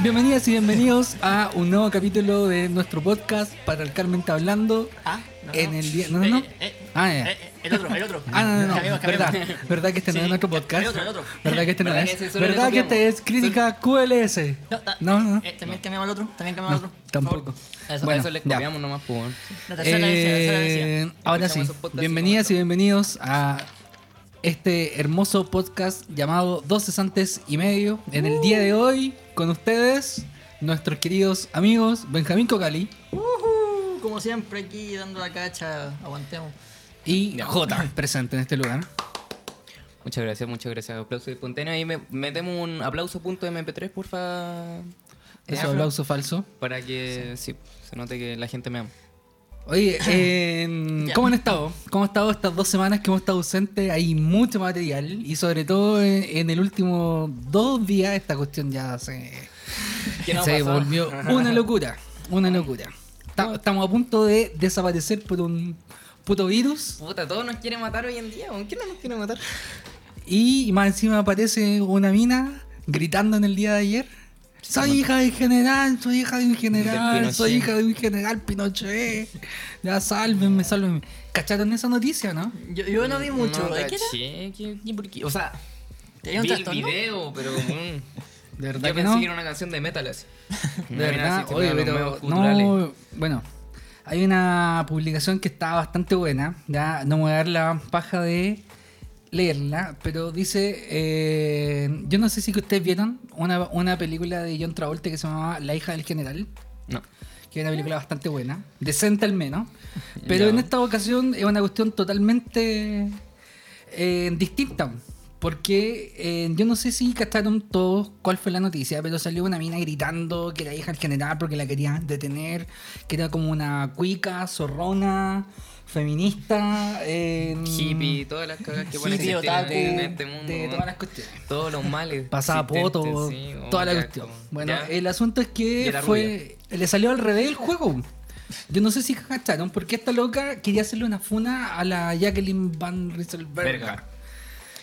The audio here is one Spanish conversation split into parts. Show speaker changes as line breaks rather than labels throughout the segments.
Bienvenidas y bienvenidos a un nuevo capítulo de nuestro podcast para el Carmen está hablando
Ah, no,
en
no.
el día. No, no, no.
Eh, eh,
Ah, ya.
eh, eh, el otro, el otro.
Ah, no, no, no.
Cambiemos, cambiemos.
¿Verdad? ¿Verdad que este no
Sí,
es nuestro
el
podcast?
otro, el otro.
¿Verdad que este no
¿Verdad que
es?
ese solo le
¿Verdad que este
copiamos?
es crítica QLS?
No, ta-
No, no.
eh, también cambiamos el otro, también
No,
cambiamos el otro.
tampoco.
A eso, a
Bueno,
eso le
ya.
copiamos nomás, pues. weón.
La tercera vez, la tercera vez.
Eh, ahora sí,
Escuchamos esos podcasts y
bienvenidas
este
y bienvenidos a este hermoso podcast llamado Dos Cesantes y Medio. En el día de hoy, con ustedes, nuestros queridos amigos Benjamín Cocali
Ujú, Uh, Como siempre aquí dando la cacha, aguantemos.
y J, presente en este lugar.
Muchas gracias, muchas gracias. Aplauso espontáneo. Ahí me metemos un aplauso punto MP3, porfa.
Eso,
Afro,
aplauso falso.
Para que sí. se note que la gente me ama.
Oye, eh,
Ya.
¿cómo han estado? ¿Cómo han estado estas dos semanas que hemos estado ausentes? Hay mucho material y sobre todo en, en el último dos días esta cuestión ya se,
¿Qué nos
se
pasó?
volvió una locura, una locura. Ta- Estamos a punto de desaparecer por un puto virus
Puta, todos nos quieren matar hoy en día. weón. ¿Quién no nos quiere matar?
y más encima aparece una mina gritando en el día de ayer. Soy hija de un general, soy hija de un general,
Pinochet.
soy hija de un general Pinochet. Ya sálvenme, sálvenme. ¿Cacharon esa noticia, no?
Yo, yo no vi mucho,
No,
¿de qué era?
caché, ¿qué- qué- por qué? O sea, vi
¿Tenía un
el
trastorno?
video, pero. mm,
De
Yo
verdad que
pensé
no.
que era una canción de metal así.
De
Una mina
verdad,
así, tipo,
oye,
de los
pero
medios culturales.
no, bueno, hay una publicación que está bastante buena, ya no me voy a dar la paja de leerla, pero dice, eh, yo no sé si que ustedes vieron una, una película de John Travolta que se llamaba La hija del general,
No.
que es una película bastante buena, decente al menos, pero
Ya.
en esta ocasión es una cuestión totalmente eh, distinta. Porque eh, yo no sé si cacharon todos cuál fue la noticia, pero salió una mina gritando que era hija del general porque la querían detener, que era como una cuica, zorrona, feminista, eh,
Hippie, todas las cagas que pueden
Hippie,
existir
otaku,
en este mundo.
de
weón.
todas las cuestiones.
Todos los males.
Pasaba
existentes,
poto,
sí, o
toda la
ya,
cuestión.
como-
Bueno,
ya.
el asunto es
Y
que
era
fue le salió al revés el juego. Yo no sé si cacharon, porque esta loca quería hacerle una funa a la Jacqueline Van Rieselberg.
Verga.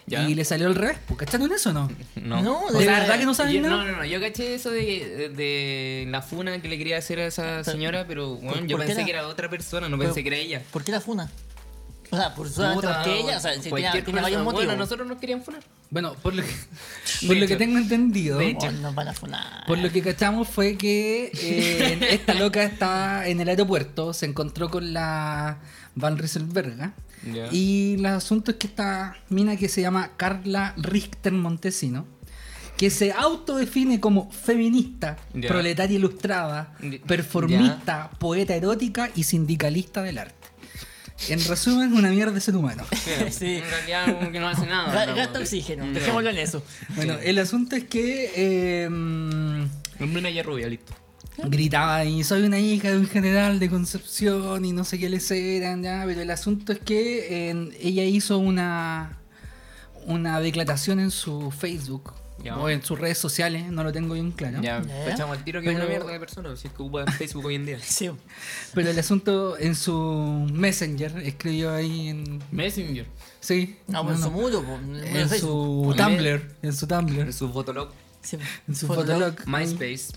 Ya.
Y le salió al revés. ¿Pues ¿Cacharon eso o no?
No.
No,
O
de
sea,
la-
¿verdad que no saben
Yo-
nada?
no, no, no, yo caché eso de, de la funa que le quería hacer a esa señora, pero bueno, yo
por qué
pensé
la-
que era otra persona, no
Pero-
pensé que era ella.
¿Por qué la funa? O sea, por solamente
Puta,
porque ella, o sea, si tenía,
cualquier
tenía varios
persona-
motivos.
Bueno, nosotros nos querían funar.
Bueno, por lo que, por lo
hecho.
que tengo entendido,
De hecho.
Oh, nos van a funar.
por lo que cachamos fue que eh, esta loca estaba en el aeropuerto, se encontró con la Van Rieselberga.
Ya.
Y el asunto es que esta mina que se llama Carla Richter Montesino, que se autodefine como feminista,
Ya.
proletaria ilustrada,
Ya.
performista, poeta erótica y sindicalista del arte. En resumen, una mierda de ser humano.
Sí.
En realidad, como que no hace nada.
Ga-
¿no?
Gasta oxígeno, dejémoslo en eso.
Bueno, el asunto es que eh, mm,
Una ya rubia, listo.
gritaba y soy una hija de un general de Concepción y no sé qué les eran, ya, pero el asunto es que en- ella hizo una, una declaración en su Facebook
Ya.
o en sus redes sociales, no lo tengo bien claro.
Ya,
Ya.
echamos al tiro que es
Pero-
una mierda de persona, si es que ocupa Facebook hoy en día.
Sí.
Pero el asunto en su Messenger escribió ahí en.
Messenger.
Sí.
No, pues en su muro, pues,
en su
Facebook.
Tumblr, en su Tumblr,
En su fotolog.
Sí. pues,
en su
Fotolog.
Fotolog.
MySpace.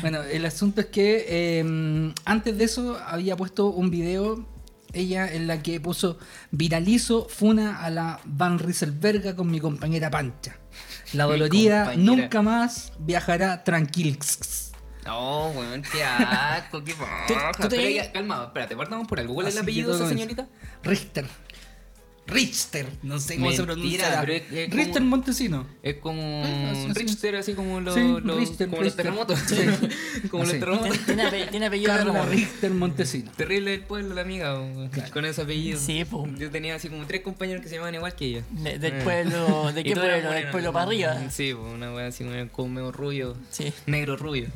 Bueno, el asunto es que eh, antes de eso había puesto un video ella en la que puso viralizo funa a la Van Rieselberga con mi compañera Pancha. La
Mi
dolorida
compañera.
nunca más viajará tranquilx.
No, weón, qué asco, qué baja.
Tú- tú te-
Pero ella- Calma, espérate, partamos por algo. ¿Cuál es el
Así que
apellido de
todo
esa
con-
señorita?
Richter. Richter, no sé cómo se
Mentira,
pronuncia.
pero es- es como-
Richter Montesino.
Es como
Ah, sí, sí.
Richter, así como los,
Sí,
los-
Richter,
como
Richter.
los terremotos.
Sí.
como
Así.
los terremotos.
Tiene- Tiene ape- tiene apellido de
Carla
amor.
Richter Montesino.
Terrible el pueblo, la amiga, o-
Claro.
con ese apellido.
Sí, po.
Yo tenía así como tres compañeros que se llamaban igual que ella.
De- del pueblo, ¿de
Eh. Y
qué
todos eran
pueblo? Del
morenos,
pueblo
¿no? Mm,
para arriba.
Sí, po, una wea así como con medio rubio.
Sí.
Negro rubio.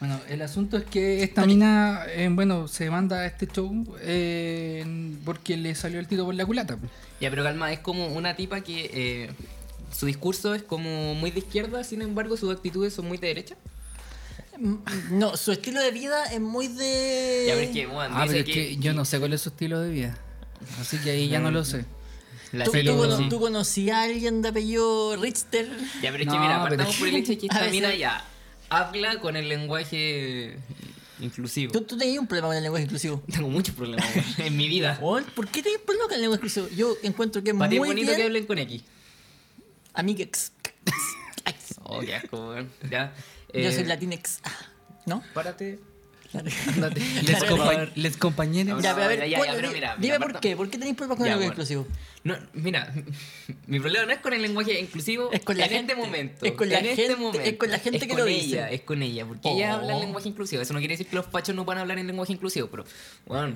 Bueno, el asunto es que esta mina, eh, bueno, se manda a este show eh, porque le salió el tiro por la culata. pues.
Ya, pero calma, es como una tipa que eh, su discurso es como muy de izquierda, sin embargo sus actitudes son muy de derecha.
Mm, No, su estilo de vida es muy de.
Ya, pero es que, weón,
Ah, pero
dice
es que, yo no sé cuál es su estilo de vida. Así que ahí ya no lo sé.
la
¿Tú,
serie-
tú cono-
sí.
tú conocías a alguien de apellido Richter?
Ya, pero es
No,
que mira,
pero-
partamos por el hecho de que
A
esta
veces-
mina ya habla con el lenguaje inclusivo.
¿Tú, tú tenías un problema con el lenguaje inclusivo.
Tengo muchos problemas weón, en mi vida.
Weón, ¿Por qué tenías un problema con el lenguaje inclusivo? Yo encuentro que es
Para ti es
muy
bonito
bien.
que hablen con X.
Amigex.
Oh, qué asco, weón. Ya.
Yo
eh,
soy latinex. Ah, ¿No?
Párate.
Ándate.
Les,
Claro.
compa- les compañeros.
Ya, pero a ver,
Ya, ya, ya,
cuál-
pero
di-
mira, mira,
dime por
Marta.
qué, ¿por qué tenéis problemas con
Ya,
el lenguaje
bueno.
inclusivo?
No, mira, mi problema no es con el lenguaje inclusivo
Es con la
en
gente.
este momento.
Es con la
en este
gente-
momento.
es con la gente
Es
que
con
lo
ella,
dice.
Es con ella, porque
Oh.
ella habla el lenguaje inclusivo. Eso no quiere decir que los fachos no van a hablar en lenguaje inclusivo, pero, bueno.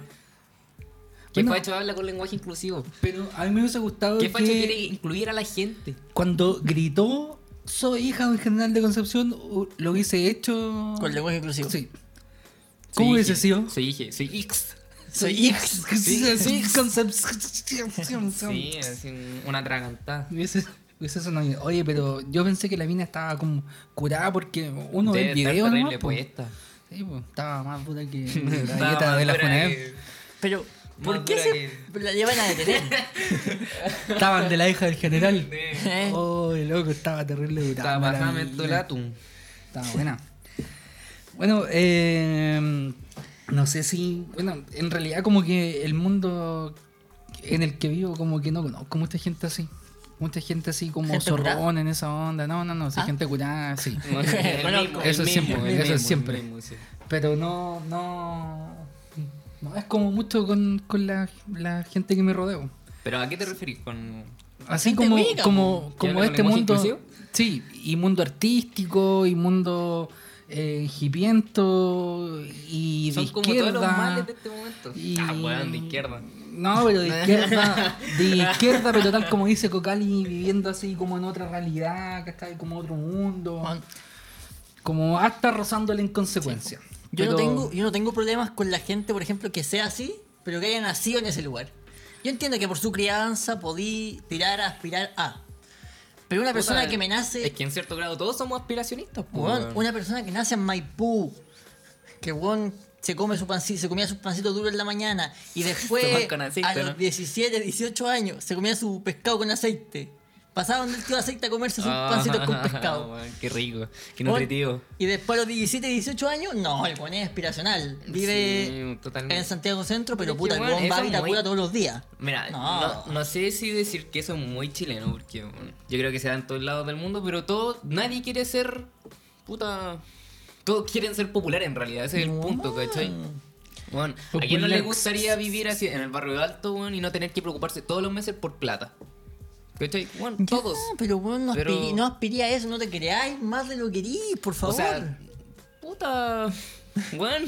¿Qué
Bueno.
facho habla con lenguaje inclusivo?
Pero a mí me hubiese gustado
¿Qué facho quiere
que
incluir a la gente?
cuando gritó soy hija del general de Concepción, u- lo hubiese hecho.
Ah.
Con el lenguaje inclusivo.
Sí. ¿Cómo
Soy
hubiese
Ige,
sido?
Soy Ige, soy Ix.
Soy
hija. Soy Concepción.
Sí, es un- una atragantada.
Hubiese, hubiese sonado. Oye, pero yo pensé que la mina estaba como curada porque uno ve
Debe
el
estar
video.
terrible
nomás, po.
puesta.
Sí, po, estaba más puta que la
Estaba
dieta
más
de la
dura
Funab.
que-
Pero, ¿por
Más
qué
dura
se
que-
la llevan a detener?
Estaban de la hija del general.
de-
¿Eh?
Oh, loco, estaba terrible durada.
Estaba bajada
maravilla.
mentolatum.
Estaba buena. Bueno, eh, no sé si. Bueno, en realidad, como que el mundo en el que vivo, como que no conozco mucha gente así. Mucha gente así como
¿Gente
zorrón
curada?
en esa onda. No, no, no, sí,
Ah.
gente curada, sí.
El mismo,
Eso
el
siempre,
mismo, el
eso
mismo,
siempre.
el mismo, sí.
Pero no, no. No es como mucho con, con la, la gente que me rodeo.
Pero ¿a qué te referís con...?
Así
Gente
como,
cuica,
como,
¿Que
como
habla con
este
lenguaje
mundo.
inclusivo?
Sí, y mundo artístico, y mundo eh, hipiento, y
Son
de
como
izquierda.
todos los males de este momento.
y-
Ah, weón, de izquierda.
No, pero de izquierda, de izquierda, pero tal como dice Cocali, viviendo así como en otra realidad, que está como otro mundo,
Juan,
como hasta rozando la inconsecuencia.
Yo,
Pero-
no tengo, yo no tengo problemas con la gente, por ejemplo, que sea así, pero que haya nacido en ese lugar. Yo entiendo que por su crianza podí tirar a aspirar a. Pero una persona
Puta,
que me nace.
Es que en cierto grado todos somos aspiracionistas, po,
Weón,
weón.
una persona que nace en Maipú, que weón se come su panci- se comía sus pancitos duros en la mañana y
Toman
después
con aceite,
a los
¿no?
17, 18 años se comía su pescado con aceite. Pasaban del tío de aceite a comerse sus
Ah,
pancitos con pescado.
weón, qué rico, qué
Weón,
nutritivo.
Y después a los 17, 18 años, no, el weón es aspiracional. Vive
Sí, totalmente.
en Santiago Centro, pero
Es que,
puta, el
weón,
weón va a
eso es muy-
Vitacura todos los días.
Mira,
No.
no. no sé si decir que eso es muy chileno, porque bueno, yo creo que se da en todos lados del mundo, pero todo, nadie quiere ser puta. Todos quieren ser populares en realidad, ese es el punto, ¿cachai?
Mm.
Bueno, ¿a quién no le
Populares.
gustaría vivir así en el barrio alto, weón, y no tener que preocuparse todos los meses por plata? ¿Cachai? Bueno,
Ya,
todos.
pero weón, no,
Pero-
aspirí- no aspirí a eso, no te creáis más de lo que querís, por
O
favor.
sea, puta. Bueno,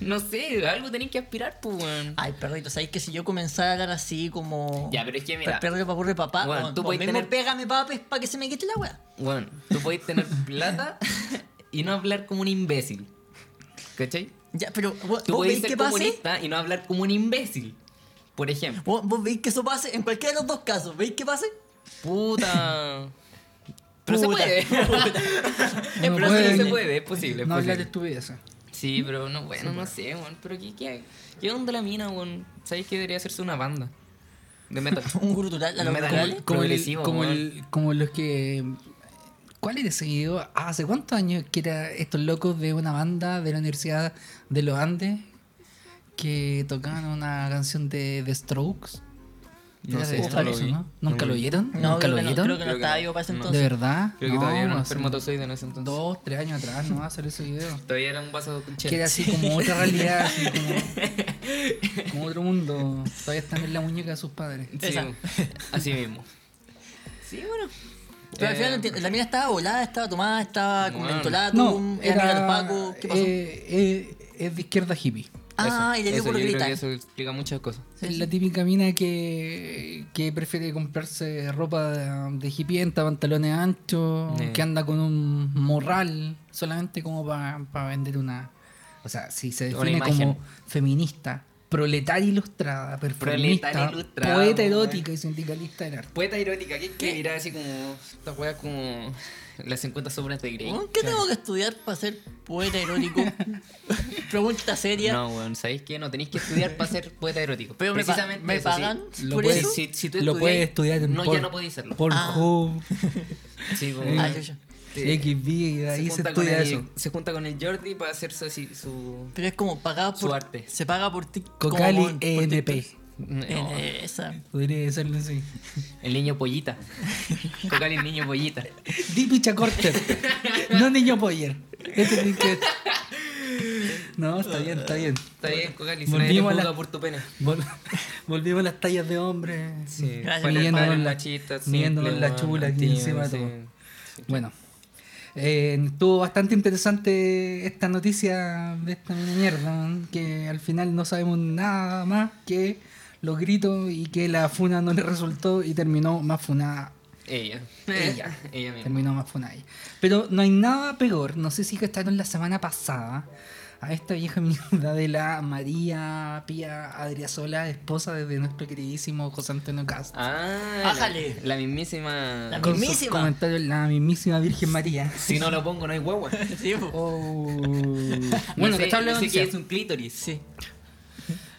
no sé, algo tenéis que aspirar, pues, weón.
Ay, perrito, ¿sabéis que si yo comenzara a hablar así como.
Ya, pero es que mira.
Perrito, papurro de papá. pues
Bueno,
bueno,
tú
tú
podés
mismo
tener-
pégame papes para que se me quite la weá.
Bueno, tú podés tener plata y no hablar como un imbécil. ¿Cachai?
Ya, pero. we- ¿Vos,
Tú podés
veis
ser
que pase?
comunista y no hablar como un imbécil. Por ejemplo.
¿Vos, vos veis que eso pase? En cualquiera de los dos casos, ¿veis que pase?
Puta. Pero
Puta,
se puede.
No
pero
puede.
sí se puede, es posible. es
No hablar
posible.
de estupideces.
Sí, pero no, bueno, no sé, weón. Pero ¿qué, qué, qué onda la mina, weón? ¿Sabéis que debería hacerse una banda? De metal.
Un gurutural a
No
los
me da
guturales.
gol.
como, el,
Progresivo,
como,
weón.
el- como los que. ¿Cuál era ese video? ¿Hace cuántos años que era estos locos de una banda de la Universidad de los Andes que tocaban una canción de The Strokes?
No
Era
sé,
de
no
Strokes,
lo vi.
¿no? ¿Nunca
No
lo
lo vi.
oyeron?
No,
¿Nunca
creo
lo
que no, creo
oyeron?
que
Creo
no
que
estaba
no.
vivo para ese
No.
¿De
entonces.
verdad?
Creo que todavía era un
hace
espermatozoide en ese entonces.
Dos, tres años atrás no va a salir ese video.
Todavía era un vaso con
Que era así como otra realidad, así como, como otro mundo. Todavía están en la muñeca de sus padres.
Sí,
Esa.
así mismo. Sí, bueno.
Pero al final, no entiendo, la mina estaba volada, estaba tomada, estaba con
Bueno.
mentolatum,
No,
era amiga del
era,
Paco. ¿Qué pasó?
eh, eh, es de izquierda hippie.
ah, y le dio por gritar.
Eso explica muchas cosas.
Es la típica mina que, que prefiere comprarse ropa de, de hipienta, pantalones anchos,
Eh.
que anda con un morral solamente como para vender una... O sea, si se
Una
define
imagen.
como feminista, proletaria ilustrada, performista,
Proletaria ilustrada,
poeta
weón.
erótica y sindicalista del arte.
Poeta erótica, ¿qué que Mirar así como. Esta wea como. Las 50 sombras de Grey.
Weón, ¿Qué tengo que estudiar para ser poeta erótico? Pregunta seria.
No, weón, ¿sabéis qué? No tenéis que estudiar para ser poeta erótico. Pero
¿Me pa-
precisamente.
me
eso,
pagan
sí.
Lo
por
puedes-
eso?
Si, si tú
lo
estudiáis-
puedes estudiar en
No,
por-
ya no podéis hacerlo.
Por
Ah.
Who.
Sí, como-
Ah, yo- yo.
Sí.
XB, y ahí se,
junta con
estudia
el-
eso.
Se junta con el Jordi para hacer su, así- su
Pero es como pagado por.
Su arte.
Se paga por TikTok.
Cocali ENP.
No,
Eh. Esa.
Podría decirlo así.
eh, el niño pollita. Cocali el niño pollita.
Dipicha Corter. no niño Poyer. Ese es mi que- No, está bien, está bien.
Está bien, Cocali, se nadie te
Volvimos a la-
juzga por tu pena.
Vol- Volvimos a las tallas de hombre.
Sí,
Gracias,
fue
midiéndonos
compadre
la-
machista,
midiéndonos
simple,
la
weón,
chula aquí
antiguo,
encima de
sí.
todo. Bueno, eh, estuvo bastante interesante esta noticia de esta mierda, man, que al final no sabemos nada más que los gritos y que la funa no le resultó y terminó más funada
Ella.
Eh.
Ella.
Ella misma.
Terminó más funada ella. Pero no hay nada peor, no sé si gastaron la semana pasada a esta vieja mierda de la María Pía Adriasola, esposa de nuestro queridísimo José Antonio Castro.
Ah,
Ájale.
La, la mismísima.
La
Con sus
mismísima.
comentarios, la mismísima Virgen María. Oh.
Si no lo pongo, no hay guagua.
Sí, po.
bueno,
que
que está hablando
que es un clítoris.
Sí.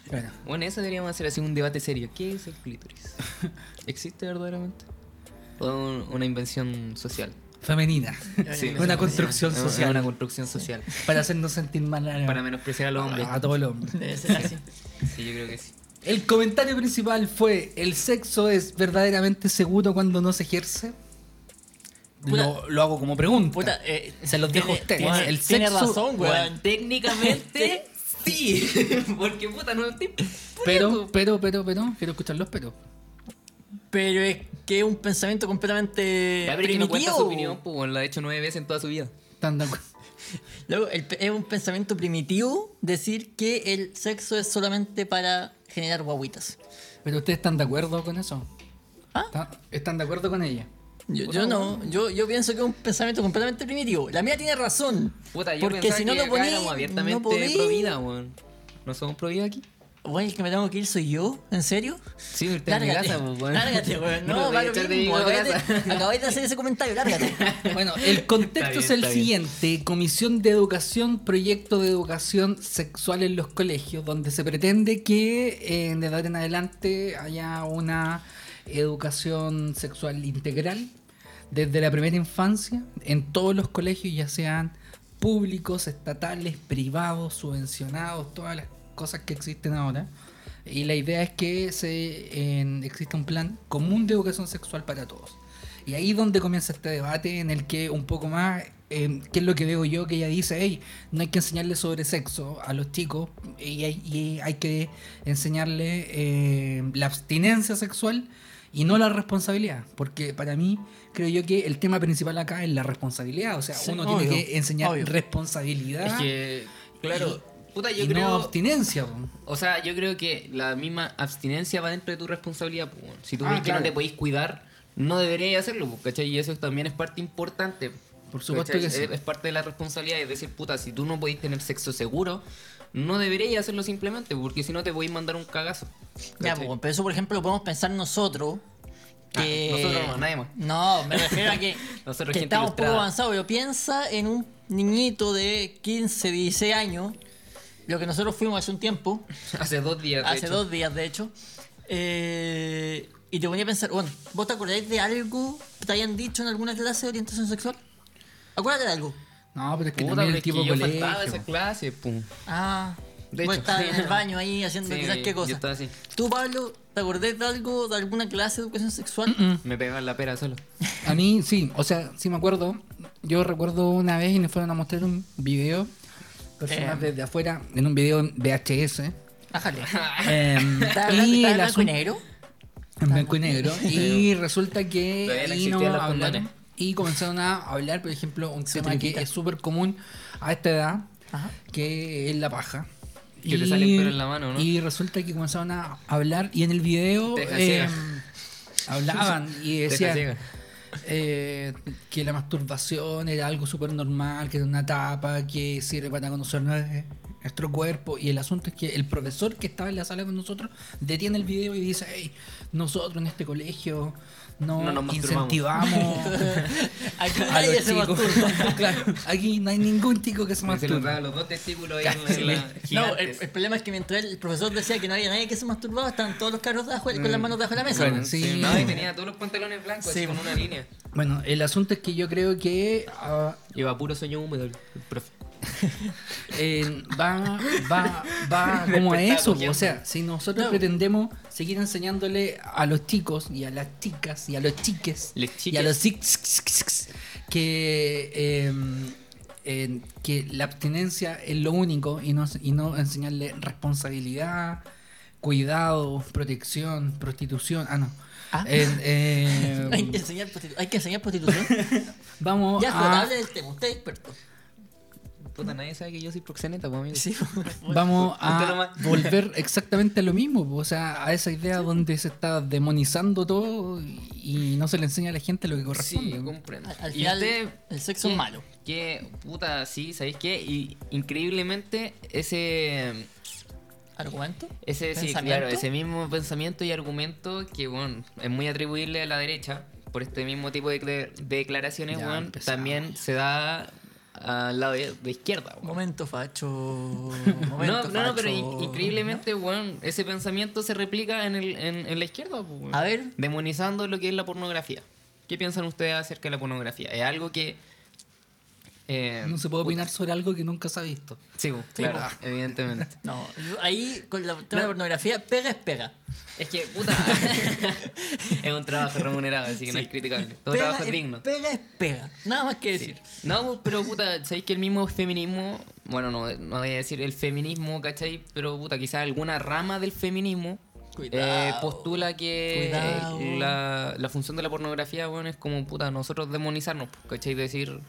Bueno,
Bueno, eso deberíamos hacer así un debate serio. ¿Qué es el clítoris? ¿Existe verdaderamente? ¿O un- una invención social?
femenina.
Sí,
una construcción
Es una-
social.
es Una construcción social.
Para hacernos sentir mal a,
Para menospreciar a los hombres.
a todo el hombre.
Debe ser así.
Sí, yo creo que sí.
El comentario principal fue: ¿el sexo es verdaderamente seguro cuando no se ejerce?
Puta.
lo, lo hago como pregunta.
Puta, eh,
Se los dejo a
tiene-
ustedes.
Tiene,
El
tiene
sexo-
razón,
Bueno,
weón.
técnicamente sí. Porque puta, no estoy
pero, pero, pero, pero, quiero escuchar los pero.
Pero es que es un pensamiento completamente
A ver, que no cuenta
primitivo.
su opinión, pues bueno, la ha hecho nueve veces en toda su vida.
¿Están de acuerdo?
Luego, el pe- es un pensamiento primitivo decir que el sexo es solamente para generar guaguitas.
¿Pero ustedes están de acuerdo con eso?
¿Ah?
¿Están- ¿Están de acuerdo con ella?
Yo, yo no, yo, yo pienso que es un pensamiento completamente primitivo. La mía tiene razón.
Puta, yo
porque
pensaba
si no
que
lo
acá
poní,
éramos abiertamente
no podí.
pro vida, weón. ¿No somos pro vida aquí?
Bueno, el que me tengo que ir soy yo, ¿en serio?
Sí, ahorita en mi
Lárgate,
casa, pues, weón.
lárgate, weón. No,
te voy a
va lo
echar de
mismo,
mi
acabáis de-
casa.
acabáis de hacer ese comentario, lárgate.
Bueno, el contexto
Está bien,
es
está
el
bien.
siguiente. Comisión de Educación, proyecto de educación sexual en los colegios, donde se pretende que eh, de ahora en adelante haya una educación sexual integral desde la primera infancia en todos los colegios, ya sean públicos, estatales, privados, subvencionados, todas las cosas que existen ahora. Y la idea es que se, en- exista un plan común de educación sexual para todos. Y ahí es donde comienza este debate en el que un poco más, eh, ¿qué es lo que veo yo? Que ella dice, hey, no hay que enseñarle sobre sexo a los chicos y hay, y hay que enseñarle eh, la abstinencia sexual y no la responsabilidad. Porque para mí creo yo que el tema principal acá es la responsabilidad. O sea,
Sí,
uno
obvio,
tiene que enseñar
obvio.
responsabilidad
Es que, claro, Ah. puta, yo
y
creo.
no abstinencia. po.
o sea, yo creo que la misma abstinencia va dentro de tu responsabilidad, pues, weón. Si tú
Ah,
crees que
claro.
no te podéis cuidar, no deberías hacerlo, pues, ¿cachai? Y eso también es parte importante.
Por supuesto
¿cachai?
que sí.
Es, es parte de la responsabilidad, es decir, puta, si tú no podéis tener sexo seguro, no deberías hacerlo simplemente, porque si no te podéis mandar un cagazo.
Ya,
¿cachai?
pues, pero eso, por ejemplo, lo podemos pensar nosotros. Que...
Ah, nosotros no, nadie más.
No, me refiero a que,
Nosotros,
que
gente
estamos un poco
ilustrada.
avanzados. Pero piensa en un niñito de 15, 16 años, lo que nosotros fuimos hace un tiempo,
Hace dos días. de
hace
hecho.
dos días de hecho, eh, y te ponía a pensar, bueno, ¿vos te acordáis de algo que te hayan dicho en alguna clase de orientación sexual? Acuérdate de algo.
No, pero es que también
Puta, pero
el
es que
tipo
yo
colegio.
faltaba a esa clase, pum.
Ah,
De
vos
hecho.
estabas en el baño ahí haciendo
Sí,
quizás qué
yo
cosa.
estaba así.
¿Tú, Pablo, te acordás de algo, de alguna clase de educación sexual?
Me pegaban la pera solo.
A mí sí, o sea, sí me acuerdo. Yo recuerdo una vez y nos fueron a mostrar un video, personas
Eh.
desde afuera, en un video en
Eh.
VHS.
Ájale.
em, y
¿Y
el asunto-
negro?
en blanco y negro. Y resulta
Todavía
que
no
ahí no
existían los
hablaron.
condones.
Y comenzaron a hablar, por ejemplo, un tema que
tripita.
es súper común a esta edad,
Ajá.
que es la paja.
Que te sale el pelo en la mano, ¿no?
Y resulta que comenzaron a hablar y en el video
Te deja
eh,
ciega.
hablaban y
Deja
decían
ciega.
eh, que la masturbación era algo súper normal, que era una tapa, que sirve para conocer nue- nuestro cuerpo. Y el asunto es que el profesor que estaba en la sala con nosotros detiene el video y dice, hey, nosotros en este colegio no,
No nos masturbamos".
incentivamos
Aquí
a
nadie
los
se
chicos.
masturba.
Claro, aquí no hay ningún chico que se
Me se le
masturbe.
entraban los dos testículos ahí en la-
Casi. eh,
en la,
No, el,
gigantes.
el problema es que mientras el profesor decía que no había nadie que se
Mm.
masturbaba, estaban todos los carros debajo- con las manos bajo la mesa.
Claro.
Sí,
sí. pues.
no, y tenía todos los pantalones blancos,
Sí.
así, con una línea.
Bueno, el asunto es que yo creo que ah,
Lleva puro sueño húmedo el el profe.
eh, va, va, va como a
Despertar
eso.
huyendo.
O sea, si nosotros
No.
pretendemos seguir enseñándole a los chicos y a las chicas y a los chiques
Les
y a
chiques.
los six que, eh, eh, que la abstinencia es lo único y no, y no enseñarle responsabilidad, cuidado, protección, prostitución. Ah, no.
Ah.
Eh, eh,
Hay que enseñar, prostitu- hay que enseñar prostitución.
Ah. vamos
ya,
a...
pero hable del tema, usted es experto.
Puta, nadie sabe que yo soy proxeneta, pues, amigo.
Sí,
Vamos
Usted
a
nomás.
volver exactamente a lo mismo, po, o sea, a esa idea donde se está demonizando todo y no se le enseña a la gente lo que
Sí,
corresponde.
yo comprendo.
Al- al
Y
final,
usted-
el sexo es
qué-
malo.
Qué puta, sí, ¿sabéis qué? Y increíblemente ese
¿Argumento?
ese sí,
¿Pensamiento?
claro, ese mismo pensamiento y argumento que bueno, es muy atribuible a la derecha por este mismo tipo de, de- de declaraciones,
Ya
bueno,
empezamos.
también se da al lado de, de izquierda, bueno.
Momento facho.
No,
Momento
no, no,
facho.
pero in- increíblemente, bueno, ese pensamiento se replica en, el- en- en la izquierda. pues, weón.
A ver.
Demonizando lo que es la pornografía. ¿Qué piensan ustedes acerca de la pornografía? ¿Es algo que... eh,
No se puede opinar sobre algo que nunca se ha visto.
Sí, pues,
Sí,
claro,
pues.
evidentemente.
No, yo ahí con la, tema de pornografía, pega es pega.
Es que, puta, es un trabajo remunerado, así que no es criticable. Todo
pega
trabajo
es,
es digno.
Pega es pega. Nada más que decir.
No, pero puta, ¿sabéis que el mismo feminismo, bueno, no, no voy a decir el feminismo, ¿cachai? Pero puta, quizás alguna rama del feminismo
Cuidado.
eh, postula que
Cuidado.
eh, la, la función de la pornografía, bueno, es como puta, nosotros demonizarnos, pues, ¿cachai? Decir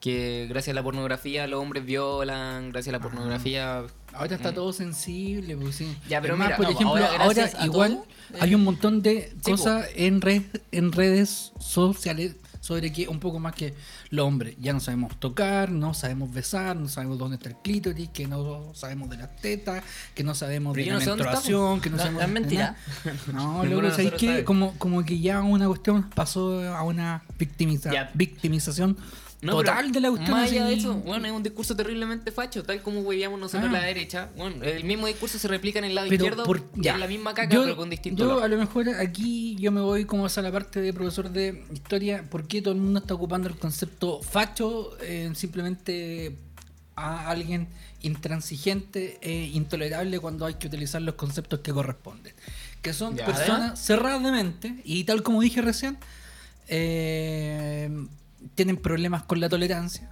que gracias a la pornografía los hombres violan, gracias
Ah.
a la pornografía...
Ahora está todo sensible, pues sí.
Ya, pero
Además,
mira,
por
no,
ejemplo,
ahora
ahora,
gracias a
igual
todo, eh,
hay un montón de
po.
cosas en, red, en redes sociales sobre que un poco más que los hombres ya no sabemos tocar, no sabemos besar, no sabemos dónde está el clítoris, que no sabemos de las tetas, que no sabemos
Pero
de
yo
la
no sé dónde
menstruación, que no
No,
sabemos...
no es
de
mentira.
nada. No,
Ninguno de
luego, ¿sabes
nosotros
qué?
sabe.
Como, como que ya una cuestión pasó a una victimiza-
Ya.
victimización
No,
total
pero
de la cuestión.
Más allá
así.
de eso, bueno, es un discurso terriblemente facho, tal como huevíamos nosotros
Ah.
a la derecha. Bueno, el mismo discurso se replica en el lado izquierdo,
por-
y
ya.
es la misma caca,
Yo-
pero con distinto
Yo,
olor.
a lo mejor aquí yo me voy como a la parte de profesor de historia. ¿Por qué todo el mundo está ocupando el concepto facho eh, simplemente a alguien intransigente e intolerable cuando hay que utilizar los conceptos que corresponden? Que son
Ya.
personas cerradas de mente y tal como dije recién, eh, tienen problemas con la tolerancia.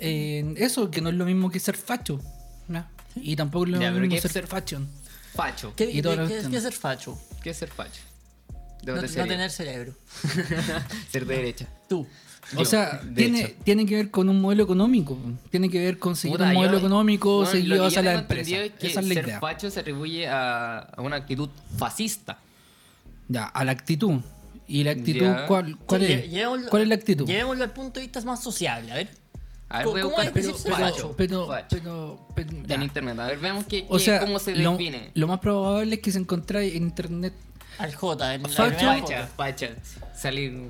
Eh, eso que no es lo mismo que ser facho. ¿no? Y tampoco es lo
Ya, pero
mismo
¿qué es
ser,
ser-
fashion.
Facho.
¿Qué,
Y
qué,
toda la
qué-
cuestión.
qué es ser facho?
¿Qué es ser facho?
No,
De otra
no
serie.
tener cerebro.
Ser de derecha.
Tú.
O
Yo,
sea,
de
tiene,
hecho.
tiene que ver con un modelo económico. Tiene que ver con seguir
Puta,
un
yo-
modelo económico,
bueno,
seguir
lo que
hacia
yo
la
tengo
empresa.
entendido Es que
Esa es la
ser
idea.
facho se atribuye a, a una actitud fascista.
Ya, a la actitud. ¿Y la actitud
Ya.
cuál, cuál
Sí,
es?
lle- llevémoslo-
¿Cuál es la actitud?
Llevémoslo al punto de vista más sociable, a ver.
A ver,
¿Cómo-
voy a
cómo
buscar
hay que decir ser
facho.
Pero, pero,
facho.
pero, pero- ya.
En internet. A ver, veamos qué,
O
qué-
sea,
cómo se
lo,
define.
lo más probable es que se encontré en internet.
Al J, en la
Facho.
primera
Facha,
foto.
facha. Salir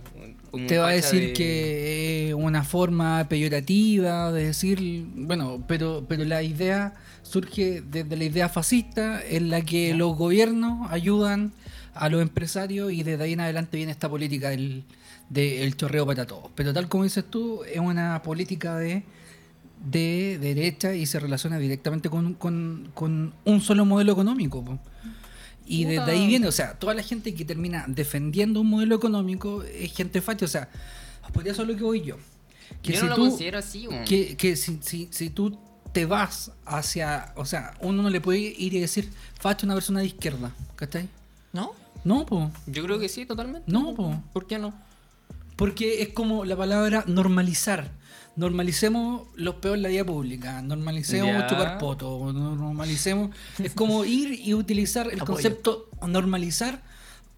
como
Te va a
facha
decir
de-
que es una forma peyorativa de decir, bueno, pero, pero la idea surge desde la idea fascista en la que los gobiernos ayudan a los empresarios y desde ahí en adelante viene esta política del, del chorreo para todos. Pero tal como dices tú, es una política de, de derecha y se relaciona directamente con, con- con un solo modelo económico. po. Y desde ahí viene, o sea, toda la gente que termina defendiendo un modelo económico es gente facha, o sea, por eso es lo que voy yo. Que
yo
si
no lo
tú,
considero así, weón.
que, que si, si- si tú te vas hacia, o sea, uno no le puede ir y decir, facha a una persona de izquierda, ¿cachai?
¿No?
No, po,
Yo creo que sí, totalmente.
no, po.
¿Por qué no?
Porque es como la palabra normalizar. Normalicemos los peos en la vida pública, normalicemos
Ya.
chupar poto, normalicemos. Es como ir y utilizar el
Apoyo.
concepto normalizar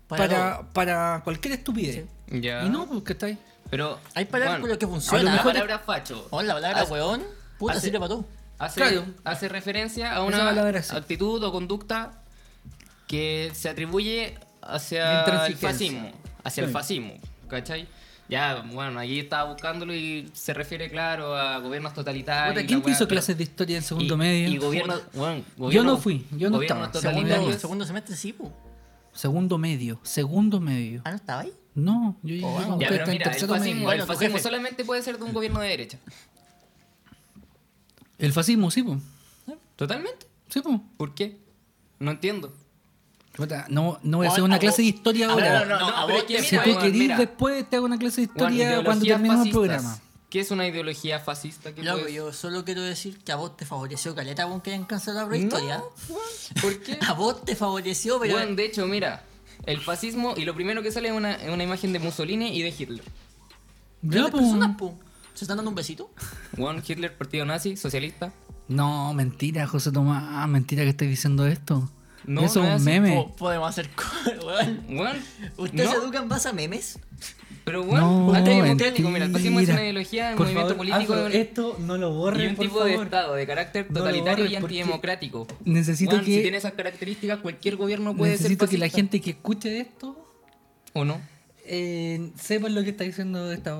Para
para, para cualquier estupidez.
Ya.
Y no, porque está ahí.
Pero.
Hay palabras con las que funciona.
La
Mejor-
palabra facho.
Oh, la palabra
hace-
weón. Puta,
hace-
sirve para todo.
Hace,
Claro.
hace referencia a
Esa palabra
una
sí.
actitud o conducta que se atribuye hacia el
Intransigencia.
fascismo. Hacia
Sí.
el fascismo, ¿cachai? Ya, bueno, allí estaba buscándolo y se refiere, claro, a gobiernos totalitarios.
Puta,
y
¿Quién
la
te hizo
weá, pero-
clases de historia en segundo
y-
medio?
Y gobiernos, bueno,
Yo no
gobiernos-
fui, yo no
gobiernos
estaba. Segundo-
Segundo,
totalitarios.
segundo semestre sí, po.
Segundo medio, segundo medio.
Ah, no estaba ahí.
No, yo llegué
Oh,
cuando
Ya,
estaba
pero
en
mira, el
tercero medio.
fascismo, el
Bueno, tu
fascismo
jefe.
solamente puede ser de un gobierno de derecha.
El fascismo, sí, pues.
¿Totalmente?
Sí, pues.
¿Por qué? No entiendo.
Puta, No, no voy a
Bueno,
hacer una
a
clase de
vos-
historia
a
ahora.
vos- no, no, a
pero
vos
es que
te-
si
mira,
tú
weón,
querís,
mira,
después te hago una clase de
weón,
historia cuando
ideologías
terminemos el
fascistas.
programa.
¿Qué es una ideología fascista? ¿Qué
Loco,
puede-
yo solo quiero decir que a vos te favoreció Caleta, weón, que hayan cancelado la historia.
No, weón, ¿Por qué?
A vos te favoreció, pero.
Weón, de hecho, mira, el fascismo y lo primero que sale es una, es una imagen de Mussolini y de Hitler.
pero
Ya,
las
pues.
personas, po, ¿Se están dando un besito?
Juan Hitler, partido nazi, socialista.
No, mentira, José Tomás. ah, Mentira que estés diciendo esto.
No,
Eso
no
es
es
un
así.
meme.
Po- podemos hacer. co- weón.
Juan,
¿Ustedes
no,
se educan base a memes?
Pero
No,
Juan, acá hay un
mentira.
técnico, mira, el fascismo es una ideología, un
Por
movimiento
favor,
político
Afro,
un-
esto no lo
y
borren,
un
por
tipo de
favor.
Estado de carácter
No lo
totalitario y
borres, porque
antidemocrático.
necesito
Weón,
que-
si tiene esas características, cualquier gobierno puede
Necesito
ser
que la
fascista.
gente que escuche esto
¿O no?
eh, sepa lo que está diciendo esta,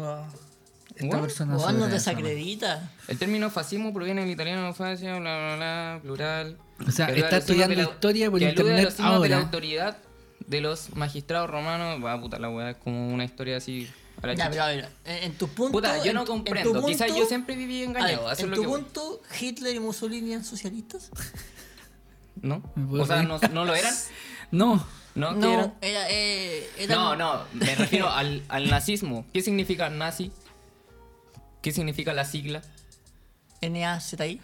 esta
Bueno,
persona.
Weón,
sobre
no
eso.
desacredita.
El término fascismo proviene del italiano fascio, bla, bla, bla, plural.
O sea,
que alude
está
a los signos
estudiando
de la-
historia por
que alude a
internet
los signos de la
ahora.
autoridad de los magistrados romanos. Va, puta, la weá es como una historia así. a la
Ya,
chucha.
pero a ver, en, en tus puntos.
Puta, yo
en
no
tu- en tu
comprendo. Quizás
punto-
yo siempre viví
a ver,
engañado. eso
en
es lo
tu
que voy.
punto, Hitler y Mussolini eran socialistas.
¿No?
Me puedo
O sea,
reír.
no, no lo eran.
No,
No, ¿qué eran?
No, era, eh, eran-
no, no, me refiero al, al nazismo. ¿Qué significa nazi? ¿Qué significa la sigla?
NAZI.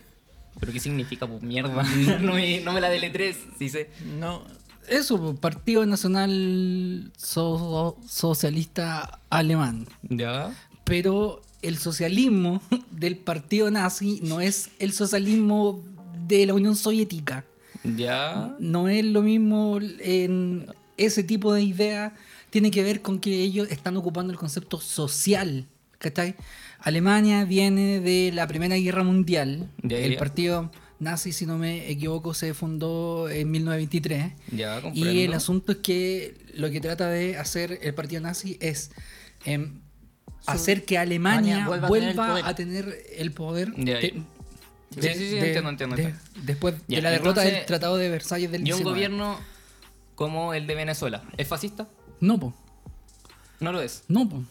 ¿Pero qué significa? Pues mierda. No me, no me la deletres, sí sé.
No.
eso, po, Partido Nacional So- Socialista Alemán.
Ya.
Pero el socialismo del partido nazi no es el socialismo de la Unión Soviética.
Ya.
No es lo mismo en ese tipo de idea. Tiene que ver con que ellos están ocupando el concepto social. ¿Cachai? Alemania viene de la Primera Guerra Mundial.
Ya,
el
ya.
partido nazi, si no me equivoco, se fundó en 1923.
Ya, comprendo.
Y el asunto es que lo que trata de hacer el partido nazi es em, hacer que Alemania
Alemania vuelva
vuelva,
a tener el
a tener el poder.
Ya,
de-
ya. Sí,
de-
sí, sí,
de-
entiendo, entiendo,
de-
entiendo.
después
Ya,
de la derrota
entonces,
del Tratado de Versalles del
Y un
19.
gobierno como el de Venezuela, ¿es fascista?
No, po.
No lo es.
No, po.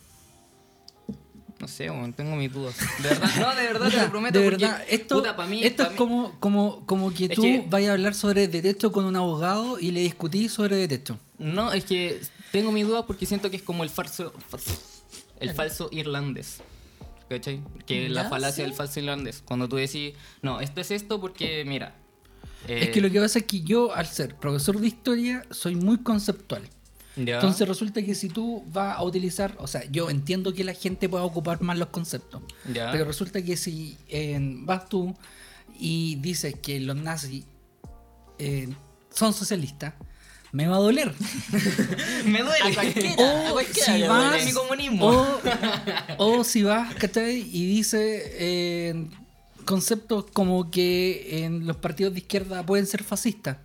No sé, weón, tengo mis dudas. De verdad, no, de verdad, te
Puta,
lo prometo.
de
porque,
verdad, esto,
puta, pa' mí,
esto
pa'
es
mí-
como, como, como que
Es
tú
que-
vayas a hablar sobre derecho con un abogado y le discutí sobre derecho.
No, es que tengo mis dudas porque siento que es como el falso. El falso irlandés. ¿Cachai? Que la
Ya, sí.
falacia del falso irlandés. Cuando tú decís, no, esto es esto porque, mira.
Es
Eh.
que lo que pasa es que yo, al ser profesor de historia, soy muy conceptual.
eh,
Entonces resulta que si tú vas a utilizar, o sea, yo entiendo que la gente pueda ocupar más los conceptos,
Ya.
pero resulta que si eh, vas tú y dices que los nazis eh, son socialistas, me va a doler.
me
A
duele.
cualquiera, a cualquiera
si
le
vas-
duele.
mi comunismo.
O, o si vas, ¿cachai? Y dice eh, conceptos como que en los partidos de izquierda pueden ser fascistas.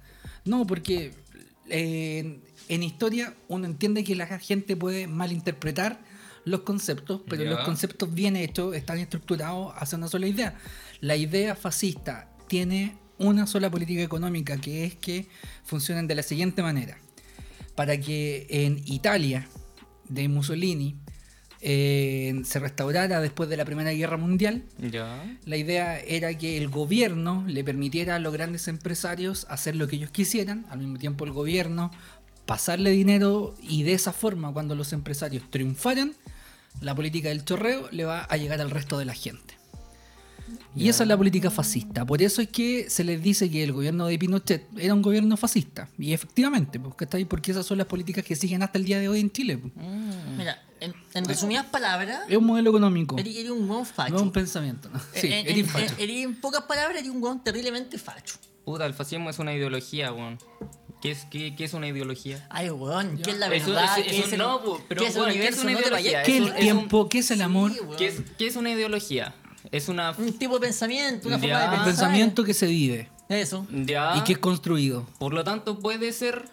No, porque eh, en historia uno entiende que la gente puede malinterpretar los conceptos, pero
Ya.
los conceptos bien hechos están estructurados hacia una sola idea. La idea fascista tiene una sola política económica, que es que funcionen de la siguiente manera para que en Italia de Mussolini eh, se restaurara después de la Primera Guerra Mundial.
Ya.
La idea era que el gobierno le permitiera a los grandes empresarios hacer lo que ellos quisieran, al mismo tiempo el gobierno pasarle dinero y de esa forma cuando los empresarios triunfaran, la política del chorreo le va a llegar al resto de la gente. Y esa es la política fascista. Por eso es que se les dice que el gobierno de Pinochet era un gobierno fascista. Y efectivamente, porque, está ahí, porque esas son las políticas que siguen hasta el día de hoy en Chile. po.
Mm. Mira, en, en resumidas palabras,
Es un modelo económico.
eres eres un weón facho. Eh,
No es un pensamiento. ¿no? Sí,
en,
eres
en-
facho.
en- eres, en pocas palabras, eres un weón terriblemente facho.
Puta, el fascismo es una ideología, weón. ¿Qué es, qué, qué es una ideología?
Ay, weón, ¿qué es la
Eso-
verdad?
eso-
¿Qué
eso
es el,
no, po, pero,
¿qué es el
weón, ¿qué es
universo?
una
no te
ideología?
vayas.
¿Qué es
eso
el
es
tiempo? ¿Qué es el amor?
Sí, weón.
¿Qué es, qué es una ideología? Es una.
Un tipo de pensamiento, una
Ya.
forma de
El
pensar.
pensamiento que se vive
Ah. Eso.
Ya.
y que es construido.
Por lo tanto, puede ser.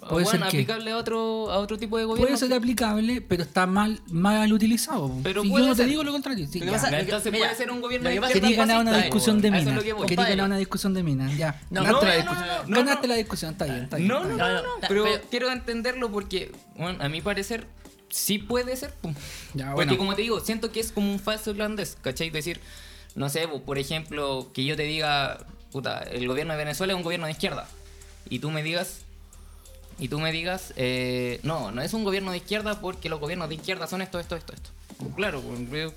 Puede
weón,
ser qué.
aplicable a otro, a otro tipo de gobierno.
Puede ser aplicable, pero está mal, mal utilizado. po.
Pero
Si yo
puede
no te
ser.
digo lo contrario. Sí,
Lo que
ya.
pasa-
Entonces
mira,
puede ser un gobierno
lo que
de
pasa-
izquierda
Quería ganar una
fascista,
discusión de
weón. A eso es
minas.
lo que voy.
Quería
compadre.
ganar una discusión de minas. Ya.
No,
Ganaste
no,
la
no,
discusión.
no, no,
Ganaste
no.
la discusión. Está bien. Está bien,
No, no,
está
no,
bien.
no,
no,
no,
pero
pero-
quiero entenderlo porque, bueno, a mi parecer, sí puede ser. po.
Ya,
Porque
bueno.
como te digo, siento que es como un falso irlandés, ¿cachai? Decir, no sé, po, por ejemplo, que yo te diga, puta, el gobierno de Venezuela es un gobierno de izquierda. Y tú me digas, y tú me digas, eh, no, no es un gobierno de izquierda porque los gobiernos de izquierda son esto, esto, esto, esto. Claro, po, yo-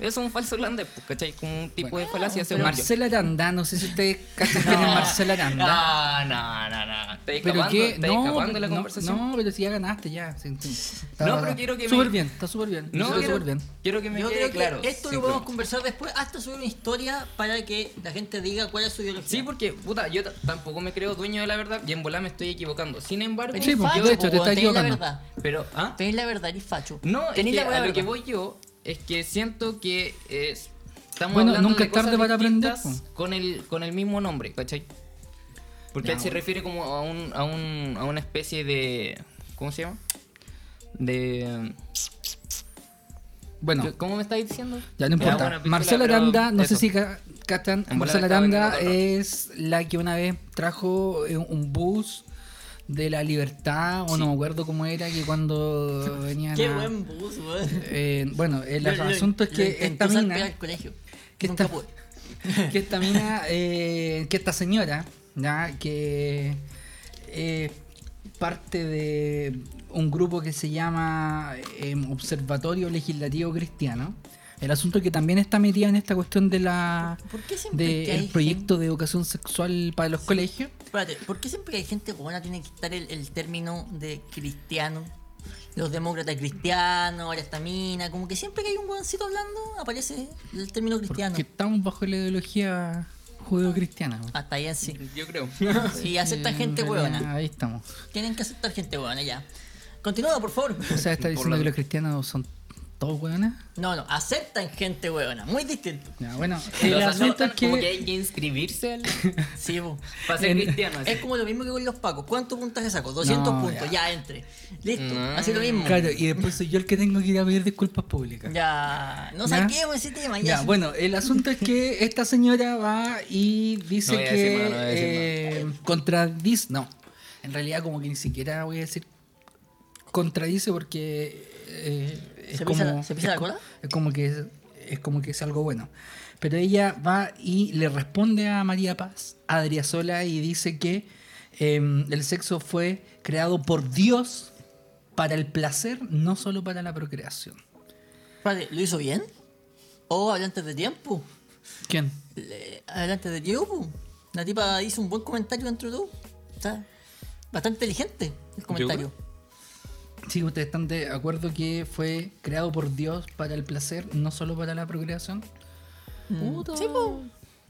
es un falso irlandés, po, ¿cachai? Como un tipo de falacia. según yo.
Marcela Aranda, no sé si ustedes cachan quién es Marcela Aranda.
No, no, no, no. Estoy
Pero
Ah, escapando,
que
estoy escapando de la conversación.
No, pero si ya ganaste, ya. sí, sí. Está-
No, pero quiero que me-
Súper bien, está súper bien.
No,
está
quiero,
súper bien.
quiero que me
Yo
quede
creo que
claro.
esto
sin
lo podemos
problema.
conversar después, hasta subir una historia para que la gente diga cuál es su ideología.
Sí, porque, puta, yo t- tampoco me creo dueño de la verdad y en volá me estoy equivocando. Sin embargo,
Tenéis
Sí, pues,
facho,
de hecho, te
po,
estás
tenéis la
equivocando.
verdad.
pero, ¿ah?
Tenéis la verdad, y facho.
No, es
tenéis
que
la buena
a lo que
verdad.
voy yo es que siento que es- estamos
Bueno,
hablando
nunca
de
es tarde
cosas
para aprender,
distintas
po.
con el, con el mismo nombre, ¿cachai? Porque
Ya,
él se
bueno.
refiere como a, un, a, un, a una especie de... ¿Cómo se llama? De...
Bueno,
¿Cómo me estáis diciendo?
ya no
Era
importa.
buena película,
Marcela
pero
Aranda, no
eso.
sé si ca- captan,
En
Marcela
volada me estaba
Aranda
vendiendo
es la que una vez trajo eh, un bus de la libertad, o no me acuerdo cómo era, que cuando venían.
Qué
a-
buen bus, weón.
eh, bueno, el
Lo- lo-
asunto es
lo
que
intenté
esta
usar
mina.
para el colegio.
que
Nunca
esta-
pude.
que esta mina, eh, que esta señora, ¿ya? que eh, parte de un grupo que se llama eh, Observatorio Legislativo Cristiano. El asunto es que también está metida en esta cuestión de la
¿Por qué siempre
del
que hay
proyecto de educación sexual para los colegios.
Espérate, ¿por qué siempre que hay gente buena tiene que estar el, el término de cristiano? Los demócratas cristianos, ahora esta mina, como que siempre que hay un guancito hablando aparece el término cristiano.
Que estamos bajo la ideología judeo-cristiana.
Hasta ahí en sí.
Yo creo.
Ah, Y aceptan
Eh,
gente
en realidad,
huevona.
Ahí estamos.
Tienen que aceptar gente huevona ya. Continúa, por favor.
O sea, está
Por
diciendo
la-
que los cristianos son todos hueones.
No, no, aceptan gente huevona. Muy distinto.
Ya, bueno,
Los
el
aceptan
asunto es
Como que hay que inscribirse al-
Sí, bu.
para ser
En-
cristiano. así.
Es como lo mismo que con los pacos. ¿Cuántos puntajes saco? 200
No,
puntos, ya. entre. Listo,
Mm.
así lo mismo.
Claro, y después soy yo el que tengo que ir a pedir disculpas públicas. Ya,
Ya, no
Ya.
saquemos ese tema. Ah, Ya,
bueno, el asunto es que esta señora va y dice
No voy a
que
decir nada, no voy a decir
eh, contradice, no, en realidad como que ni siquiera voy a decir contradice porque eh, es
¿Se
como
pisa la- se pisa
es
la
co-
cola?
es como que es, es como que es algo bueno. Pero ella va y le responde a María Paz, a Adriasola y dice que eh, el sexo fue creado por Dios para el placer, no solo para la procreación.
Espérate, ¿lo hizo bien? ¿O hablantes de tiempo?
¿Quién?
Le- Hablantes de tiempo. La tipa hizo un buen comentario dentro de todo. Está bastante inteligente el comentario.
Sí, ¿ustedes están de acuerdo que fue creado por Dios para el placer, no solo para la procreación?
Mm, sí, po.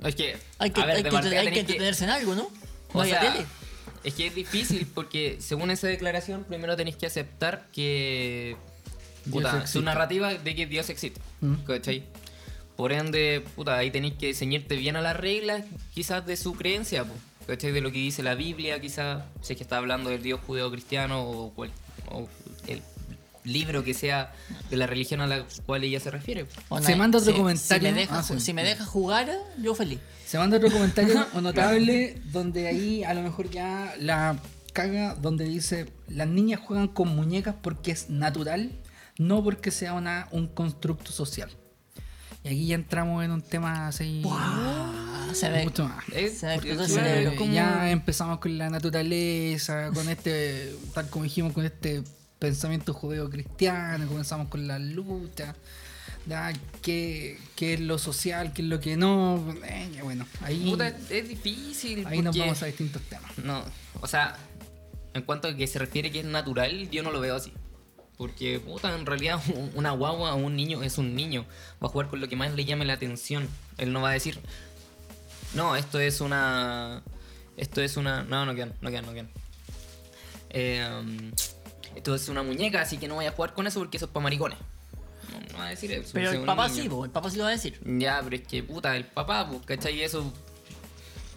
Es que,
Hay que,
a ver,
hay
de
que, hay
partida
que
tenés que-
entretenerse en algo, ¿no? No
o
hay
sea,
tele.
es que es difícil porque según esa declaración primero tenés que aceptar que
Dios
puta,
existe.
su narrativa de que Dios existe,
Mm.
¿cachai? Por ende, puta, ahí tenés que ceñirte bien a las reglas quizás de su creencia, po, ¿cachai? De lo que dice la Biblia quizás, si es que está hablando del Dios judeo-cristiano o, cual- o el libro que sea de la religión a la cual ella se refiere. po.
O
se
no,
manda otro
si-
comentario.
Si me, deja,
Ah, sí.
si me deja jugar, yo feliz.
Se manda otro comentario o notable donde ahí a lo mejor ya la caga donde dice las niñas juegan con muñecas porque es natural, no porque sea una, un constructo social. Y aquí ya entramos en un tema así
Ah, se ve.
mucho más.
Es,
Se me explotó el
es una-
cerebro.
Eh,
como-
Ya empezamos con la naturaleza, con este, tal como dijimos, con este pensamiento judeo-cristiano, comenzamos con la lucha, ya, qué, qué es lo social, qué es lo que no, eh, ya bueno, ahí,
Puta, es- es difícil.
ahí nos
porque-
vamos a distintos temas.
No, o sea, en cuanto a que se refiere que es natural, yo no lo veo así. Porque, puta, en realidad un- una guagua o un niño es un niño. Va a jugar con lo que más le llame la atención. Él no va a decir, no, esto es una... Esto es una... No, no quedan, no quedan, no quedan. Eh, um, esto es una muñeca, así que no voy a jugar con eso porque eso es para maricones. No, no va a decir eso.
Pero
si es
el
un
papá
niño.
sí, po, el papá sí lo va a decir.
Ya, pero es que puta, el papá, pues, ¿cachai? Eso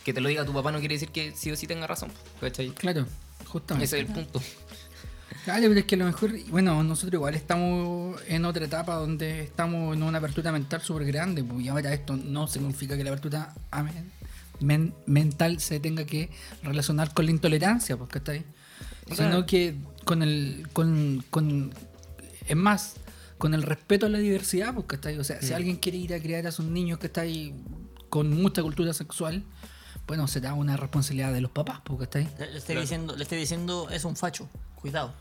que te lo diga tu papá no quiere decir que sí o sí tenga razón, pues, ¿cachai?
Claro, justamente.
Ese es el punto.
Claro, pero es que a lo mejor, bueno, nosotros igual estamos en otra etapa donde estamos en una apertura mental súper grande, pues, y ahora esto no significa que la apertura amen- men- mental se tenga que relacionar con la intolerancia, pues, ¿cachai?
Claro.
Sino que con el, con, con Es más, con el respeto a la diversidad, pues, ¿cachai? O sea, si alguien quiere ir a criar a sus niños, ¿cachai? Con mucha cultura sexual, bueno, será una responsabilidad de los papás, pues, ¿cachai?
Le, le estoy
Claro.
diciendo, le estoy diciendo, es un facho. Cuidado.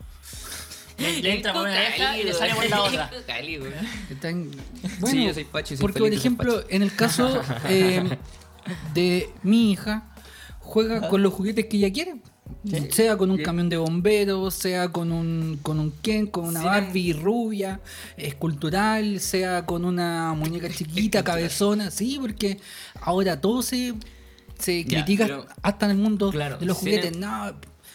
Le, le entra
Con
por una oreja y le
Cali,
sale por la
güey.
otra.
Con Cali, güey.
Están- Bueno,
yo soy facho y soy
porque por
feliz de ser
ejemplo, en el caso eh, de mi hija, juega con los juguetes que ella quiere. Sea con un camión de bomberos, sea con un, con un Ken, con una
Sí.
Barbie rubia, escultural, sea con una muñeca chiquita, cabezona, sí, porque ahora todo se, se
Ya,
critica
pero-
hasta en el mundo
Claro,
de los
tienen-
juguetes. No,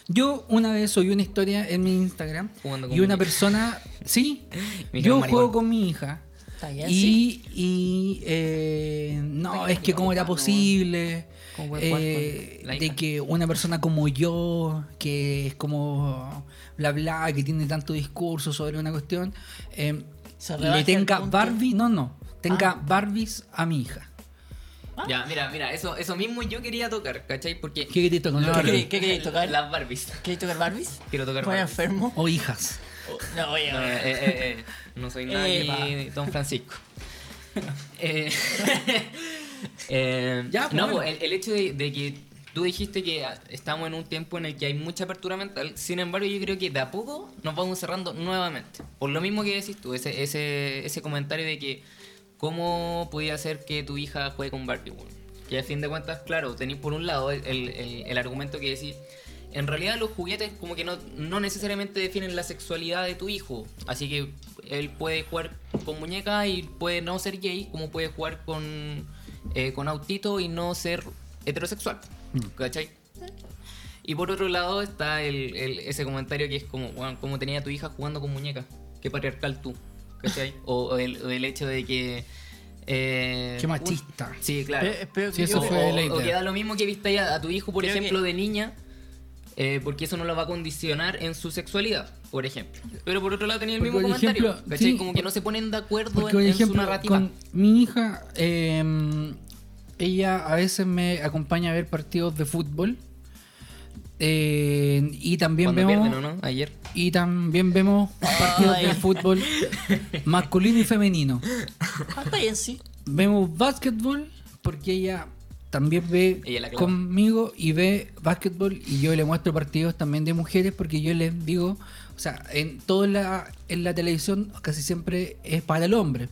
yo una vez oí una historia en mi Instagram
Jugando con
y una
muñecas.
persona, sí,
Me dijeron
yo
maricón.
juego con mi hija.
Está bien,
Y, y eh, no, es que cómo era posible
Con buen
eh,
cuarto, la
de
hija.
que una persona como yo, que es como bla bla, que tiene tanto discurso sobre una cuestión, eh,
Se rebaja
le
el
tenga
punto.
Barbie, no, no, tenga
Ah.
Barbies a mi hija.
Ya, mira, mira, eso, eso mismo yo quería tocar, ¿cachai? Porque.
¿Qué grito con
¿Qué,
Barbie?
queréis- qué queréis tocar?
Las Barbies.
¿Queréis tocar Barbies?
Quiero tocar
¿Voy
Barbies.
enfermo?
O hijas.
No, oye,
No, eh, eh, eh, eh, no soy
Eh,
nadie, don Francisco. Eh, eh,
Ya, pues,
no,
bueno.
pues, el, el hecho de, de que tú dijiste que ah, estamos en un tiempo en el que hay mucha apertura mental, sin embargo yo creo que de a poco nos vamos cerrando nuevamente. Por lo mismo que decís tú, ese, ese, ese comentario de que cómo podía ser que tu hija juegue con Barbie. weón? Que a fin de cuentas, claro, tenéis por un lado el, el- el- el argumento que decís, en realidad los juguetes como que no, no necesariamente definen la sexualidad de tu hijo, así que él puede jugar con muñecas y puede no ser gay, como puede jugar con, eh, con autito y no ser heterosexual.
Mm.
¿Cachai? Y por otro lado está el, el- ese comentario que es como, weón, ¿cómo tenía tu hija jugando con muñecas? Qué patriarcal tú, ¿cachai? O, o el, o el hecho de que... eh,
Qué machista.
un- sí, claro.
Pe- pero
Sí,
que
eso
yo-
fue
o,
la
o
idea.
que da lo mismo que viste a, a tu hijo, por
Creo
ejemplo,
que-
de niña, eh, porque eso no lo va a condicionar en su sexualidad, por ejemplo. Pero por otro lado tenía el
Porque,
mismo
por
comentario,
ejemplo,
¿cachai?
sí.
como que no se ponen de acuerdo
Porque,
en,
por
en su
ejemplo,
narrativa.
con mi hija, eh, ella a veces me acompaña a ver partidos de fútbol. eh, y también
Cuando
vemos
pierden, ¿o no? Ayer.
y también vemos partidos
Ay.
de fútbol masculino y femenino.
Ah, está bien, sí.
Vemos básquetbol porque ella también ve
Ella la clava.
conmigo y ve básquetbol y yo le muestro partidos también de mujeres porque yo les digo, o sea, en toda la, en la televisión casi siempre es para el hombre.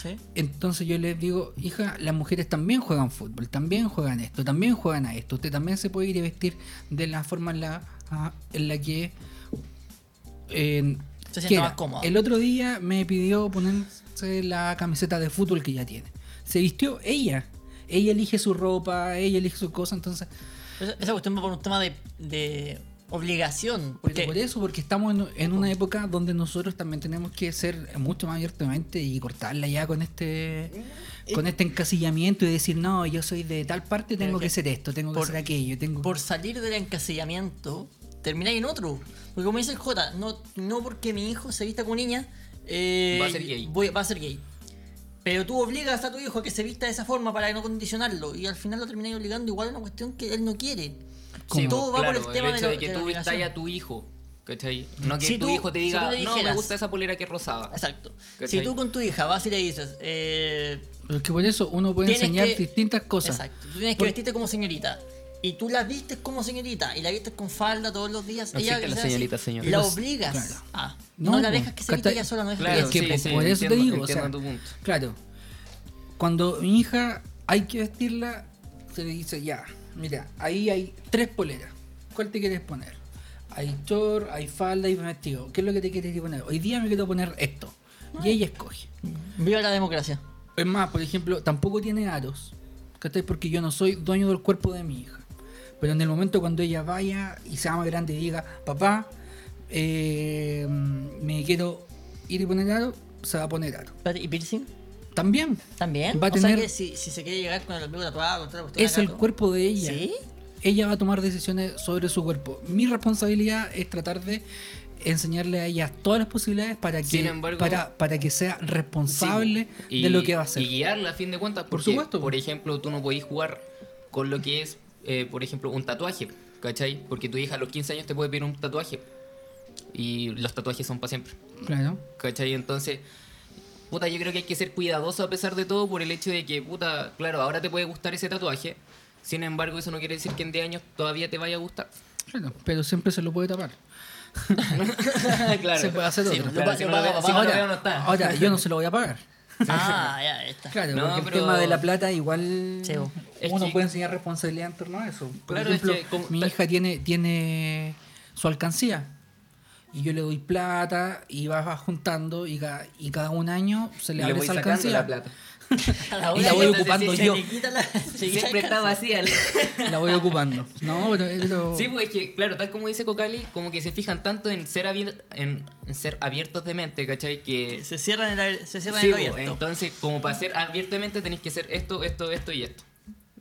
Sí.
Entonces yo les digo, hija, las mujeres también juegan fútbol, también juegan esto, también juegan a esto. Usted también se puede ir y vestir de la forma en la, ah, en la que eh,
Se sienta
quiera.
más cómoda.
El otro día me pidió ponerse la camiseta de fútbol que ya tiene. Se vistió ella. Ella elige su ropa, ella elige su cosa, entonces...
Esa, esa cuestión va por un tema de, de obligación.
Pero
Porque
por eso, porque estamos en, en una época donde nosotros también tenemos que ser mucho más abiertamente y cortarla ya con este con este encasillamiento y decir, no, yo soy de tal parte, tengo
Pero
que
que
ser esto, tengo que
por-
ser aquello, tengo
por salir del encasillamiento, termináis en otro. Porque como dice el J, no, no porque mi hijo se vista como niña, eh,
Va a ser gay.
voy- va a ser gay. Pero tú obligas a tu hijo a que se vista de esa forma para no condicionarlo. Y al final lo termináis obligando igual a una cuestión que él no quiere.
¿Cómo?
Todo va por el tema de,
hecho
la-
de que
de la
tú vistas
obligación.
a tu hijo, ¿cachai? No que
Si
tu
tú-
hijo te
si tú
diga,
le
no, me
dijeras-
gusta esa polera que es rosada.
Exacto.
¿Cachai?
Si tú con tu hija vas y le dices, eh,
Porque por eso uno puede
Tienes
enseñar
que-
distintas cosas.
Exacto. Tú tienes que
Por-
vestirte como señorita. Y tú la vistes como señorita. Y la vistes con falda todos los días.
No
ella
existe la
o sea,
señorita,
sí,
señor.
La
Pero-
obligas.
claro.
a- no, la
pues,
dejas que se viste
¿cachai?
ella sola. No es
Claro,
Es que
sí,
por,
sí,
por eso te
entiendo-
digo, o sea,
entiendo tu punto.
claro, cuando mi hija hay que vestirla, se le dice ya, mira, ahí hay tres poleras, ¿cuál te quieres poner? Hay short, hay falda y vestido, ¿qué es lo que te quieres poner? Hoy día me quiero poner esto, y ella escoge.
Viva la democracia.
Es más, por ejemplo, tampoco tiene aros. ¿Cachai? Porque yo no soy dueño del cuerpo de mi hija. Pero en el momento cuando ella vaya y sea más grande y diga, papá, eh, me quiero ir y poner aro, se va a poner aro.
Espérate, ¿Y piercing?
También.
También.
Va a
o sea
tener-
que si, si se quiere llegar con el amigo tatuado, con otra cuestión
Es
acá,
el
todo.
cuerpo de ella.
¿Sí?
Ella va a tomar decisiones sobre su cuerpo. Mi responsabilidad es tratar de enseñarle a ella todas las posibilidades para que,
Sin embargo-
para, para que sea responsable
Sí,
de
y-
lo que va a hacer.
Y guiarla a fin de cuentas.
Por
porque,
supuesto.
Por ejemplo, tú no podís jugar con lo que es, eh, por ejemplo, un tatuaje. ¿Cachai? Porque tu hija a los 15 años te puede pedir un tatuaje. Y los tatuajes son para siempre.
Claro.
¿Cachai? Entonces, puta, yo creo que hay que ser cuidadoso a pesar de todo por el hecho de que, puta, claro, ahora te puede gustar ese tatuaje. Sin embargo, eso no quiere decir que en 10 años todavía te vaya a gustar.
Claro, pero siempre se lo puede tapar.
Ah, claro.
Se puede hacer
Sí,
otro.
claro,
Lo
si no lo
paga,
veo-
lo
si no
paga,
lo
lo
veo, no está.
Ahora, yo no se lo voy a pagar.
Ah, ya, está.
Claro,
No,
porque
pero-
el tema de la plata igual
Sí, bo.
Es
uno
que-
puede enseñar responsabilidad en torno a eso. Por
Claro, es
ejemplo,
que como-
mi hija tiene, tiene su alcancía y yo le doy plata y va va juntando y, ca- y cada un año se le
Y le
abre
voy
esa
sacando
alcancía.
la plata.
A
Y
hora
la voy
que-
ocupando
se
yo.
le quita la- se quita
Siempre
la-
está vacía.
La voy ocupando. No, pero es lo-
Sí, pues es que, claro, tal como dice Cocali, como que se fijan tanto en ser, abier- en, en ser abiertos de mente, ¿cachai? Que
Se cierran el, se cierran
Sí,
el
bo,
abierto.
entonces, como para ser abiertamente tenéis que ser esto, esto, esto y esto.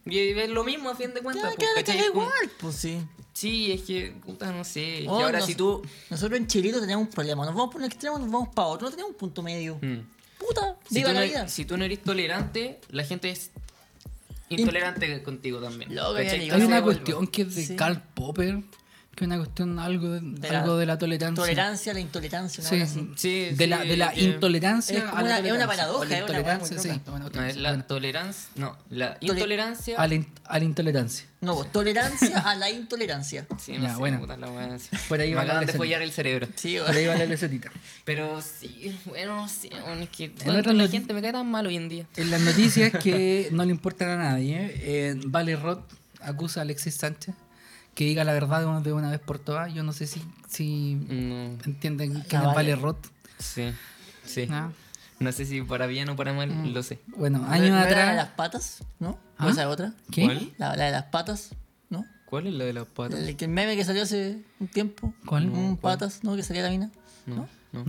Y es lo mismo a fin de
Ya,
cuentas. po,
claro,
¿cachai?
que
Es como-
igual, pues sí.
Sí, es que, puta, no sé. es que
Oh,
ahora
nos-
si tú...
Nosotros en Chilito tenemos un problema. Nos vamos por un extremo, nos vamos para otro. No tenemos un punto medio.
Mm.
Puta,
Si
viva
tú,
la
no,
vida.
si tú no eres tolerante, la gente es intolerante contigo también.
Loco, ya
¿cachai?
llegó.
Hay
Entonces,
una
igual,
cuestión que es de
Sí.
Karl Popper, que es una cuestión algo de,
la-
algo de la tolerancia.
Tolerancia a la intolerancia. una
Sí,
hora así.
Sí,
de
sí,
la, de la
que-
intolerancia.
Es como
a la
una- es una
tolerancia.
paradoja,
O la
es una
intolerancia,
hueá muy
sí.
loca.
Bueno,
No, es la tolerancia... No, la intolerancia...
a, la, in- a la intolerancia.
No, pues, tolerancia a la intolerancia.
Sí, no
Ya,
sé,
bueno.
puta la wea.
Por ahí
Me
va la
acaban de
lección.
follar el cerebro.
Sí,
Por ahí va la lesetita.
Pero sí, bueno, no sé, bueno, es que
En otras
la
noti-
gente me cae tan mal hoy en día.
En las noticias que no le importan a nadie, eh, Vale Roth acusa a Alexis Sánchez que diga la verdad de una- de una vez por todas. Yo no sé si, si
No,
entienden quién
Vale.
es Vale Roth.
sí, sí.
Ah,
No Mm. sé si para bien o para mal, lo sé.
Bueno,
¿No-
años
no era la de
atrás.
las patas? ¿No?
¿Ah?
¿O esa otra?
¿Qué?
¿Cuál?
La, la de las patas, ¿no?
¿Cuál es la de las patas?
El, que- el meme que salió hace un tiempo.
¿Cuál?
Un patas, ¿no? Que salía la mina.
No, no.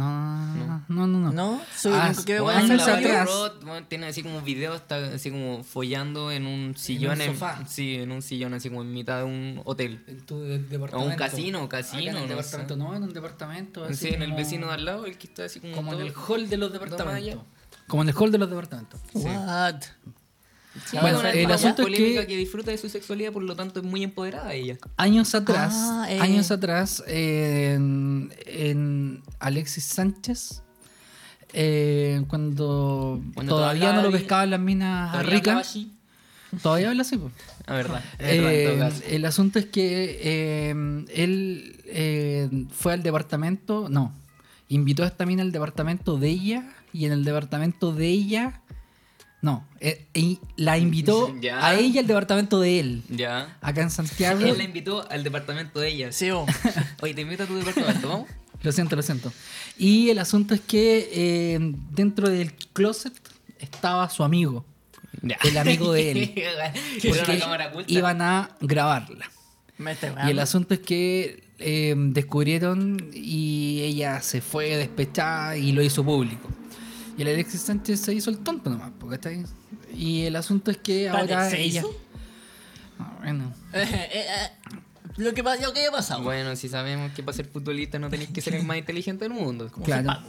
No, no, no. no.
¿No? Soy
Ah,
el único que
Eh,
veo
bueno,
cuando
la
la
salsa
veo.
atrás.
tiene así como videos, está así como follando en un sillón. en-
sofá.
sí, en un sillón, así como en mitad de un hotel.
En tu de- departamento.
O un casino, casino,
Acá en el
no
departamento, no, en un departamento. así
Sí, en el
como-
vecino de al lado, el que está así como,
Como en
todo-
el hall de los
departamentos.
departamentos. Como en el hall de los departamentos.
What?
Sí,
Bueno,
una
el
mamá
asunto es
polémica
que-
disfruta de su sexualidad, por lo tanto es muy empoderada ella.
Años atrás,
Ah, eh.
años atrás, eh, en, en Alexis Sánchez, eh, cuando,
Cuando
todavía
todavía
no lo
había-
pescaban las minas
Todavía hablaba
ricas,
así.
todavía habla así. po.
Ah, verdad.
Eh,
Verdad, en todo caso.
el asunto es que eh, él eh, fue al departamento, no, invitó a esta mina al departamento de ella y en el departamento de ella, no, eh, y la invitó
Ya.
a ella al departamento de él,
Ya.
acá en Santiago.
Él la invitó al departamento de ella.
Sí, bo.
Oye, te invito a tu departamento, vamos.
Lo siento, lo siento. Y el asunto es que eh, dentro del closet estaba su amigo, el amigo de él,
Porque
porque iban a grabarla.
Me está
Y el
weando.
asunto es que eh, descubrieron y ella se fue despechada y lo hizo público. Y el Alexis Sánchez se hizo el tonto nomás, porque está ahí. Y el asunto es que
Espérate,
ahora
¿se
ella...
hizo?
Ah, bueno.
Eh, eh, lo, que, pa- lo que haya pasado.
Bueno, si sabemos que para ser futbolista no tenéis que ser el más inteligente del mundo.
Claro.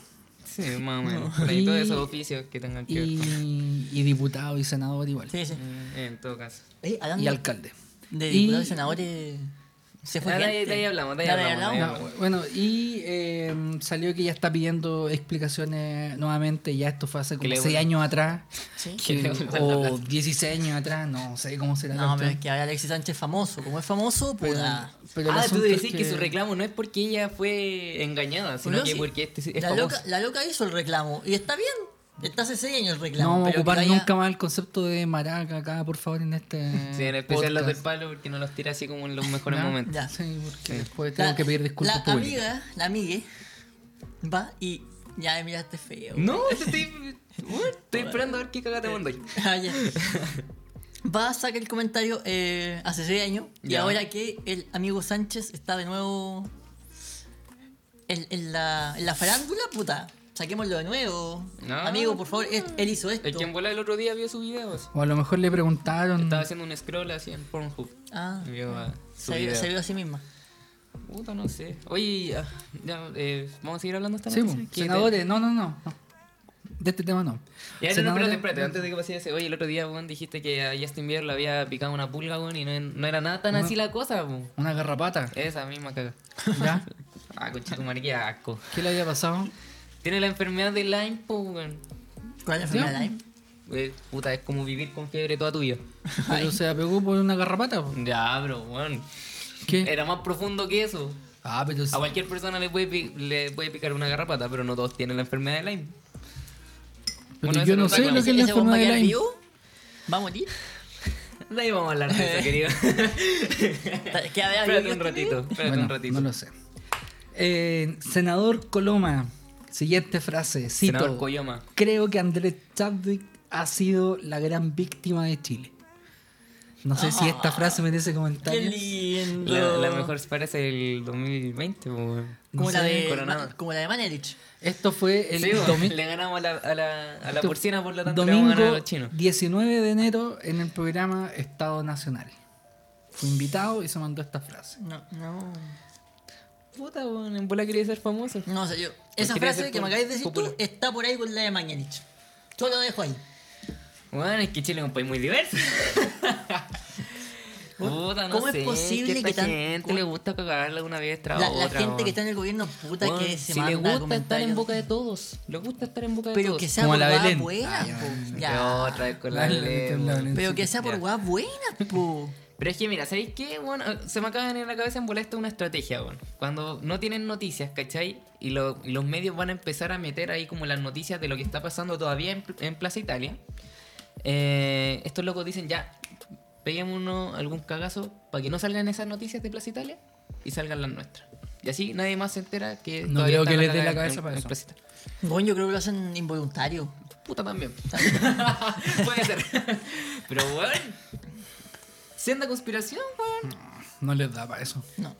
Sí, más o menos. Por ahí
Y-
todos esos oficios que tengan que
Y,
ver.
y diputado y senador igual.
Sí, sí.
Mm, En todo caso.
Eh, hablando
Y alcalde.
de
y-
diputados y senadores. Se fue.
Ah, de ahí-
gente.
de ahí hablamos, de ahí
Ya,
hablamos, de ahí hablamos.
Bueno, y eh, salió que ella está pidiendo explicaciones nuevamente. Ya esto fue hace
Que
como
le-
6 años atrás.
Sí.
que-
le vuelvan la
o 16 años atrás, no sé cómo será. la
No, pero
cuestión.
es que ahora Alexis Sánchez es famoso. Como es famoso, pues. ah,
Pero el
ah, tú
asunto
decís
es
que...
que
su reclamo no es porque ella fue engañada, sino
no,
que
sí.
porque este es
la,
famoso.
loca, la loca hizo el reclamo. Y está bien. Está hace 6 años el
No
reclamo.
vamos a
pero que
ocupar
haya-
nunca más el concepto de maraca acá, por favor, en este.
Sí, en especial los del
podcast.
palo porque no los tira así como en los mejores
Ya.
momentos.
Ya.
Sí, porque
Sí.
después tengo que pedir disculpas
La
públicas.
amiga, la amigue, va y. Ya me miraste feo.
No, estoy, What? estoy esperando a ver qué cagada te mando ahí.
Ah, ya. Va a sacar el comentario eh, hace seis años y
Ya.
ahora que el amigo Sánchez está de nuevo en, en la, en la farándula, puta, saquémoslo de nuevo.
No.
Amigo, por favor, es- él hizo esto.
El que en bola el otro día vio su video. así.
O a lo mejor le preguntaron.
Estaba haciendo un scroll así en Pornhub.
Ah,
Vio ah, su
se, vio,
video.
se vio a sí misma.
Puta, no sé. Oye, ah, ya, eh, vamos a seguir hablando esta
Sí,
noche.
pues, senadores, no, no, no. no. De este tema no.
Ya, no, no,
Senadores-
espérate, espérate, antes de que pase ese. Oye, el otro día, weón, dijiste que a Justin Bieber le había picado una pulga, weón, y no, no era nada tan
No.
así la cosa, weón.
Una garrapata.
Esa misma caga.
¿Ya?
Ah, concha tu madre, qué asco.
¿Qué le había pasado?
Tiene la enfermedad de Lyme, po, weón.
¿Cuál es la enfermedad de
¿Sí?
Lyme?
Eh, Puta, es como vivir con fiebre toda tu vida.
Pero se apegó por una garrapata. po.
Ya, bro, weón.
¿Qué?
Era más profundo que eso.
Ah, pero
A cualquier persona le puede, pi- le puede picar una garrapata, pero no todos tienen la enfermedad de Lyme.
Pero
Bueno,
yo
eso
no
nos
sé lo
reclama.
que es la
¿Ese weón va a
enfermedad de
quedar
Lyme.
vivo? ¿Va a morir?
De ahí vamos a hablar de eso, querido.
Queda de
espérate
vivo
un
este
ratito, espérate
Bueno,
un ratito.
No lo sé. Eh, senador Coloma, siguiente frase, cito.
Senador Coyoma.
Creo que Andrés Chadwick ha sido la gran víctima de Chile. No sé si
Ah,
esta frase merece
¡Qué
comentarios.
lindo!
La, la mejor parece el 2020, po, weón.
Como,
No
la
sé,
de,
coronado.
Ma- como la de Manerich.
Esto fue el
Sí, weón,
domi-
le ganamos a la, a la, a la porcina, por lo tanto le vamos a ganar a
domingo
los chinos.
19 de enero en el programa Estado Nacional. Fue invitado y se mandó esta frase.
No, no.
Puta, weón, en bola quería ser famoso.
No, o sea, yo. Esa
quería
frase
ser
que me
pop-
acabas de decir tú
popular.
está por ahí con la de Mañanich. Yo lo dejo ahí.
Bueno, es que Chile es un país muy diverso. Puta, no
¿Cómo es
sé,
posible
que, esta
que tan-
gente
cómo-
le gusta cagarla una vez tras
La, la
otra.
gente
weón.
que está en el gobierno, puta,
Weón,
que se
Si
manda
le gusta estar
comentarios.
en boca de todos. Le gusta estar en boca de
Pero
todos.
que sea
Como
por
la
weas
Belén.
buenas,
Ay,
po.
Que
Ya.
otra vez con la
Dale,
ley,
dale,
weón.
dale.
Pero que sea por
Ya.
weas buenas, po.
Pero es que mira, ¿sabéis qué? Bueno, se me acaba de venir a la cabeza en volar esto una estrategia, bueno. Cuando no tienen noticias, ¿cachai? Y, lo- y los medios van a empezar a meter ahí como las noticias de lo que está pasando todavía en, en Plaza Italia. Eh, estos locos dicen, ya, peguémonos algún cagazo para que no salgan esas noticias de Plaza Italia y salgan las nuestras. Y así nadie más se entera que...
No creo
todavía está
que les dé la
cagada
cabeza
en-
para
en
eso.
Plaza Italia.
Bueno, yo creo que lo hacen involuntario.
Puta también. Puede ser. Pero, weón. Senda conspiración, weón.
No les da para eso.
No.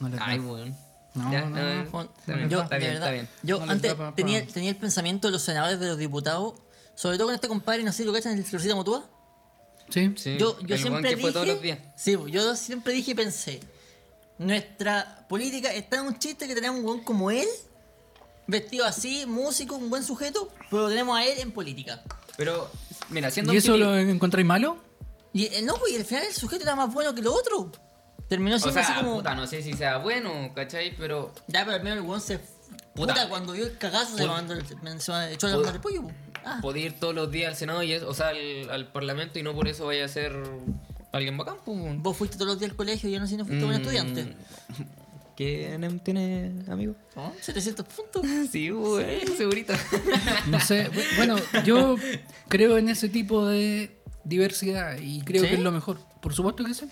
No les da.
Ay, weón.
No,
Ya,
no,
eh,
no,
Juan,
está bien,
yo,
está
de
bien,
verdad,
está bien.
yo
No les
antes
da pa- pa-
tenía, tenía el pensamiento de los senadores, de los diputados, sobre todo con este compadre, no sé si lo cachan, el Florcita Motúa.
Sí.
Sí,
Yo, yo
el weón
siempre
que
dije,
fue todos los días.
Sí, pues, yo siempre dije y pensé, nuestra política está en un chiste que tenemos un buen como él, vestido así, músico, un buen sujeto, pero lo tenemos a él en política.
Pero, mira, siendo
¿Y eso
objetivo-
lo encontráis malo?
Y eh, no, pues y al final el sujeto era más bueno que el otro. Terminó
O
siendo
sea,
así como...
puta, no sé si sea bueno, ¿cachai? Pero
Ya, pero al menos el weón se... Puta,
Puta.
cuando vio el cagazo se,
Puta.
mandó el- se echó la
Puta.
mano del pollo. po. Ah,
puede ir todos los días al Senado, y es, o sea, al, al Parlamento y no por eso vaya a ser alguien bacán, pues, weón.
vos fuiste todos los días al colegio y yo no sé si no fuiste buen
Mm.
estudiante.
¿Quién em tiene amigo?
¿No? 700 puntos.
Sí, weón, segurito.
No sé. bu- Bueno, yo creo en ese tipo de diversidad y creo
¿Sí?
que es lo mejor. Por supuesto que sí.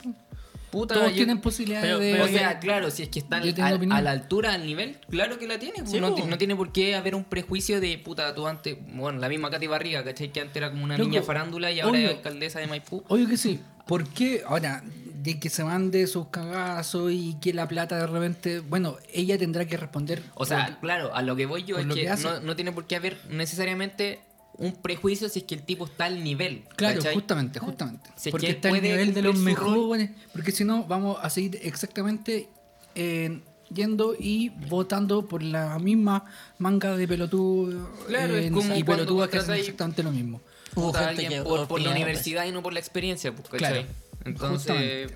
Puta,
Todos
yo-
tienen posibilidades
Pero,
de.
pero, o sea, claro, si es que está
Yo
al-
tengo
al-
opinión.
a la altura, al nivel, claro que la tiene. pues,
Sí,
no,
po.
ti- no tiene por qué haber un prejuicio de puta, tú antes, bueno, la misma Katy Barriga, ¿cachai? Que antes era como una
Loco,
niña farándula y ahora
obvio.
es alcaldesa de Maipú.
Obvio que sí. ¿Por qué? Ahora, de que se mande sus cagazos y que la plata de repente. Bueno, ella tendrá que responder.
O sea, claro, a lo que voy yo
por
es
lo
que,
que hace.
no, no tiene por qué haber necesariamente un prejuicio si es que el tipo está al nivel.
Claro,
¿cachai?
justamente, justamente.
Si es
porque
que
está al
puede
nivel de los
cumplir su rol.
mejores. Porque si no, vamos a seguir exactamente eh, yendo y votando por la misma manga de pelotudos
Claro, es
eh,
como
y
cuando
pelotudas que hacen
contratáis-
exactamente lo mismo.
Hubo
Puta,
gente
alguien
que
por, por la
opinaba,
universidad y no por la experiencia, pues, ¿cachai?
Claro,
Entonces,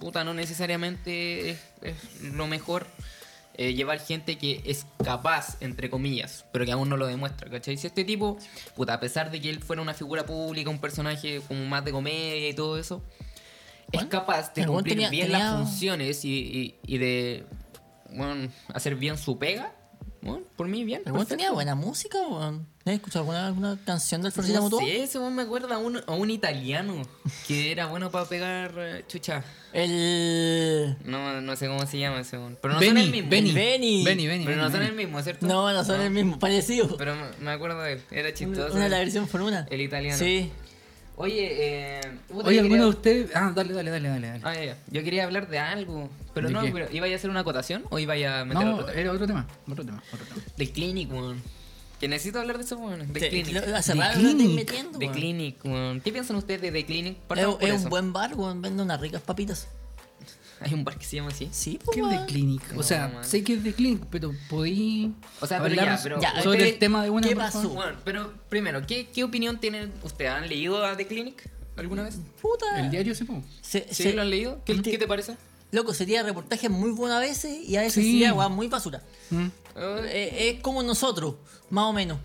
puta, no necesariamente es, es lo mejor eh, llevar gente que es capaz, entre comillas, pero que aún no lo demuestra, ¿cachai? Si este tipo, puta, a pesar de que él fuera una figura pública, un personaje como más de comedia y todo eso,
Bueno,
es capaz de
el weón
cumplir
tenía-
bien
tenía-
las funciones y, y- y de bueno, hacer bien su pega. Bueno, por mí, bien.
El weón
perfecto.
tenía buena música, weón. ¿Has escuchado alguna, alguna canción del Florcita
No
Motúa?
sé, ese weón me acuerda a un, a un italiano que era bueno para pegar eh, chucha.
El.
No, no sé cómo se llama ese weón. Pero no son el
Benny,
mismo.
Benny,
Benny.
Benny, Benny,
Pero no
Benny,
son
Benny.
el mismo, ¿cierto?
No, no son el mismo, parecido.
Pero me- me acuerdo de él. Era
Una
chistoso.
una de la versión fue una.
El italiano.
Sí.
Oye, eh. puta,
Oye,
yo
¿alguno de
quería-
ustedes? Ah, dale, dale, dale, dale. dale.
Ah, ya, ya. Yo quería hablar de algo. Pero
¿De
no,
qué?
pero ¿iba a hacer una acotación o iba a meter otro
no,
tema?
era otro tema, otro tema, otro tema.
The Clinic, weón. Que necesito hablar de eso, weón. The
Sí,
Clinic.
lo- Hace
The
rato lo estoy
Clinic.
metiendo,
The
weón.
Clinic, weón. ¿Qué piensan ustedes de The Clinic?
Es,
Partamos por
es un
eso.
buen bar, weón. Vende unas ricas papitas.
Hay un bar que se llama así.
Sí, pues,
¿Qué es de
weón.
Clinic? o
No,
sea,
man.
sé que es de Clinic, pero podí
O sea, pero
hablar
ya, pero-
Ya,
sobre
ustedes-
el tema de una
¿qué
persona.
pasó?
Bueno, pero primero, ¿qué, qué opinión tienen ustedes? ¿Han leído a The Clinic alguna vez?
Puta.
El diario, sí, po.
Se-
¿Sí,
se-
lo han leído? ¿Qué,
Sí.
qué te parece?
Loco, sería reportaje muy bueno a veces y a veces
Sí.
sería weá, muy basura.
Mm.
Ah,
Eh, es como nosotros, más o menos.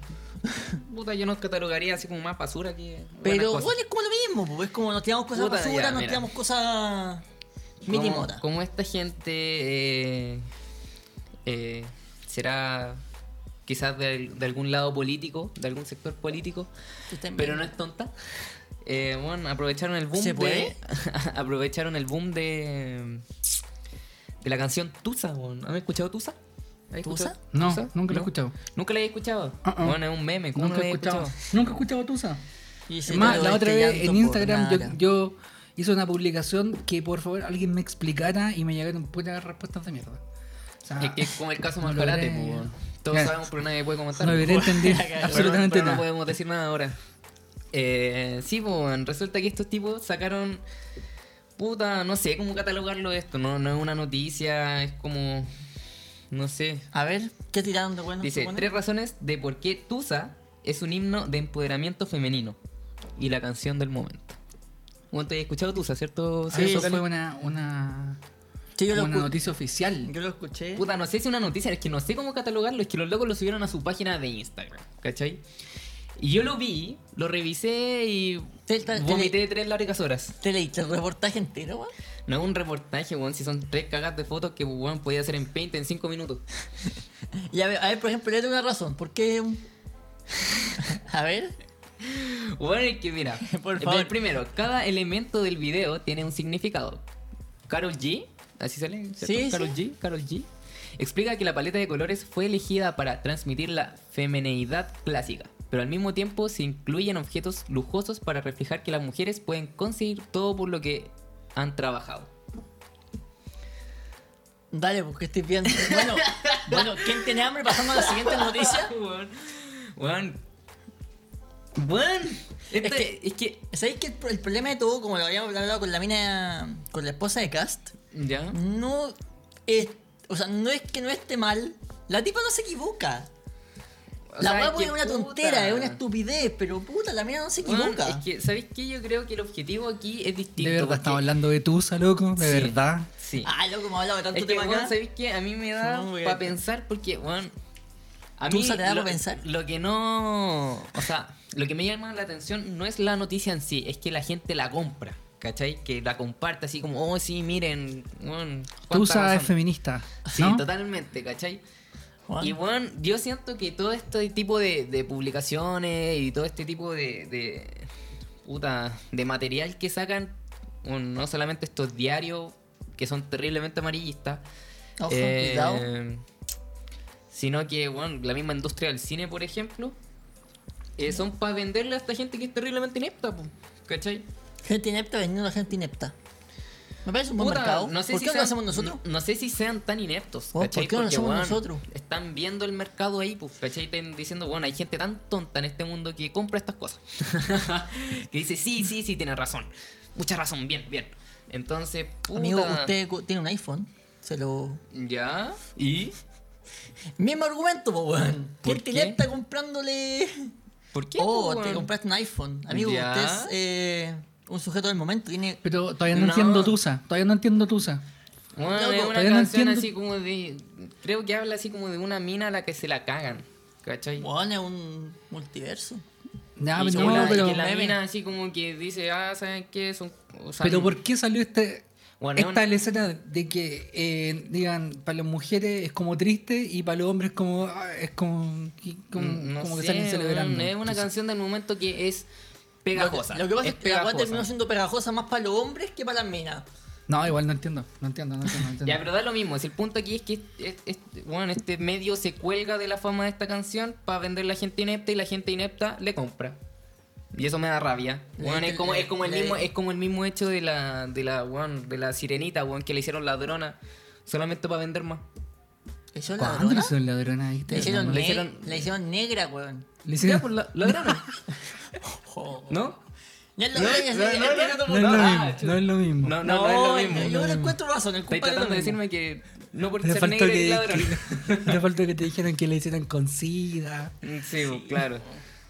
puta, yo nos catalogaría así como más basura que.
Pero
buenas cosas.
bueno, es como lo mismo, po, es como nos tiramos cosas
Puta,
basura,
ya,
nos
mira.
tiramos cosas
como,
minimotas.
como esta gente eh, eh, será quizás de, de algún lado político, de algún sector político, pero no es tonta. Eh, bueno, aprovecharon el boom
¿Se
de-
puede?
aprovecharon el boom de de la canción Tusa, bueno. ¿Han escuchado Tusa? ¿Has
¿Tusa?
escuchado
No,
Tusa?
nunca lo he escuchado.
Nunca la he escuchado.
Ah, ah.
Bueno, es un meme, ¿cómo
Nunca
no
he
la he
escuchado.
escuchado?
Nunca he escuchado Tusa.
Y
Es
ese
más,
todo
la
este
otra vez
llanto
en
por
Instagram yo,
nada.
yo hice una publicación que por favor alguien me explicara y me llegaron puras respuestas de mierda. O
Ah,
sea,
Es que es como el caso
No
más
lo
Mascarate,
veré.
pues, bueno. Todos
Claro.
sabemos, pero nadie puede comentar.
no debería entender
Pero
absolutamente
pero no, pero no
nada.
podemos decir nada ahora. Eh, sí, pues, weón, resulta que estos tipos sacaron. Puta, no sé cómo catalogarlo esto. No, no es una noticia, es como. No sé.
A ver, ¿qué tiraron de bueno?
Dice:
supone?
Tres razones de por qué Tusa es un himno de empoderamiento femenino y la canción del momento. Bueno, te he escuchado Tusa, ¿cierto?
Sí,
Sergio
eso fue
Carlos?
una, una,
Sí, yo, lo
una
escu-
noticia oficial.
yo lo escuché.
Puta, no sé si es una noticia, es que no sé cómo catalogarlo, es que los locos lo subieron a su página de Instagram, ¿cachai? Y yo lo vi, lo revisé y
Te- te- te-
vomité tres largas horas.
¿Te leíste el reportaje entero, weón?
No es un reportaje, weón, si son tres cagas de fotos que weón podía hacer en Paint en cinco minutos.
Y a ver, a ver, por ejemplo, le doy una razón. ¿Por qué? un- a ver.
Bueno, es que mira,
Por
el-
favor.
el primero, cada elemento del video tiene un significado. Carol G, así sale, ¿cierto?
Sí,
Karol G, Karol G, explica que la paleta de colores fue elegida para transmitir la femineidad clásica, pero al mismo tiempo se incluyen objetos lujosos para reflejar que las mujeres pueden conseguir todo por lo que han trabajado.
Dale, porque estoy viendo. Bueno, bueno, ¿quién tiene hambre? Pasamos a la siguiente noticia.
Weón. Weón. Weón. Este-
Es que-
es que.
¿Sabéis que el, pro- el problema de todo, como lo habíamos hablado con la mina, con la esposa de Cast,
Ya.
no es, o sea, no es que no esté mal, la tipa no se equivoca.
O
La
sea,
hueá
que
es una
puta.
tontera, es una estupidez, pero puta, la mina no se
Weón,
equivoca.
es que, ¿sabéis qué? Yo creo que el objetivo aquí es distinto.
De verdad,
porque-
estamos hablando de Tusa, loco. De
Sí,
verdad.
Sí.
Ah, loco, hemos hablado de tanto
es que,
tema
weón,
acá.
¿sabéis qué? A mí me da
No, weón.
para pensar porque, weón. A
¿Tú
mí
se te da
lo,
pa' pensar?
lo que no. O sea, lo que me llama la atención no es la noticia en sí, es que la gente la compra. ¿Cachai? Que la comparte así como, oh, sí, miren. weón, cuánta
Tusa es
razón".
feminista.
Sí,
¿no?
totalmente, ¿cachai?
Weón,
Y bueno, yo siento que todo este tipo de, de publicaciones y todo este tipo de, de puta, de material que sacan, bueno, no solamente estos diarios que son terriblemente amarillistas,
ojo,
eh,
cuidado.
sino que bueno, la misma industria del cine, por ejemplo, eh, son para venderle a esta gente que es terriblemente inepta, po, ¿cachai?
Gente inepta vendiendo a gente inepta. Me parece un buen
Puta,
mercado.
no sé
¿Por
si
qué no lo
sean-
hacemos nosotros?
No, no sé si sean tan ineptos.
Oh, ¿por
¿cachai?
qué no lo
Porque,
hacemos
weón,
nosotros?
Están viendo el mercado ahí, pues, ¿cachai? Están diciendo, bueno, hay gente tan tonta en este mundo que compra estas cosas. que dice, sí, sí, sí, tiene razón. Mucha razón, bien, bien. Entonces, puta.
Amigo, usted cu- tiene un iPhone. Se lo.
Ya. ¿Y?
Mismo argumento, po, weón.
¿Por
Gente
qué?
inepta comprándole.
¿Por qué?
Oh,
pues,
te
weón?
compraste un iPhone. Amigo,
Ya.
usted es eh, un sujeto del momento. Tiene.
Pero todavía no,
No.
entiendo Tusa. Todavía no entiendo Tusa.
Bueno,
Loco,
es una
todavía no
canción
entiendo.
así como de. Creo que habla así como de una mina a la que se la cagan. ¿Cachai?
Weón, es un multiverso.
Ya,
y
pero
como
no,
la,
pero,
que la
Meme.
mina así como que dice, ah, ¿saben qué? Son, o sea,
pero ¿por qué salió este,
Bueno, es
esta
una-
escena de que eh, digan para las mujeres es como triste y para los hombres es como, ah, es como, y como,
Mm, no
como que
sé,
salen
weón,
celebrando?
Es una
Entonces,
canción del momento que es pegajosa.
Lo que, lo que pasa es, que la weá terminó
pegajosa.
siendo pegajosa más para los hombres que para las minas.
No, igual no entiendo, no entiendo, no entiendo. no entiendo.
Ya, pero da lo mismo. Si el punto aquí es que es- es- es- bueno, este medio se cuelga de la fama de esta canción para vender la gente inepta y la gente inepta le compra. Y eso me da rabia.
Le-
Bueno, es, como, es, como el
le-
mismo, es como el mismo hecho de la, de la, weón, de la sirenita weón, que le hicieron ladrona solamente para vender más.
¿Eso la
¿Cuándo le
ladrona?
hicieron ladrona? Ahí te-
Le hicieron,
no,
ne-
le-
le hicieron...
hicieron-
negra, weón.
le
Ya,
hicieron-
pues la- ladrona. ¿No?
Ya lo-
No,
ya- ya-
no, no,
ya-
no,
ya-
no,
No es lo
Ah,
mismo,
chuta.
no es lo mismo.
No, no,
No,
no es lo mismo.
yo le encuentro razón, el
Estáis
compadre
tratando de
lo mismo.
decirme que no por
Le
ser
faltó,
negro eres
que,
ladrón.
que- le faltó que te dijeran que le hicieran con sida.
Sí, bo, claro.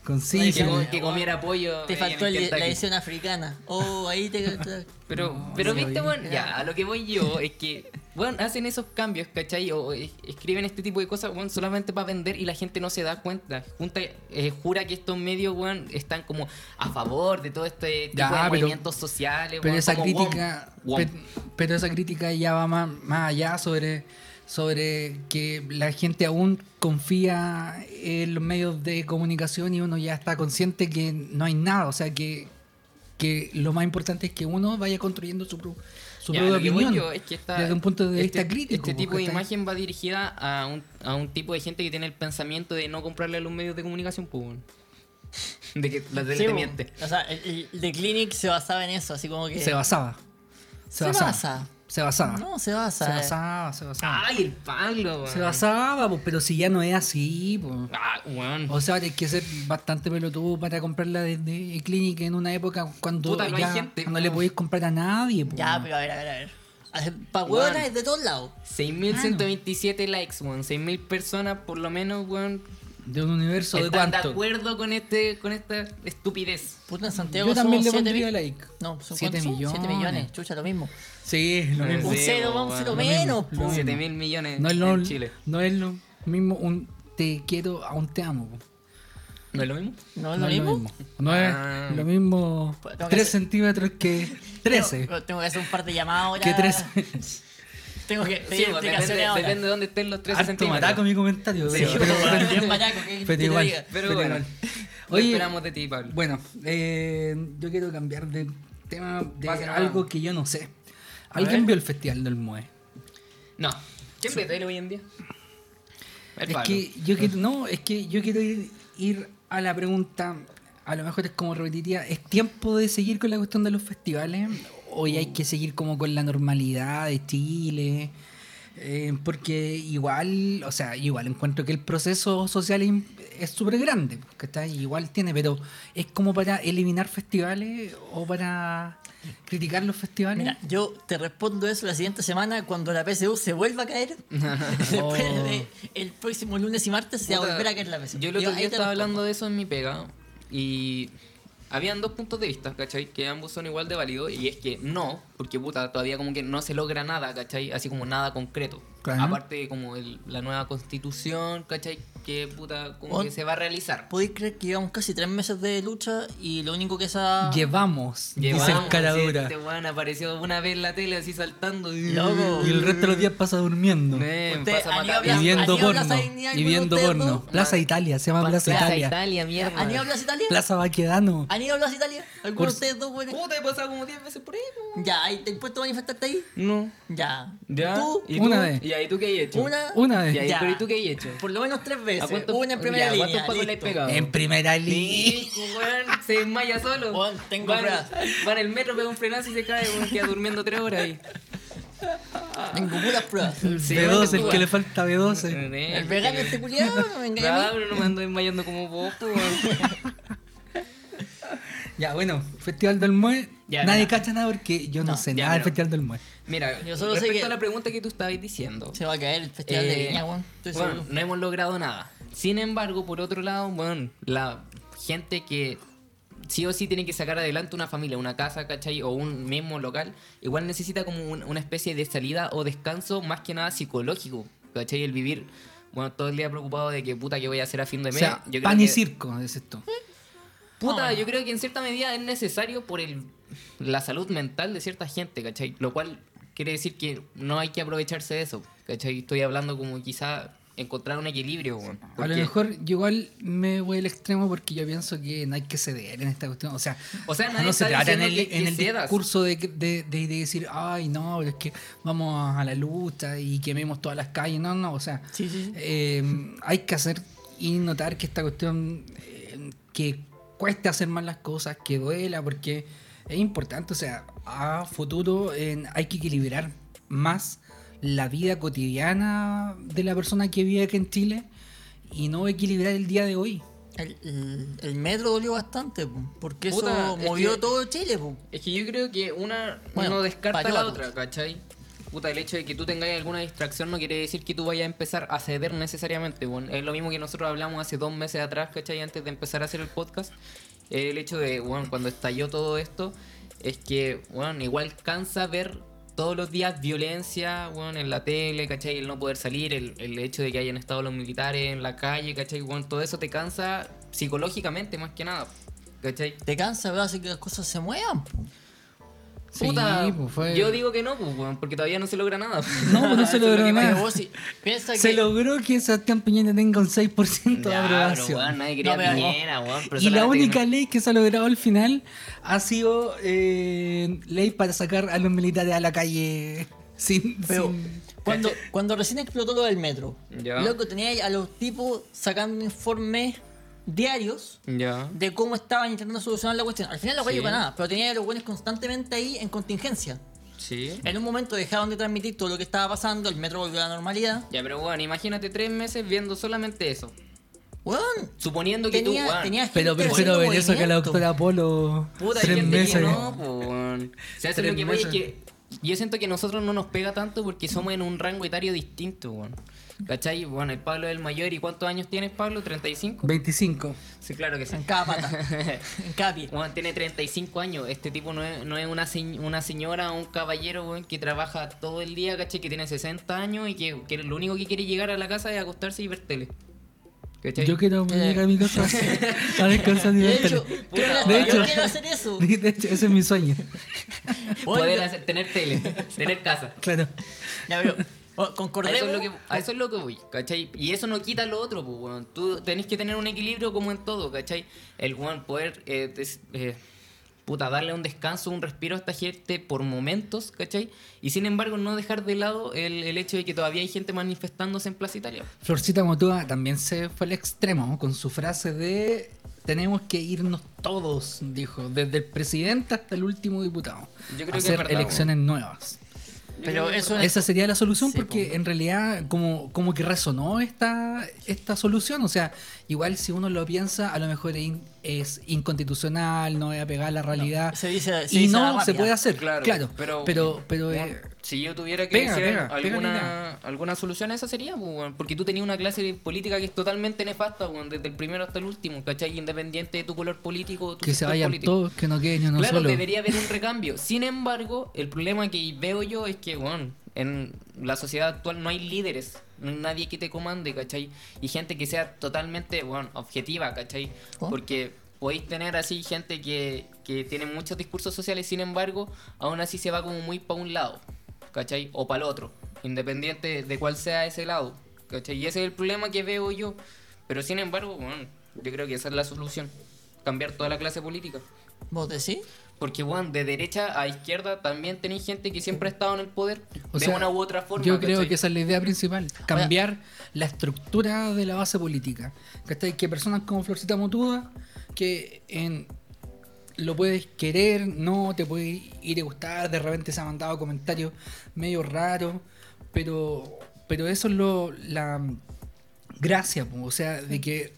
Con
Ay,
pues, sí,
que,
sí.
com- que comiera pollo. eh,
Te
ahí
faltó
en
el- la
Kentucky.
edición africana. Oh, ahí te. te-
Pero,
no
pero
vi.
viste, bueno, ya, a lo que voy yo es que, bueno, hacen esos cambios, ¿cachai? O es- escriben este tipo de cosas, bueno, solamente para vender y la gente no se da cuenta. Junta, eh, jura que estos medios, bueno, están como a favor de todo este tipo
Ya,
de
pero-
movimientos sociales,
Pero
weón,
esa
como WOM,
crítica,
WOM.
pe- Pero, esa crítica ya va más, más allá sobre, sobre que la gente aún confía en los medios de comunicación y uno ya está consciente que no hay nada, o sea que, que lo más importante es que uno vaya construyendo su, pro- su
Ya,
propia
lo que voy
opinión
yo es que esta-
desde un punto de
este-
vista crítico.
Este tipo de
¿cachai?
imagen va dirigida a un, a un tipo de gente que tiene el pensamiento de no comprarle a los medios de comunicación, pues, weón. De que la tele
Sí,
te
bo.
miente.
O sea, el, el The Clinic se basaba en eso, así como que.
se basaba. Se,
Se
basaba.
basa.
Se basaba.
No, se basa.
se
eh.
basaba, se basaba.
Ay, el Pablo, weón.
Ah. se basaba, po, pero si ya no es así, po.
Ah, weón.
O sea, hay que ser bastante pelotudo para comprarla desde Clinic en una época cuando
Puta, no hay
ya
gente,
no
po.
le podéis comprar a nadie. po.
Ya, pero a ver, a ver, a ver. Para
Weón.
huevonas es de todos lados.
6.127 likes, weón. 6.000 personas por lo menos, weón.
De un universo de
Están de
cuánto.
acuerdo con, este, con esta estupidez.
Puta, en Santiago
Yo también le
somos siete
pondría
mi-
like.
No, son
Siete
7 millones. 7
millones.
millones, chucha, lo mismo.
Sí, lo
Sí,
mismo.
un cero,
weón.
un cero
Lo
menos,
mismo.
po.
Sí.
7.000 millones
No es, lo,
en Chile.
no es lo mismo un te quiero a un te amo. po.
¿No es lo mismo?
¿No
No
es lo mismo?
No es
Ah.
lo mismo
Pues tengo que
3
hacer-
centímetros que 13.
Tengo, tengo que hacer un par de llamados ahora.
Que 13.
Tengo que
Sí,
pedir
weón,
explicaciones
depende,
ahora.
depende de dónde estén los 13
Harto
centímetros.
mataco mi comentario.
Sí,
pero-
pero,
pero-
bueno, bien maraco, ¿qué- qué
pero
te
igual.
diga?
Pero
Pero
bueno,
igual.
lo
Oye,
esperamos de ti, Pablo.
Bueno, eh, yo quiero cambiar de tema de
Pase nomás.
algo que yo no sé.
A
¿Alguien
ver.
vio el Festival del MUE?
No. ¿Quién ve tele hoy en día? El
es
Pablo.
que yo quiero, no, es que yo quiero ir, ir a la pregunta, a lo mejor es como repetiría, ¿es tiempo de seguir con la cuestión de los festivales? ¿O ya hay que seguir como con la normalidad de Chile? Eh, porque igual, o sea, igual encuentro que el proceso social im- es súper grande, que está igual tiene, pero es como para eliminar festivales o para criticar los festivales.
Mira, yo te respondo eso la siguiente semana cuando la PSU se vuelva a caer.
Oh.
Después de- el próximo lunes y martes se va a
Puta,
volver a caer la PSU.
Yo el otro
ahí
día
te
estaba
respondo.
hablando de eso en mi pega y habían dos puntos de vista, ¿cachai? Que ambos son igual de válidos y es que no, porque puta, todavía como que no se logra nada, ¿cachai? Así como nada concreto.
Claro.
Aparte de como el- la nueva constitución, ¿cachai? Que puta, como
Ot-
que se va a realizar.
¿Podéis creer que llevamos casi tres meses de lucha y lo único que esa...
Llevamos, dice
Llevamos,
Escaladura.
sí, Este weón apareció una vez en la tele así saltando y...
Loco.
Y el resto de los días pasa durmiendo.
Eh,
Usted,
pasa
han ido
a
a
Y
matar-
Plaza-
viendo
¿Han ido a Plaza
porno.
Dignidad
Y
alguno
viendo
de ustedes
porno.
dos?
Plaza Italia, se llama Plaza,
Plaza
Italia.
Italia, mierda.
¿Han ido a Plaza Italia?
Plaza Baquedano.
¿Han ido a Plaza Italia? ¿Alguno de
Por-
ustedes dos, güey?
Puta, he pasado como 10 veces por ahí.
Ya, ahí ¿te has puesto a manifestarte ahí?
No.
Ya.
¿Ya?
¿Tú?
¿Y
Una
tú?
vez.
¿Y ahí tú qué has hecho?
Una...
Una
¿Y ahí,
vez.
Ya.
pero ¿y tú qué has hecho?
Por lo menos tres veces.
¿A cuántos-
Una en primera
ya,
línea.
¿Cuántos pacos le has
listo.
pegado?
En primera línea.
Sí, pues, weón, se desmaya solo.
Weón, tengo
va, en-
pruebas.
va en el metro, pega un frenazo y se cae, weón, queda durmiendo tres horas ahí.
Tengo puras pruebas.
Sí,
B12, el
weón.
que le falta B12.
Eh,
El vegano este culiado no me engaña a
Claro,
mí.
pero no me ando desmayando como vos, pues, weón.
Ya, bueno, Festival del Mue.
Ya,
Nadie
mira.
cacha nada porque yo no,
No,
sé
ya,
nada del
pero-
Festival del Mue.
Mira,
Yo solo sé
respecto
que-
a la pregunta que tú estabas diciendo.
Se va a caer el festival de
eh,
Viña, weón. Estoy
bueno,
seguro.
no hemos logrado nada. Sin embargo, por otro lado, bueno, la gente que sí o sí tiene que sacar adelante una familia, una casa, ¿cachai? O un mismo local, igual necesita como un- una especie de salida o descanso más que nada psicológico, ¿cachai? El vivir, bueno, todo el día preocupado de que puta que voy a hacer a fin de
O
mes.
sea,
Yo creo
pan y
que-
circo, es esto.
Puta, yo creo que en cierta medida es necesario por el, la salud mental de cierta gente, ¿cachai? Lo cual quiere decir que no hay que aprovecharse de eso, ¿cachai? Estoy hablando como quizá encontrar un equilibrio, weón.
A lo
Porque-
mejor yo igual me voy al extremo porque yo pienso que no hay que ceder en esta cuestión. O sea,
O sea, nadie
no se
está
trata en el,
diciendo que-
en
que
el
cedas.
discurso de, que- de- de- de decir, ay, no, pero es que vamos a la lucha y quememos todas las calles. No, no, o sea,
Sí, sí, sí.
eh, hay que hacer y notar que esta cuestión eh, que cueste hacer más las cosas, que duela, porque es importante, o sea, a futuro eh, hay que equilibrar más la vida cotidiana de la persona que vive aquí en Chile y no equilibrar el día de hoy.
El, el- el metro dolió bastante, po, porque
Puta,
eso
es
movió
que-
todo Chile. po.
Es que yo creo que una
Bueno,
no descarta
para
la
todos.
otra, ¿cachai? puta, el hecho de que tú tengas alguna distracción no quiere decir que tú vayas a empezar a ceder necesariamente. weón. es lo mismo que nosotros hablamos hace dos meses atrás, ¿cachai? Antes de empezar a hacer el podcast. El hecho de, bueno, cuando estalló todo esto, es que, bueno, igual cansa ver todos los días violencia, weón, en la tele, ¿cachai? El no poder salir, el, el hecho de que hayan estado los militares en la calle, ¿cachai? Weón, todo eso te cansa psicológicamente más que nada, ¿cachai?
Te cansa, ¿verdad? Así que las cosas se muevan. po.
Sí,
Puta,
pues, fue-
yo digo que no, pues, weón, porque todavía no se logra nada.
No, pues, no se
Eso es lo
logró
que me-
nada.
pero vos sí- Piensa
Se
que.
logró que Sebastián Piñera tenga un 6% de
Ya,
aprobación.
pero, weón, nadie quería
No, pero-
Piñera, weón, pero
y la
solamente-
única ley que se ha logrado al final ha sido eh, ley para sacar a los militares a la calle sin...
Pero
sin-
cuando, cuando recién explotó lo del metro,
Ya.
loco, tenía a los tipos sacando informes diarios
Ya.
de cómo estaban intentando solucionar la cuestión. Al final la
Sí.
cayó para nada, pero tenía a los buenos constantemente ahí en contingencia.
Sí.
En un momento dejaron de transmitir todo lo que estaba pasando, el metro volvió a la normalidad.
Ya, pero weón, imagínate tres meses viendo solamente eso.
Weón,
Suponiendo que
tenía,
tú, weón.
tenía gente
Pero prefiero
haciendo
ver eso que a la
movimiento.
doctora Polo
Puta, hay
tres
gente que
meses.
no, po, weón. Se hace
Tres
lo que puede
meses.
que. Yo siento que nosotros no nos pega tanto porque somos en un rango etario distinto, weón. ¿Cachai? Bueno, el Pablo es el mayor. ¿Y cuántos años tienes, Pablo? ¿35?
25.
Sí, claro que sí.
En cada pata, en cada pie.
Weón, tiene 35 años. Este tipo no es, no es una, se- una señora o un caballero, weón, que trabaja todo el día, ¿cachai? Que tiene 60 años y que, que lo único que quiere llegar a la casa es acostarse y ver tele. ¿Cachai?
Yo quiero llegar a mi casa a descansar y
Eh. De
ver
hecho,
tele.
yo
Puta,
yo
de hecho-
quiero hacer eso.
De hecho, ese es mi sueño.
Poder
Oye,
hacer- tener tele, tener casa.
Claro.
ya, pero, oh, o-
A eso, es
concordemos.
lo que, a eso es lo que voy, ¿cachai? Y eso no quita lo otro, pues, weón. Tú tenés que tener un equilibrio como en todo, ¿cachai? El weón poder, eh, des- eh, puta, darle un descanso, un respiro a esta gente por momentos, ¿cachai? Y sin embargo, no dejar de lado el, el hecho de que todavía hay gente manifestándose en Plaza Italia.
Florcita Motúa también se fue al extremo ¿no? con su frase de tenemos que irnos todos, dijo, desde el presidente hasta el último diputado.
Yo creo que es
hacer
verdad,
elecciones nuevas.
Pero eso es-
Esa sería la solución
Sí,
porque en realidad como, como que resonó esta, esta solución. O sea, igual si uno lo piensa, a lo mejor es, in- es inconstitucional, no es apegada a la realidad.
se dice- se
y
dice a la
no se
rápida.
puede hacer, claro.
Claro,
pero,
pero-
pero,
Bueno,
eh,
si yo tuviera que
pega,
decir
pega, pega la
alguna,
idea.
alguna solución, esa sería, pues, weón, porque tú tenías una clase política que es totalmente nefasta, weón, desde el primero hasta el último, ¿cachai? Independiente de tu color político, tu
que se
sector
vayan
político.
todos, que no quede ni uno
claro,
solo.
debería haber un recambio. Sin embargo, el problema que veo yo es que, bueno, en la sociedad actual no hay líderes, no hay nadie que te comande, ¿cachai? Y gente que sea totalmente, bueno, objetiva, ¿cachai?
Oh.
¿Cómo?
Porque podéis tener así gente que, que tiene muchos discursos sociales, sin embargo, aún así se va como muy para un lado, ¿cachai? O para el otro, independiente de cuál sea ese lado, ¿cachai? Y ese es el problema que veo yo. Pero sin embargo, bueno, yo creo que esa es la solución, cambiar toda la clase política.
¿Vos decís?
Porque, weón, de derecha a izquierda también tenéis gente que siempre ha estado en el poder
O
de
sea,
una u otra forma.
Yo creo
¿cachai?
que esa es la idea principal, cambiar la estructura de la base política. ¿Cachai? Que personas como Florcita Motuda, que en- lo puedes querer, no te puede ir a gustar, de repente se ha mandado comentarios medio raros, pero, pero eso es lo, la gracia, po, o sea, de que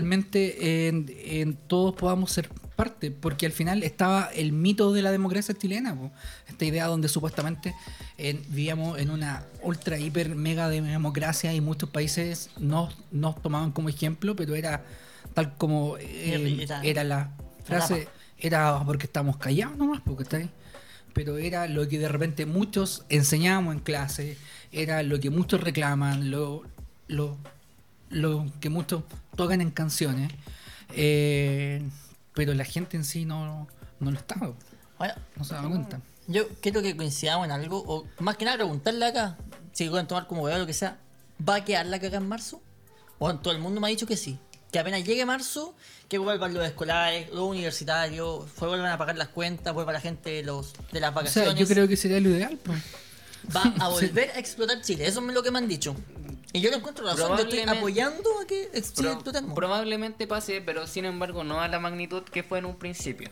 realmente en, en todos podamos ser parte, porque al final estaba el mito de la democracia chilena, po. esta idea donde supuestamente en- vivíamos en una ultra, hiper, mega democracia y muchos países nos, nos tomaban como ejemplo, pero era tal como eh,
Era-
era la frase, era "Ah, porque estamos callados nomás, porque está ahí pero era lo que de repente muchos enseñábamos en clase, era lo que muchos reclaman, lo, lo, lo que muchos tocan en canciones, eh, pero la gente en sí no, no lo estaba,
Ahora,
no se daba cuenta.
Yo quiero que coincidamos en algo, o más que nada preguntarle acá, si pueden tomar como veo lo que sea, ¿va a quedar la caca en marzo? Bueno, todo el mundo me ha dicho que sí. Que apenas llegue marzo, que vuelvan los escolares, los universitarios, fue- vuelvan a pagar las cuentas, vuelva la gente de, los, de las
O
vacaciones.
sea, yo creo que sería lo ideal. pues.
Va a volver a explotar Chile, eso es lo que me han dicho. Y yo le encuentro razón, yo estoy
Probablemente-
apoyando a que ex- Chile
Pro-
explotemos.
probablemente pase, pero sin embargo no a la magnitud que fue en un principio.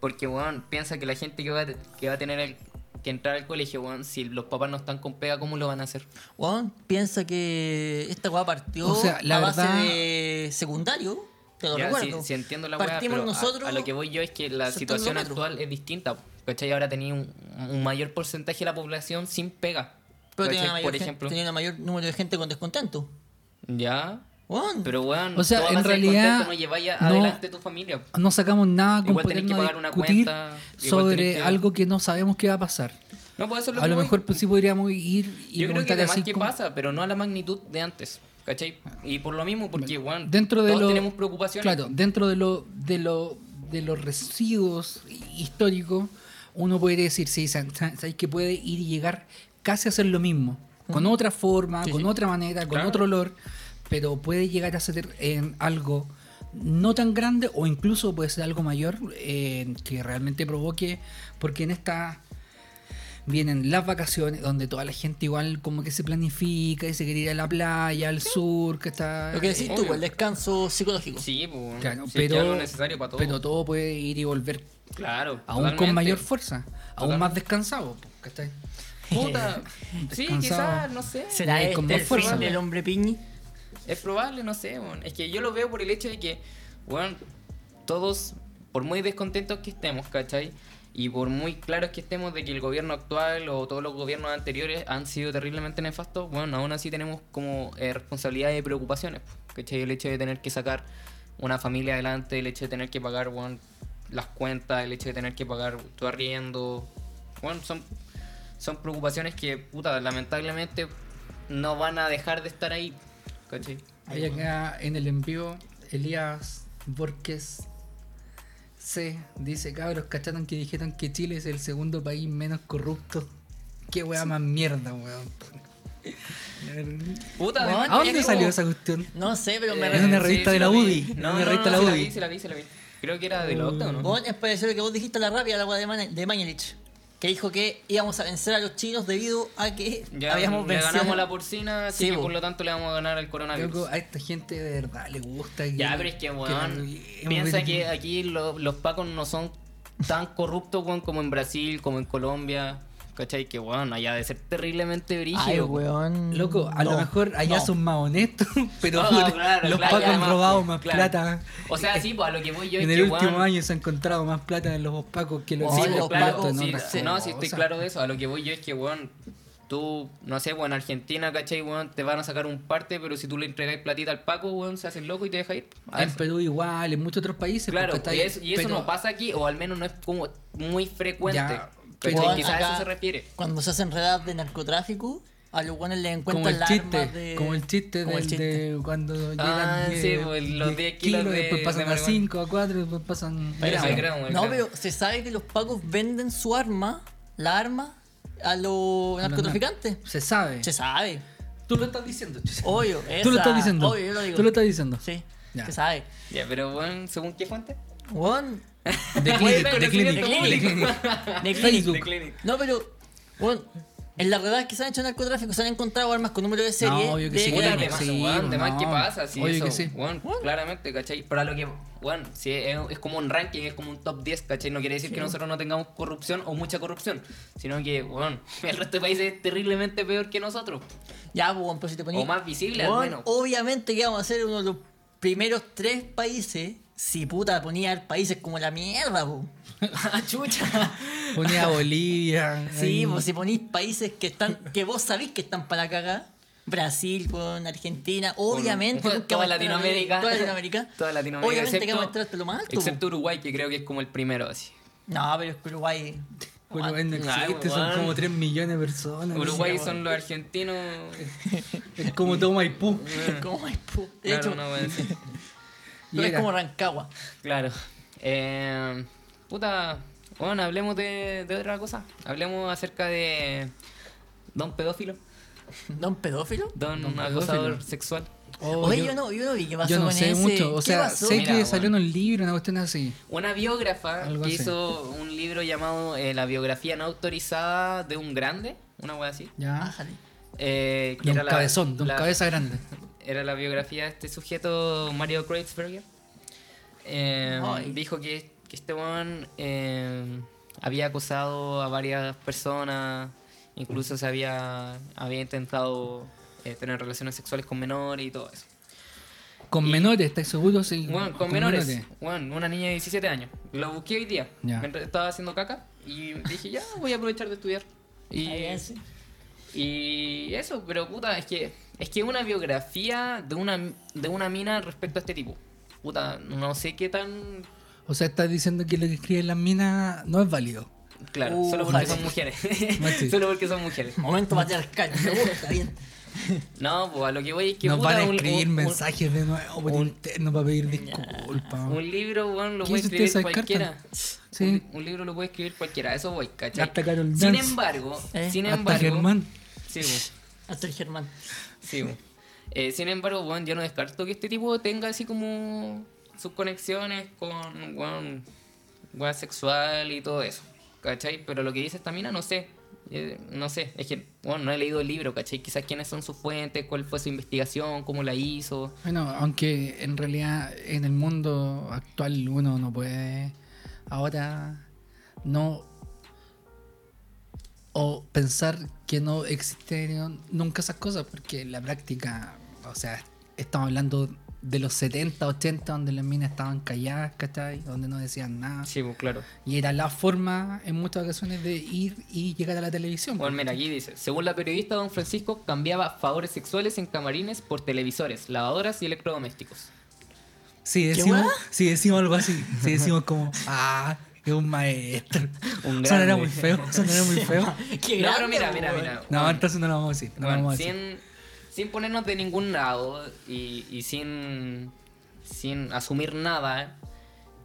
Porque, weón, piensa que la gente que va, a te- que va a tener el- que entrar al colegio, weón, si los papás no están con pega, ¿cómo lo van a hacer?
Weón, piensa que esta weá partió
O sea, la
a base
verdad-
de secundario, te lo
Ya, si,
recuerdo.
si entiendo la weá,
Partimos
pero a-
nosotros
a, lo que voy yo es que la
saltando
situación
metro.
actual es distinta. ¿Cachai? Ahora tenía un, un mayor porcentaje de la población sin pega.
Pero
¿cachai?
tenía, una mayor
Por
gen-
ejemplo.
tenía un mayor número de gente con descontento.
Ya.
Weón.
Pero weón,
O sea,
tú vas
en
a ser
realidad,
contento, no lleváis a-
no-
adelante tu familia.
No sacamos nada con
Igual tenés
ponernos
que
a
pagar una
discutir
cuenta, igual
sobre
tenés que-
algo que no sabemos qué va a pasar.
No puede ser lo
A
que
lo
voy.
mejor pues sí podríamos ir y
Yo creo que
preguntar
además
así
que
como-
pasa, pero no a la magnitud de antes. ¿Cachai? Y por lo mismo, porque weón,
dentro de
todos
lo-
tenemos preocupaciones.
Claro, dentro de lo de lo de los residuos históricos, uno puede decir, sí, sa- sa- sabéis que puede ir y llegar casi a hacer lo mismo, con otra forma,
Sí,
con
sí.
otra manera, con
Claro.
otro olor, pero puede llegar a ser en algo no tan grande o incluso puede ser algo mayor eh, que realmente provoque, porque en esta vienen las vacaciones donde toda la gente igual como que se planifica y se quiere ir a la playa, al sur, que está...
Lo que decís tú,
eh, Obvio.
el descanso psicológico.
Sí, pues, weón.
Claro,
Sí,
pero,
que es algo necesario para todos.
pero todo puede ir y volver
claro,
aún
totalmente.
con mayor fuerza, aún
Totalmente.
más descansado. po, ¿cachai?
Puta. sí,
Descansado.
quizás, no sé.
¿Será
Y
este
con
el
más fuerza,
fin del
weón.
hombre piñi?
Es probable, no sé, weón. Es que yo lo veo por el hecho de que, weón, todos, por muy descontentos que estemos, ¿cachai? Y por muy claros que estemos de que el gobierno actual o todos los gobiernos anteriores han sido terriblemente nefastos, bueno, aún así tenemos como eh, responsabilidades y preocupaciones, po, ¿cachai? El hecho de tener que sacar una familia adelante, el hecho de tener que pagar, weón, las cuentas, el hecho de tener que pagar tu arriendo, bueno, son son preocupaciones que, puta, lamentablemente no van a dejar de estar ahí. ¿Cachai?
Ahí acá en el envío, Elías Borges C dice, cabros, ¿cacharon que dijeron que Chile es el segundo país menos corrupto? Qué weá más mierda, weón.
Puta,
Weón,
¿A
además,
dónde
es
salió
como-
esa cuestión?
No sé, pero me
Eh,
En una
refiero.
sí,
revista
sí
de la
vi.
UDI,
No,
en una
no, no,
revista de la
sí la
UDI.
vi, sí la vi, sí la vi. Creo que era de la octa, ¿o no?
Vos, es parecido a lo que vos dijiste la rabia, la agua de, Mane- de Mañalich, que dijo que íbamos a vencer a los chinos debido a que
Ya
habíamos
le
vencido.
ganamos la porcina, así
Sí,
que
po.
por lo tanto le vamos a ganar al coronavirus.
Loco, a esta gente de verdad le gusta. que-
Ah, Ya, pero es que, weón,
que la-
piensa que aquí lo- los pacos no son tan corruptos, weón, como en Brasil, como en Colombia. ¿Cachai? Que, weón, allá de ser terriblemente brígido.
Ay,
weón.
weón.
Loco, a lo
No,
mejor allá
no.
son más honestos, pero
No, Ah, claro,
los
claro,
pacos han
además,
robado
pues,
más
claro.
plata.
O sea, sí, pues a lo que voy yo es
en
que,
el último
weón,
año se ha encontrado más plata en los pacos que los pues,
Sí,
en
los
los
claro,
pacos,
en
sí,
otras
sí, no, sí estoy
cosas.
claro de eso. A lo que voy yo es que, weón, tú, no sé, weón, Argentina, ¿cachai? Weón, te van a sacar un parte, pero si tú le entregáis platita al Paco, weón, se hace el loco y te deja ir. A
Ah, En
eso.
Perú igual, en muchos otros países.
Claro,
porque está
y
ahí,
eso, y eso
pero-
no pasa aquí, o al menos no es como muy frecuente.
Ya,
¿cachai?
pero-
Quizás a
acá-
eso se refiere.
Cuando se hacen redadas de narcotráfico, a los buenos les
Como
encuentran
el
las
chiste,
armas de...
como el chiste,
como el
del-
chiste.
de cuando
Ah,
llegan
sí,
10,
pues, los 10 kilos de-
después
de
pasan a
marihuana.
5, a 4, después pasan...
Pero
Ya,
sí,
bueno.
creo. gramo, el
no,
gramo.
pero se sabe que los pacos venden su arma, la arma,
A
a los
los
narcotraficantes.
Se sabe.
Se sabe.
Tú lo estás diciendo. chucha.
Obvio,
Tú lo
esa-
estás diciendo.
Obvio, yo lo digo.
Tú lo estás diciendo.
Sí,
Ya.
se sabe.
Ya, pero, weón, ¿según qué fuente?
Weón,
De Clinic,
Bueno,
de
conocimiento
Clinic, de
público.
Clinic.
de
Facebook.
Clinic.
De Clinic.
No, pero, bueno, en las redadas que se han hecho en narcotráfico se han encontrado armas con número de serie.
obvio que
de
sí,
Puta,
gramos.
de más,
sí,
weón, de más
no.
que pasa, sí,
Obvio
eso,
que sí.
weón, claramente, ¿cachai? Pero a lo que, weón, sí, es, es como un ranking, es como un top 10, ¿cachai? No quiere decir que nosotros no tengamos corrupción o mucha corrupción, sino que, weón, el resto de países es terriblemente peor que nosotros.
Ya, pues, weón, pero si te ponías.
O más visible, al
Weón,
menos.
Obviamente que vamos a ser uno de los primeros tres países. Si puta ponía países como la mierda, weón.
ah, chucha.
Ponía Bolivia.
Sí,
ahí.
pues si ponís países que están, que vos sabés que están para cagar. Brasil, con Argentina, obviamente.
Con-
weón, que
toda
vamos a estar ahí,
Latinoamérica.
Toda Latinoamérica.
Toda Latinoamérica,
Obviamente que
excepto-
vamos a estar hasta lo más alto. weón.
Excepto Uruguay, que creo que es como el primero, así.
No, pero es que Uruguay.
Uruguay no
Ay,
existe, son
weón.
como 3 millones de personas.
Uruguay
sí,
son los argentinos.
Es como todo Maipú.
¿Cómo es, po? De
Claro,
hecho,
no, weón, sí.
no es
Era.
como Rancagua.
Claro. Eh, puta, bueno, hablemos de, de otra cosa. Hablemos acerca de Don Pedófilo,
¿No un pedófilo?
Don,
Don
Acosador
pedófilo.
Sexual.
Oh,
Oye, yo, no, yo no vi qué pasó
yo no
con
sé
ese.
mucho. O
¿Qué
sea,
pasó?
sé
Mira,
que
weón.
salió en un libro, una cuestión así.
Una biógrafa
Algo
que
así.
hizo un libro llamado eh, La biografía no autorizada de un grande, una wea así.
Ya.
Ájale.
eh, que
De un
la-
cabezón, de un
la-
cabeza grande.
Era la biografía de este sujeto, Mario Kreuzberger. Eh,
Ay.
dijo que, que este weón eh, había acosado a varias personas, incluso se había, había intentado eh, tener relaciones sexuales con menores y todo eso.
Con menores, ¿estáis seguros? Sí.
Weón, con, menores. Weón, una niña de 17 años. Lo busqué hoy día.
Ya.
Mientras estaba haciendo caca. Y dije, ya, voy a aprovechar de estudiar. Y,
Ahí es.
y eso, pero puta, es que es que una biografía de una, de una mina respecto a este tipo. Puta, no sé qué tan.
O sea, estás diciendo que lo que escriben las minas no es válido.
Claro,
Uh,
solo porque
machi.
son mujeres.
Machi.
solo porque son mujeres.
Momento patriarcal. Me gusta, bien.
No, pues a lo que voy es que.
Nos
puta,
van a
un- un-
escribir
un-
mensajes de nuevo por
un-
interno para pedir disculpas.
Un libro, weón, lo
¿Qué
puede
hizo usted
escribir
esa
cualquiera.
carta? Sí.
Un, un libro lo puede escribir cualquiera, a eso voy, ¿cachai?
Hasta Carol
sin
Dance.
embargo,
Eh.
sin
Hasta
embargo.
Germán.
Sí, pues, weón,
Hasta el Germán.
sí, weón. Eh, sin embargo, weón, yo no descarto que este tipo tenga así como sus conexiones con weón, weón sexual y todo eso. ¿Cachai? Pero lo que dice esta mina, no sé. Eh, no sé, es que bueno, no he leído el libro, ¿cachai? Quizás quiénes son sus fuentes, cuál fue su investigación, cómo la hizo.
Bueno, aunque en realidad en el mundo actual uno no puede ahora no o pensar que no existieron nunca esas cosas, porque en la práctica, o sea, estamos hablando de los 70, 80, donde las minas estaban calladas, ¿cachai? Donde no decían nada.
Sí, pues claro.
Y era la forma en muchas ocasiones de ir y llegar a la televisión.
Bueno, mira, aquí dice, según la periodista, don Francisco cambiaba favores sexuales en camarines por televisores, lavadoras y electrodomésticos.
Sí,
hueá?
decimos, sí, decimos algo así. Sí, decimos como, ah, es un maestro.
Un grande.
Sonará muy feo, sonará muy feo.
Qué
no,
grande,
pero mira,
po,
mira,
weón.
mira.
No,
Juan,
entonces no lo vamos a decir. No lo
Juan,
vamos a decir.
sin, sin ponernos de ningún lado y, y sin, sin asumir nada,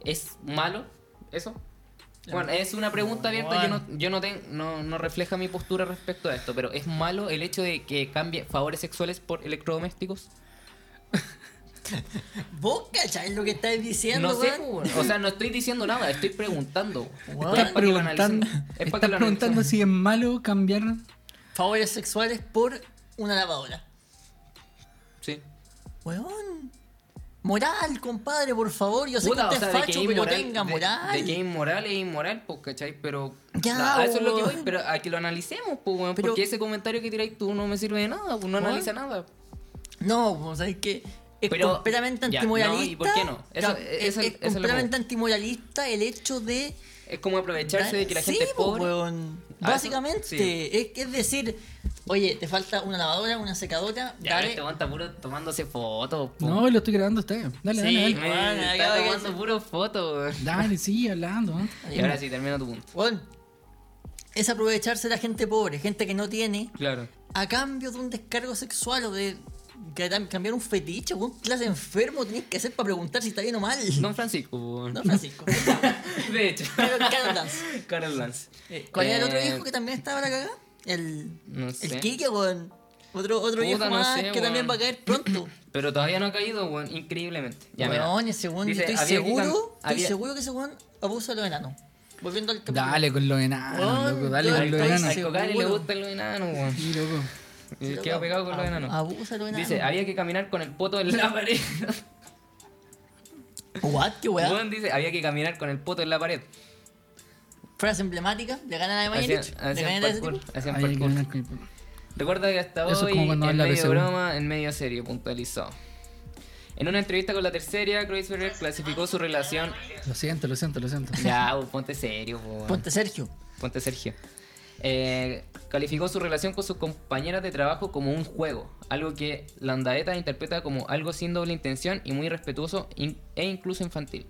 ¿es malo eso?
Eh,
Bueno, es una pregunta abierta, yo, no, yo no, ten- no, no refleja mi postura respecto a esto, pero ¿es malo el hecho de que cambie favores sexuales por electrodomésticos?
¿Vos cacháis lo que estáis diciendo,
No sé,
weón?
pues, o sea, no estoy diciendo nada, estoy preguntando.
Weón.
Estoy
Estás
Juan,
para que lo
preguntando,
analicen. Es para
estás
que lo analicen.
preguntando si es malo cambiar.
Favores sexuales por una lavadora.
Sí.
Weón. Moral, compadre, por favor. Yo sé
Puta,
que
o
usted
sea,
es
de que
facho, pero
inmoral-
tenga
de-
moral.
De, que inmoral es inmoral, pues, ¿cachai? Pero.
Ya,
a eso es lo que voy,
weón.
pero a que lo analicemos, pues, weón.
Pero-
porque ese comentario que tiráis tú no me sirve de nada, pues no
Weón.
analiza nada.
No, pues es que es
Pero-
completamente
ya,
antimoralista.
no, ¿y por qué no? Eso-
Ya,
eso-
es, es
eso es lo que
completamente antimoralista el hecho de.
Es como aprovecharse de que la gente
Sí,
es
po,
pobre.
weón.
Ah,
Básicamente,
eso- sí.
es, es decir, oye, te falta una lavadora, una secadora,
Ya,
dale.
este weón está puro tomándose fotos, po.
No, lo estoy grabando a usted. Dale,
Sí,
dale, dale.
Weón,
weón, acaba
está
de-
tomando puro fotos, weón.
Dale, sigue hablando. ¿eh?
Y ahora sí, termina tu punto.
Weón, es aprovecharse de la gente pobre, gente que no tiene,
Claro.
a cambio de un descargo sexual o de ca- cambiar un fetiche, weón. Clase de enfermo tenés que hacer para preguntar si está bien o mal.
Don Francisco, weón.
No, Francisco.
De hecho.
Pero Carol Dance.
Carol Lance.
¿Cuál era el otro
Eh,
hijo que también estaba la cagada? El.
No sé.
El Kike, weón. Otro, otro
Puta,
viejo
no
más
sé,
que
weón.
también va a caer pronto.
Pero todavía no ha caído, weón, increíblemente. Ya, mira.
weón, ese weón, yo
Dice,
estoy
había que
seguro.
cam-
Estoy
había-
seguro que ese weón abusa de los enanos. Volviendo al capítulo.
Dale con los enanos,
Weón,
loco. Oh, Dale
yo
con los
estoy
enanos.
Al Cocani le
seguro.
gustan los enanos, weón.
Sí, loco.
Y
Sí,
quedó
weón,
pegado con los
abu-
enanos.
Abusa de los enanos.
Dice, había que caminar con el poto en la pared.
What, qué weón.
Weón dice, había que caminar con el poto en la pared.
Frase emblemática, le ganan a
Hacían,
Mayanich. Le
hacían
ganan a ese tipo.
parkour. Hacían
Ahí
parkour.
con el-
Recuerda que hasta
Eso es
hoy,
como cuando
en
habla
medio
PSU.
broma, en medio serio, puntualizó. En una entrevista con la tercera, Kreuzberger clasificó su relación...
Lo siento, lo siento, lo siento.
Ya, weón, ponte serio, weón.
Ponte Sergio.
Ponte Sergio. Eh, calificó su relación con sus compañeras de trabajo como un juego, algo que Landaeta interpreta como algo sin doble intención y muy respetuoso in- e incluso infantil.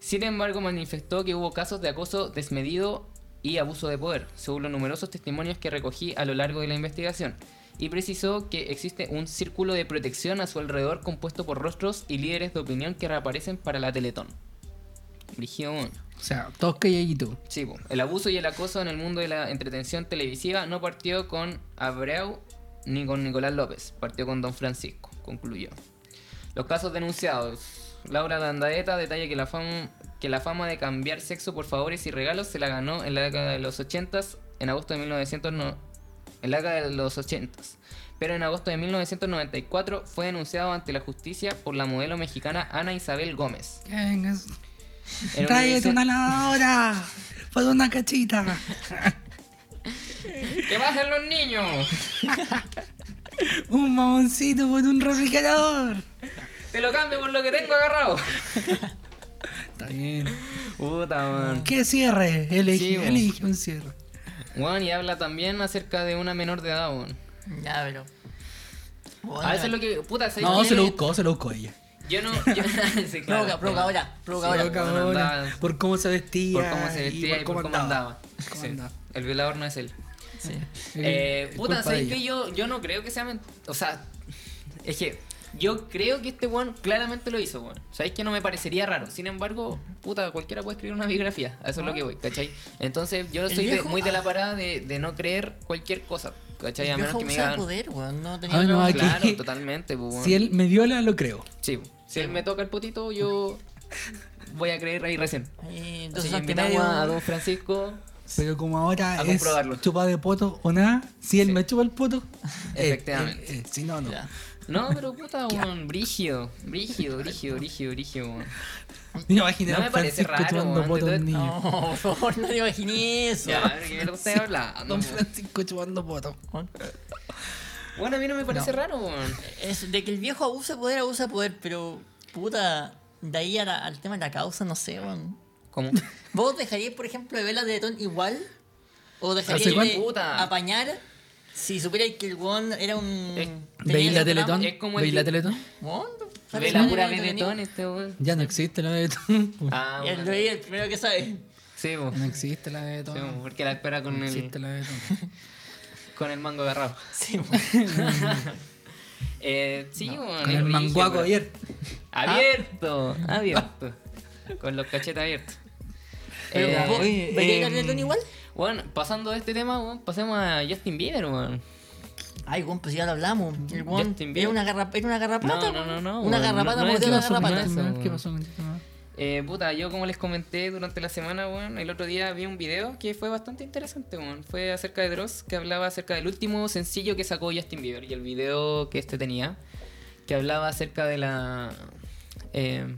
Sin embargo, manifestó que hubo casos de acoso desmedido y abuso de poder, según los numerosos testimonios que recogí a lo largo de la investigación, y precisó que existe un círculo de protección a su alrededor compuesto por rostros y líderes de opinión que reaparecen para la Teletón. Brigio
O sea, todos calladitos.
Sí, po. el abuso y el acoso en el mundo de la entretención televisiva no partió con Abreu ni con Nicolás López, partió con Don Francisco, concluyó. Los casos denunciados. Laura Landaeta detalla que la, fama, que la fama de cambiar sexo por favores y regalos se la ganó en la década de los 80 en agosto de 1900, no- en la década de los 80 pero en agosto de 1994 fue denunciado ante la justicia por la modelo mexicana Ana Isabel Gómez.
Vengas.
En
Tráete
edición-
una lavadora. Pon una cachita.
¡Que bajen los niños!
Un mamoncito por un refrigerador.
Te lo cambio por lo que tengo agarrado.
Está bien.
Puta, weón.
¿Qué cierre? Elige,
Sí, weón.
elige un cierre.
Weón, y habla también acerca de una menor de edad, weón.
Ya, pero.
A veces lo que. Puta, ¿sabes
No,
quién
se lo
es?
buscó, se lo buscó ella.
Yo no. Yo, sí, claro.
Provoca, provoca ahora, provoca
Sí,
ahora.
provoca.
Cabrón,
andaba.
por cómo se vestía.
Por cómo se
y
vestía y por cómo andaba. Sí,
andaba.
El violador no es él.
Sí.
Eh,
Es
puta,
culpa
¿sabes
de
qué?
ella.
Yo, yo no creo que sea ment- O sea, es que yo creo que este weón claramente lo hizo, weón. ¿Sabes que No me parecería raro. Sin embargo, puta, cualquiera puede escribir una biografía. A eso es lo que voy, ¿cachai? Entonces, yo
El
soy de-
viejo-
muy de la parada de, de no creer cualquier cosa, ¿cachai? A
Yo
menos que me digan.
poder, weón. No tenía
Ay, no,
otra-
aquí-
Claro, totalmente, pues, weón.
Si él me viola, lo creo.
Sí, po. si él me toca el potito, yo voy a creer ahí recién.
Eh,
Entonces,
Entonces,
Así que
ante
invitamos
medio-
a don Francisco.
Pero como ahora
A
es
comprobarlo.
chupa de poto o nada, si él
Sí.
me chupa el poto, eh,
Efectivamente.
eh, eh, si no, no.
Ya.
No, pero puta, weón, brígido, brígido, brígido, brígido, brígido, weón.
Ni me imagino
No
a
me parece
Francisco
raro,
chupando
weón,
poto a
de
un
todo-
niño.
No, por favor, no te imaginé eso.
Ya, ¿de qué me estoy hablando?
Don
weón?
Francisco chupando poto.
Bueno, a mí no me parece raro, weón.
Es de que el viejo abusa poder, abusa poder, pero puta, de ahí a la- al tema de la causa, no sé, weón.
¿Cómo?
¿Vos dejaríais, por ejemplo, de Vela de Tón igual? ¿O
¿Hace
dejaríais de
cuánto? Puta.
apañar si supierais que el weón era un.
Eh,
tenía
¿Veis la
ese tramo?
Teletón?
es como el
¿Veis la
que-
Teletón?
Weón,
Ve la pura
entretenido.
bebetón este, weón.
Ya no existe la Teletón.
Ah,
Y el
bueno.
rey es el primero que sabe.
Sí, weón.
No existe la
Sí,
Teletón.
weón, porque la espera con
No existe
el,
la Teletón.
con el mango agarrado.
Sí, weón.
Eh, sí, weón.
Con
es
el
brígido,
manguaco
weón.
ayer.
Abierto, Ah. abierto. Con los cachetes abiertos.
Pero,
Eh,
¿vos
oye,
veríais
eh,
la Teletón igual?
Bueno, pasando de este tema, weón, pasemos a Justin Bieber, weón.
Ay, weón, pues ya lo hablamos. El weón
Justin Bieber.
era una, garrapa, era una garrapata.
No, no, no, no,
Una
weón,
garrapata
no, no
mordió
es
una
eso, no
garrapata.
es-
¿Qué pasó con este tema?
Eh, puta, yo como les comenté durante la semana, weón, el otro día vi un video que fue bastante interesante, weón. Fue acerca de Dross, que hablaba acerca del último sencillo que sacó Justin Bieber y el video que este tenía, que hablaba acerca de la... eh,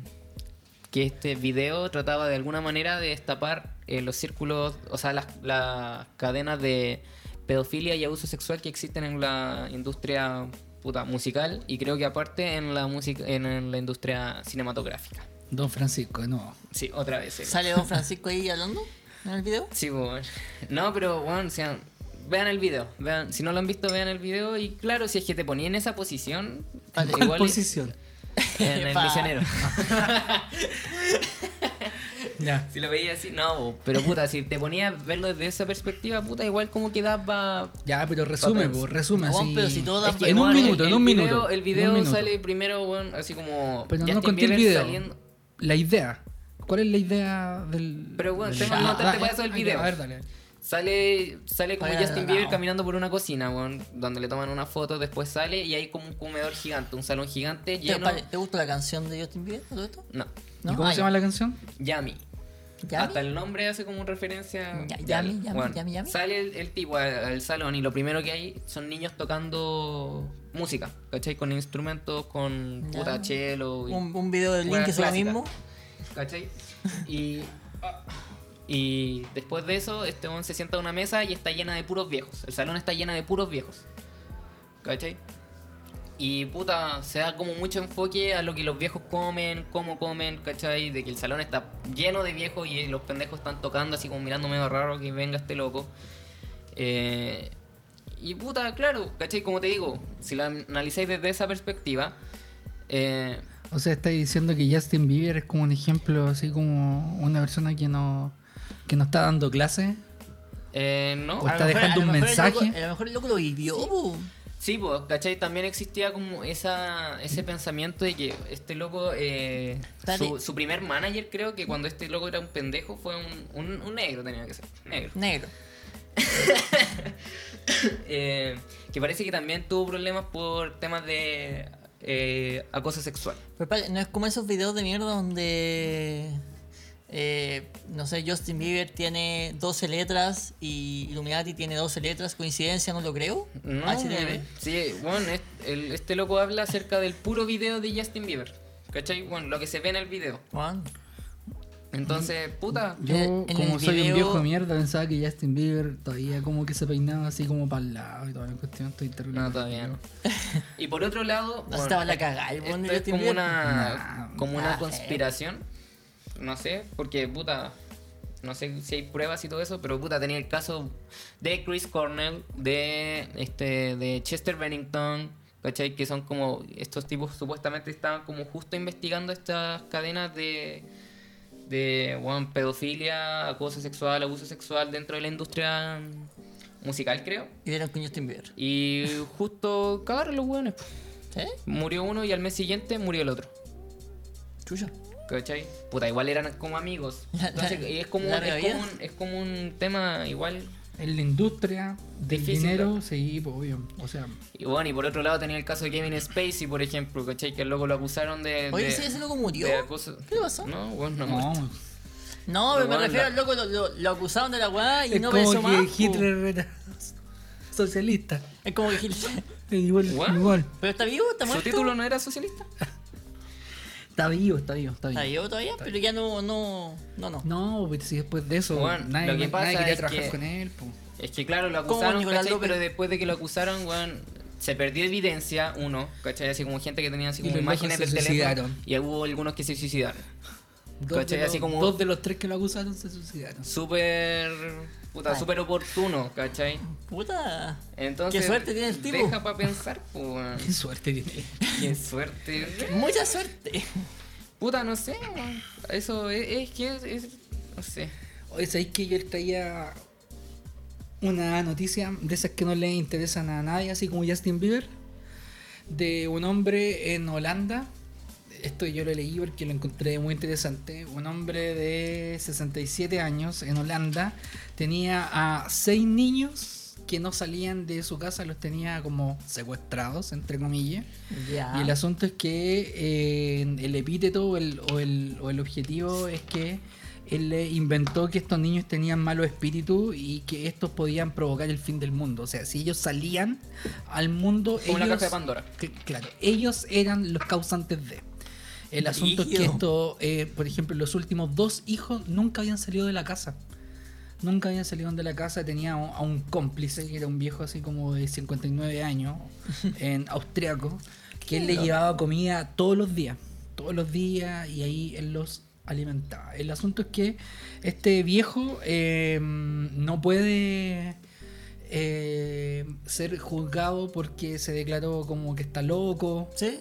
que este video trataba de alguna manera de destapar eh, los círculos, o sea, las, las cadenas de pedofilia y abuso sexual que existen en la industria puta, musical y creo que aparte en la música en, en la industria cinematográfica.
Don Francisco, no.
Sí, otra vez. sí.
¿Sale Don Francisco ahí hablando en el video?
Sí, weón. No, pero, weón, o sea, vean el video. Vean, si no lo han visto, vean el video. Y claro, si es que te ponía en esa posición,
Vale.
¿Cuál
igual
posición?
en el
Pa.
misionero.
Ya.
si lo veía así, no, bo. pero puta, si te ponía a verlo desde esa perspectiva, puta, igual como quedaba.
Ya, pero resume,
Papel.
pues, resume
No,
así.
pero si todo da- Es que,
en un
weón, el-
minuto, en
el
un
video-
minuto.
El
en
video
un minuto.
sale primero, weón, así como.
Pero no
Justin
conté el
Bieber
video.
saliendo-
La idea. ¿Cuál es la idea del.
Pero, weón,
del-
tengo
Ah,
notante
ah,
para eso del
ah,
video.
A ver, dale.
Sale, sale como
Oye,
Justin
no,
Bieber
no.
caminando por una cocina, weón, donde le toman una foto, después sale y hay como un comedor gigante, un salón gigante
¿Te,
lleno.
¿Te gusta la canción de Justin Bieber? ¿Todo esto?
No,
¿Y cómo
Ah,
se llama la canción?
Yami.
¿Yami?
Hasta el nombre hace como referencia.
Ya-
Ya-
Yami, Yami, Yami, Yami.
Sale el, el tipo a- al salón y lo primero que hay son niños tocando música, ¿cachai? Con instrumentos, con
Ya.
puta chelo. Y,
un, un video del
Buena
link es lo
clásica.
mismo.
¿cachai? Y, y después de eso, este hombre se sienta a una mesa y está llena de puros viejos. El salón está llena de puros viejos, ¿cachai? Y puta, se da como mucho enfoque a lo que los viejos comen, cómo comen, ¿cachai? De que el salón está lleno de viejos y los pendejos están tocando así como mirando medio raro que venga este loco. Eh, y puta, claro, ¿cachai? Como te digo, si lo analizáis desde esa perspectiva, eh,
O sea, está diciendo que Justin Bieber es como un ejemplo, así como una persona que no, que no está dando clases.
eh, no.
O
A lo
está
mejor- a
dejando
lo
un
mejor el loco-
mensaje.
a lo mejor el loco lo vivió. po.
Sí, pues, ¿cachai? También existía como esa, ese pensamiento de que este loco, eh,
Dale.
su, su primer manager creo que cuando este loco era un pendejo fue un, un- un negro, tenía que ser, negro.
Negro.
Eh, que parece que también tuvo problemas por temas de eh, acoso sexual.
Pero espérate, no es como esos videos de mierda donde. eh, no sé, Justin Bieber tiene 12 letras y Illuminati tiene 12 letras. Coincidencia, no lo creo.
No,
HTML.
Mm. sí, bueno, es- el- este loco habla acerca del puro video de Justin Bieber, ¿cachai? Bueno, lo que se ve en el video.
Juan,
Entonces, puta,
Yo,
Eh, en
como
el
soy un
video-
viejo de mierda, pensaba que Justin Bieber todavía como que se peinaba así como para el lado y toda la cuestión. Estoy terrible.
No, todavía no. Y por otro lado,
eh,
No estaba la cagada, el
esto
buen
es
Justin
como
Bieber.
una,
Nah,
como una
nah,
conspiración. no sé, porque puta, no sé si hay pruebas y todo eso, pero puta, tenía el caso de Chris Cornell, de este, de Chester Bennington, ¿cachai? Que son como, estos tipos supuestamente estaban como justo investigando estas cadenas de, de weón, pedofilia, acoso sexual, abuso sexual dentro de la industria musical, creo.
Y vieron que Justin Bieber.
Y justo cagaron los weones. po.
¿Eh?
Murió uno y al mes siguiente murió el otro.
Chucha.
¿Cachai? Puta, igual eran como amigos. Entonces, y es como,
Larga
es, como
vida.
un, es como un tema igual.
En la industria del
Difícil,
dinero, sí, pues, obvio. O sea,
Y bueno, y por otro lado tenía el caso de Kevin Spacey, por ejemplo, ¿cachai? Que el loco lo acusaron de.
Oye,
de-
sí, ese loco murió.
de acoso.
¿Qué le pasó?
No, bueno, no.
no.
No, pero me
Bueno,
refiero
la-
al loco, lo, lo- lo acusaron de la weá y
es
no
como
pensó
que
más. po.
Hitler era socialista. Eh,
Es como que Hitler.
Igual,
What?
igual.
¿Pero está vivo? ¿Está
¿Su
muerto?
título no era socialista?
Está vivo, está vivo, está vivo.
¿Está vivo todavía? Pero ya no, no, no, no.
No, pues si después de eso,
Bueno,
nadie,
lo que pasa
nadie quería
es
trabajar
que-
con él. po.
Es que claro, lo
Como
acusaron,
Nicolás
¿cachai?
López.
Pero después de que lo acusaron, weón, se perdió evidencia, uno, ¿cachai? Así como gente que tenía así
Y
como
los
imágenes
locos
del
se
teléfono.
suicidaron.
Y hubo algunos que se suicidaron.
Dos,
¿Cachai?
de los,
Así como-
dos de los tres que lo acusaron se suicidaron.
Súper. Puta,
Ay.
súper oportuno, ¿cachai?
Puta.
Entonces,
Qué suerte tiene el tipo.
Deja para pensar, pues, weón.
Qué suerte tiene.
Qué suerte.
Mucha suerte.
Puta, no sé, weón. Eso es, es que es, es- No sé.
Oye, ¿sabéis que yo traía una noticia de esas que no le interesan a nadie, así como Justin Bieber? De un hombre en Holanda. Esto yo lo leí porque lo encontré muy interesante. Un hombre de 67 años en Holanda tenía a seis niños que no salían de su casa, los tenía como secuestrados, entre comillas.
Ya.
Y
Ah.
el asunto es que eh, el epíteto o el, o el- o el objetivo es que él le inventó que estos niños tenían malos espíritus y que estos podían provocar el fin del mundo. O sea, si ellos salían al mundo,
Como la
ellos-
caja de Pandora.
Cl- Claro, ellos eran los causantes de. El asunto es
Brígido.
que esto, eh, por ejemplo, los últimos dos hijos nunca habían salido de la casa. Nunca habían salido de la casa, tenía a un- a un cómplice, que era un viejo así como de 59 años, en austriaco, que él le llevaba comida todos los días, todos los días, y ahí él los alimentaba. El asunto es que este viejo eh, no puede eh, ser juzgado porque se declaró como que está loco
¿Sí?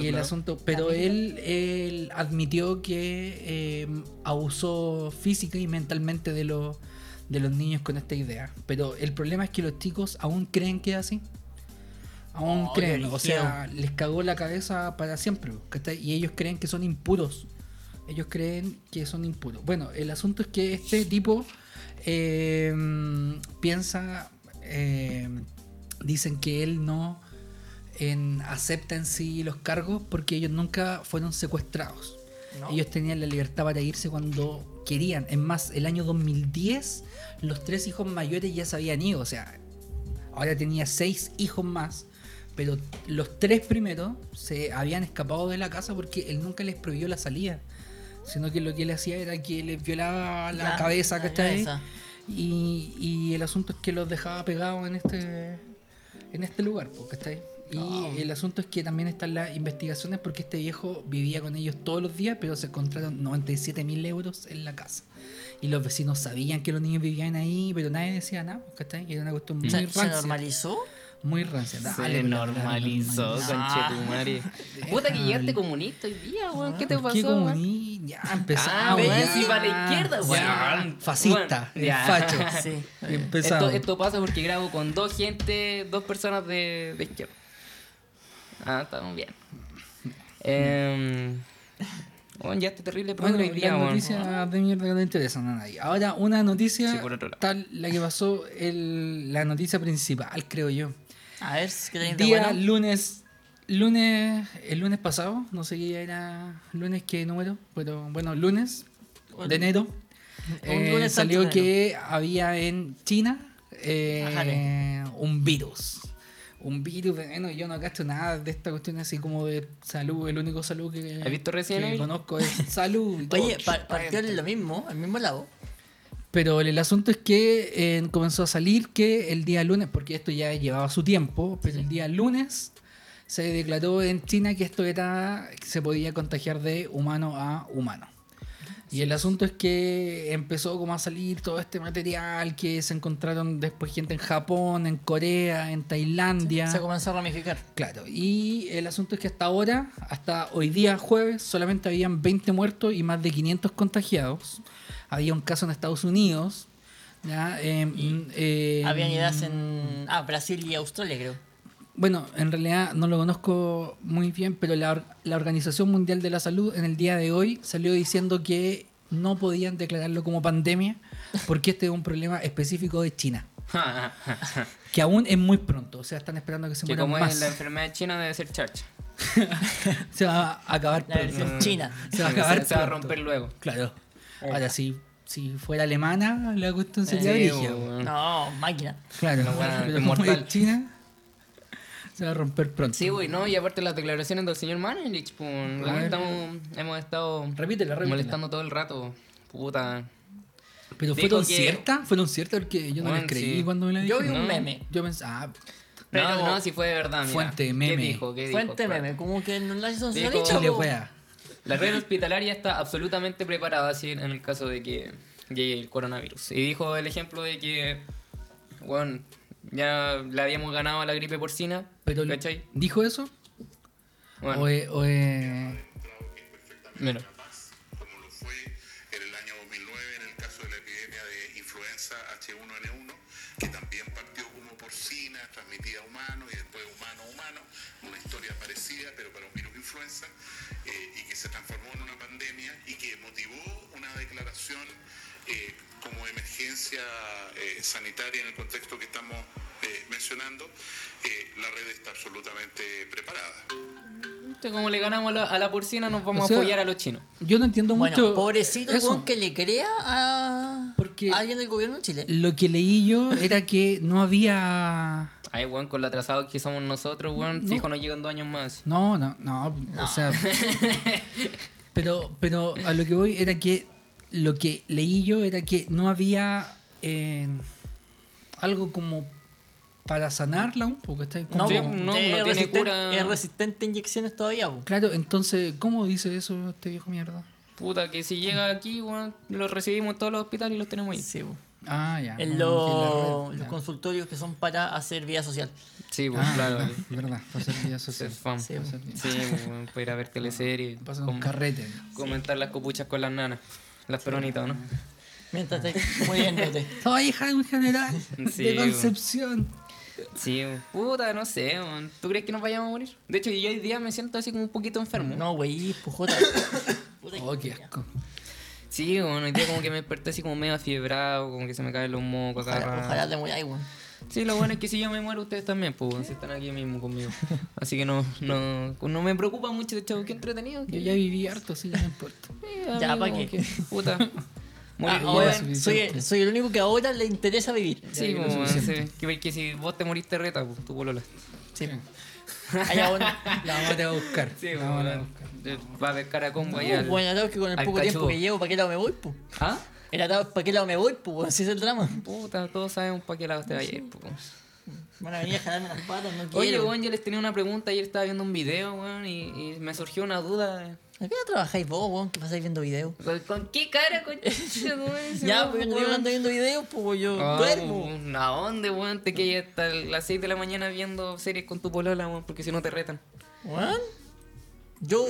y el asunto, pero él, él admitió que eh, abusó física y mentalmente de los de los niños con esta idea. Pero el problema es que los chicos aún creen que es así. Aún
Oh,
creen,
qué
o sea, les cagó la cabeza para siempre. ¿cachai? Y ellos creen que son impuros. Ellos creen que son impuros. Bueno, el asunto es que este tipo eh, piensa, eh, dicen que él no en, acepta en sí los cargos porque ellos nunca fueron secuestrados.
No.
Ellos tenían la libertad para irse cuando querían. Es más, el año 2010 los tres hijos mayores ya se habían ido. O sea, ahora tenía seis hijos más. Pero los tres primeros se habían escapado de la casa porque él nunca les prohibió la salida. Sino que lo que él hacía era que les violaba la, cabeza,
la
¿cachai?
cabeza.
Y, y el asunto es que los dejaba pegados en este, en este lugar, po, ¿cachai? Y
Oh.
el asunto es que también están las investigaciones porque este viejo vivía con ellos todos los días, pero se encontraron 97 mil euros en la casa. Y los vecinos sabían que los niños vivían ahí, pero nadie decía nada, po, ¿cachai? Era una cuestión muy
¿Se, se
rancia.
normalizó?
Muy rancia. Dale,
Se
pero la- la-
normalizó,
normalizó.
conchetumare. Puta que llegaste comunista hoy día, weón. Ah, ¿Qué te pasó,
Ah, ¿Qué
weón?
comuni- Ya empezamos.
Ah, ves,
ya.
sí, para la izquierda,
Ya,
weón.
Fascista,
Weón, ya.
facho.
Sí.
Empezamos.
Esto, esto pasa porque grabo con dos gente, dos personas de, de izquierda. Ah, estamos bien. Eh, ya este terrible
Bueno,
programa hoy día,
las
weón.
noticias de mierda que no interesan a nadie. Ahora, una noticia
Sí, por otro lado.
tal, la que pasó, el- la noticia principal, creo yo.
A ver, ¿qué tenés de
Día
bueno?
lunes, lunes, el lunes pasado, no sé qué día era, lunes qué número, pero bueno, lunes de enero, eh,
lunes santo
salió
de
que había en China eh,
Ajá.
un virus. Un virus, bueno, yo no gasto nada de esta cuestión así como de salud, el único salud que,
¿Has visto Resident
que
Evil?
conozco es salud.
Oye,
Oh,
pa- partió en lo mismo, al mismo lado.
pero el asunto es que eh, comenzó a salir que el día lunes, porque esto ya llevaba su tiempo, pero el día lunes se declaró en China que esto era que se podía contagiar de humano a humano. Y el asunto es que empezó como a salir todo este material que se encontraron después gente en Japón, en Corea, en Tailandia.
Se comenzó a ramificar.
Claro, y el asunto es que hasta ahora, hasta hoy día jueves, solamente habían 20 muertos y más de 500 contagiados. Había un caso en Estados Unidos. ¿ya? Em, em,
Habían ideas en ah, Brasil y Australia, creo.
Bueno, en realidad no lo conozco muy bien, pero la, or- la Organización Mundial de la Salud en el día de hoy salió diciendo que no podían declararlo como pandemia porque este es un problema específico de China, que aún es muy pronto, o sea, están esperando que se
que
mueran
como
más.
es la enfermedad china debe ser charcha.
Se va a acabar
La
pronto.
versión china.
Se va a
Sí,
acabar
se va a
pronto.
romper luego.
Claro. Ahora, si, si fuera alemana, la cuestión sería
Sí,
brígida.
weón.
No, máquina.
Claro,
No, bueno,
pero
es
como
mortal.
es China, se va a romper pronto.
Sí, güey, no, y aparte las declaraciones del señor Manelich, pues, la
ver.
estamos, hemos estado
Repítela, repítela.
molestando todo el rato. Puta.
Pero
Digo
fueron
que-
ciertas, fueron ciertas porque yo no
Bueno,
les creí
sí.
cuando me la
Yo vi
dijeron.
un
No.
meme.
Yo pensé, ah,
Pero-
no, no, si fue de verdad, mira.
Fuente meme.
¿Qué dijo? ¿Qué dijo?
Fuente meme, como que no la hizo
Dijo-
señorita,
chile,
po.
wea.
La red hospitalaria está absolutamente preparada si- en el caso de que llegue el coronavirus. Y dijo el ejemplo de que, bueno, ya le habíamos ganado a la gripe porcina,
Pero
¿cachai?
¿Dijo eso?
Bueno,
O, eh, o, eh,
mira.
Paz, como lo fue en el año 2009 en el caso de la epidemia de influenza H1N1, que también partió como porcina, transmitida a humano y después humano a humano, una historia parecida, pero para un virus influenza, eh, y que se transformó en una pandemia y que motivó una declaración eh, como emergencia eh, sanitaria en el contexto que estamos eh, mencionando, eh, la red está absolutamente preparada.
Entonces, como le ganamos a la, a la porcina, nos vamos
O sea,
a apoyar a los chinos.
yo no entiendo
Bueno,
mucho.
pobrecito el
eso.
weón que le crea a,
Porque-
a alguien del gobierno de Chile.
Lo que leí yo era que no había.
Ay, weón, con lo atrasados que somos nosotros, weón, fijo, nos llegan dos años más.
No, no, no, o sea. pero, pero a lo que voy era que lo que leí yo era que no había eh, algo como para sanarla un poco. ¿cachai? Como-
No,
Sí,
po.
no,
es,
no tiene
resistente,
cura.
es resistente a inyecciones todavía, po.
Claro, entonces, ¿cómo dice eso este viejo mierda?
Puta, que si llega aquí, weón, los recibimos en todos los hospitales y los tenemos ahí.
Sí, po.
Ah, ya.
En
no,
los-
que la red,
los
ya.
consultorios que son para hacer vida social.
Sí, weón,
Ah,
claro.
verdad, verdad, para hacer vida
Eso
social.
es fam.
Sí,
Sí,
weón.
weón, para ir a ver teleseries.
Para hacer
com-
un carrete.
Comentar las copuchas con las nanas. Las peronitas, ¿no?
Mientras estás muriéndote.
Soy hija de un general
Sí,
de
weón.
Concepción.
Sí, weón. puta, no sé, weón. ¿Tú crees que nos vayamos a morir? De hecho, yo hoy día me siento así como un poquito enfermo.
No, wey, pujota. Puta que-
Oh, qué asco.
Sí, weón, hoy día como que me desperté así como medio afiebrado, como que se me caen los mocos acá.
Ojalá, ojalá te mueras, weón.
Sí, lo bueno es que si yo me muero, ustedes también, pues, weón, si están aquí mismo conmigo. Así que no, no, no me preocupa mucho, de hecho, qué entretenido.
Yo
que-
ya viví harto, sí, no me importa.
Eh,
Ya,
amigo,
¿pa' qué?
que- Puta. Morir
Ah,
joven.
ahora
ya,
soy,
suficiente.
soy el único que ahora le interesa vivir.
Sí,
lo
como
suficiente.
ese- que, que si vos te moriste reta, pues, tú polola.
Sí. Allá bueno.
La vamos a ir a buscar.
Sí,
la vamos a ir a
bueno,
buscar.
va a pescar a combo allá.
Bueno, atado que con el
al
poco tiempo
cachudo.
que llevo, ¿para qué lado me voy, po?
¿Ah?
El atado es para qué lado me voy, po, así es el drama.
Puta, todos sabemos para qué lado te va a ir. po.
Van a venir a jalarme las patas, no
Oye,
quiero.
weón, yo les tenía una pregunta. Ayer estaba viendo un video, weón, y, y me surgió una duda.
¿A qué hora trabajáis vos, weón? Que pasáis viendo videos.
¿Con- ¿Con qué cara, coño?
Ya, pues yo no ando viendo videos, pues yo duermo.
¿A dónde, Ah, weón? Te quedas hasta las 6 de la mañana viendo series con tu polola, weón, porque si no te retan.
Weón. Yo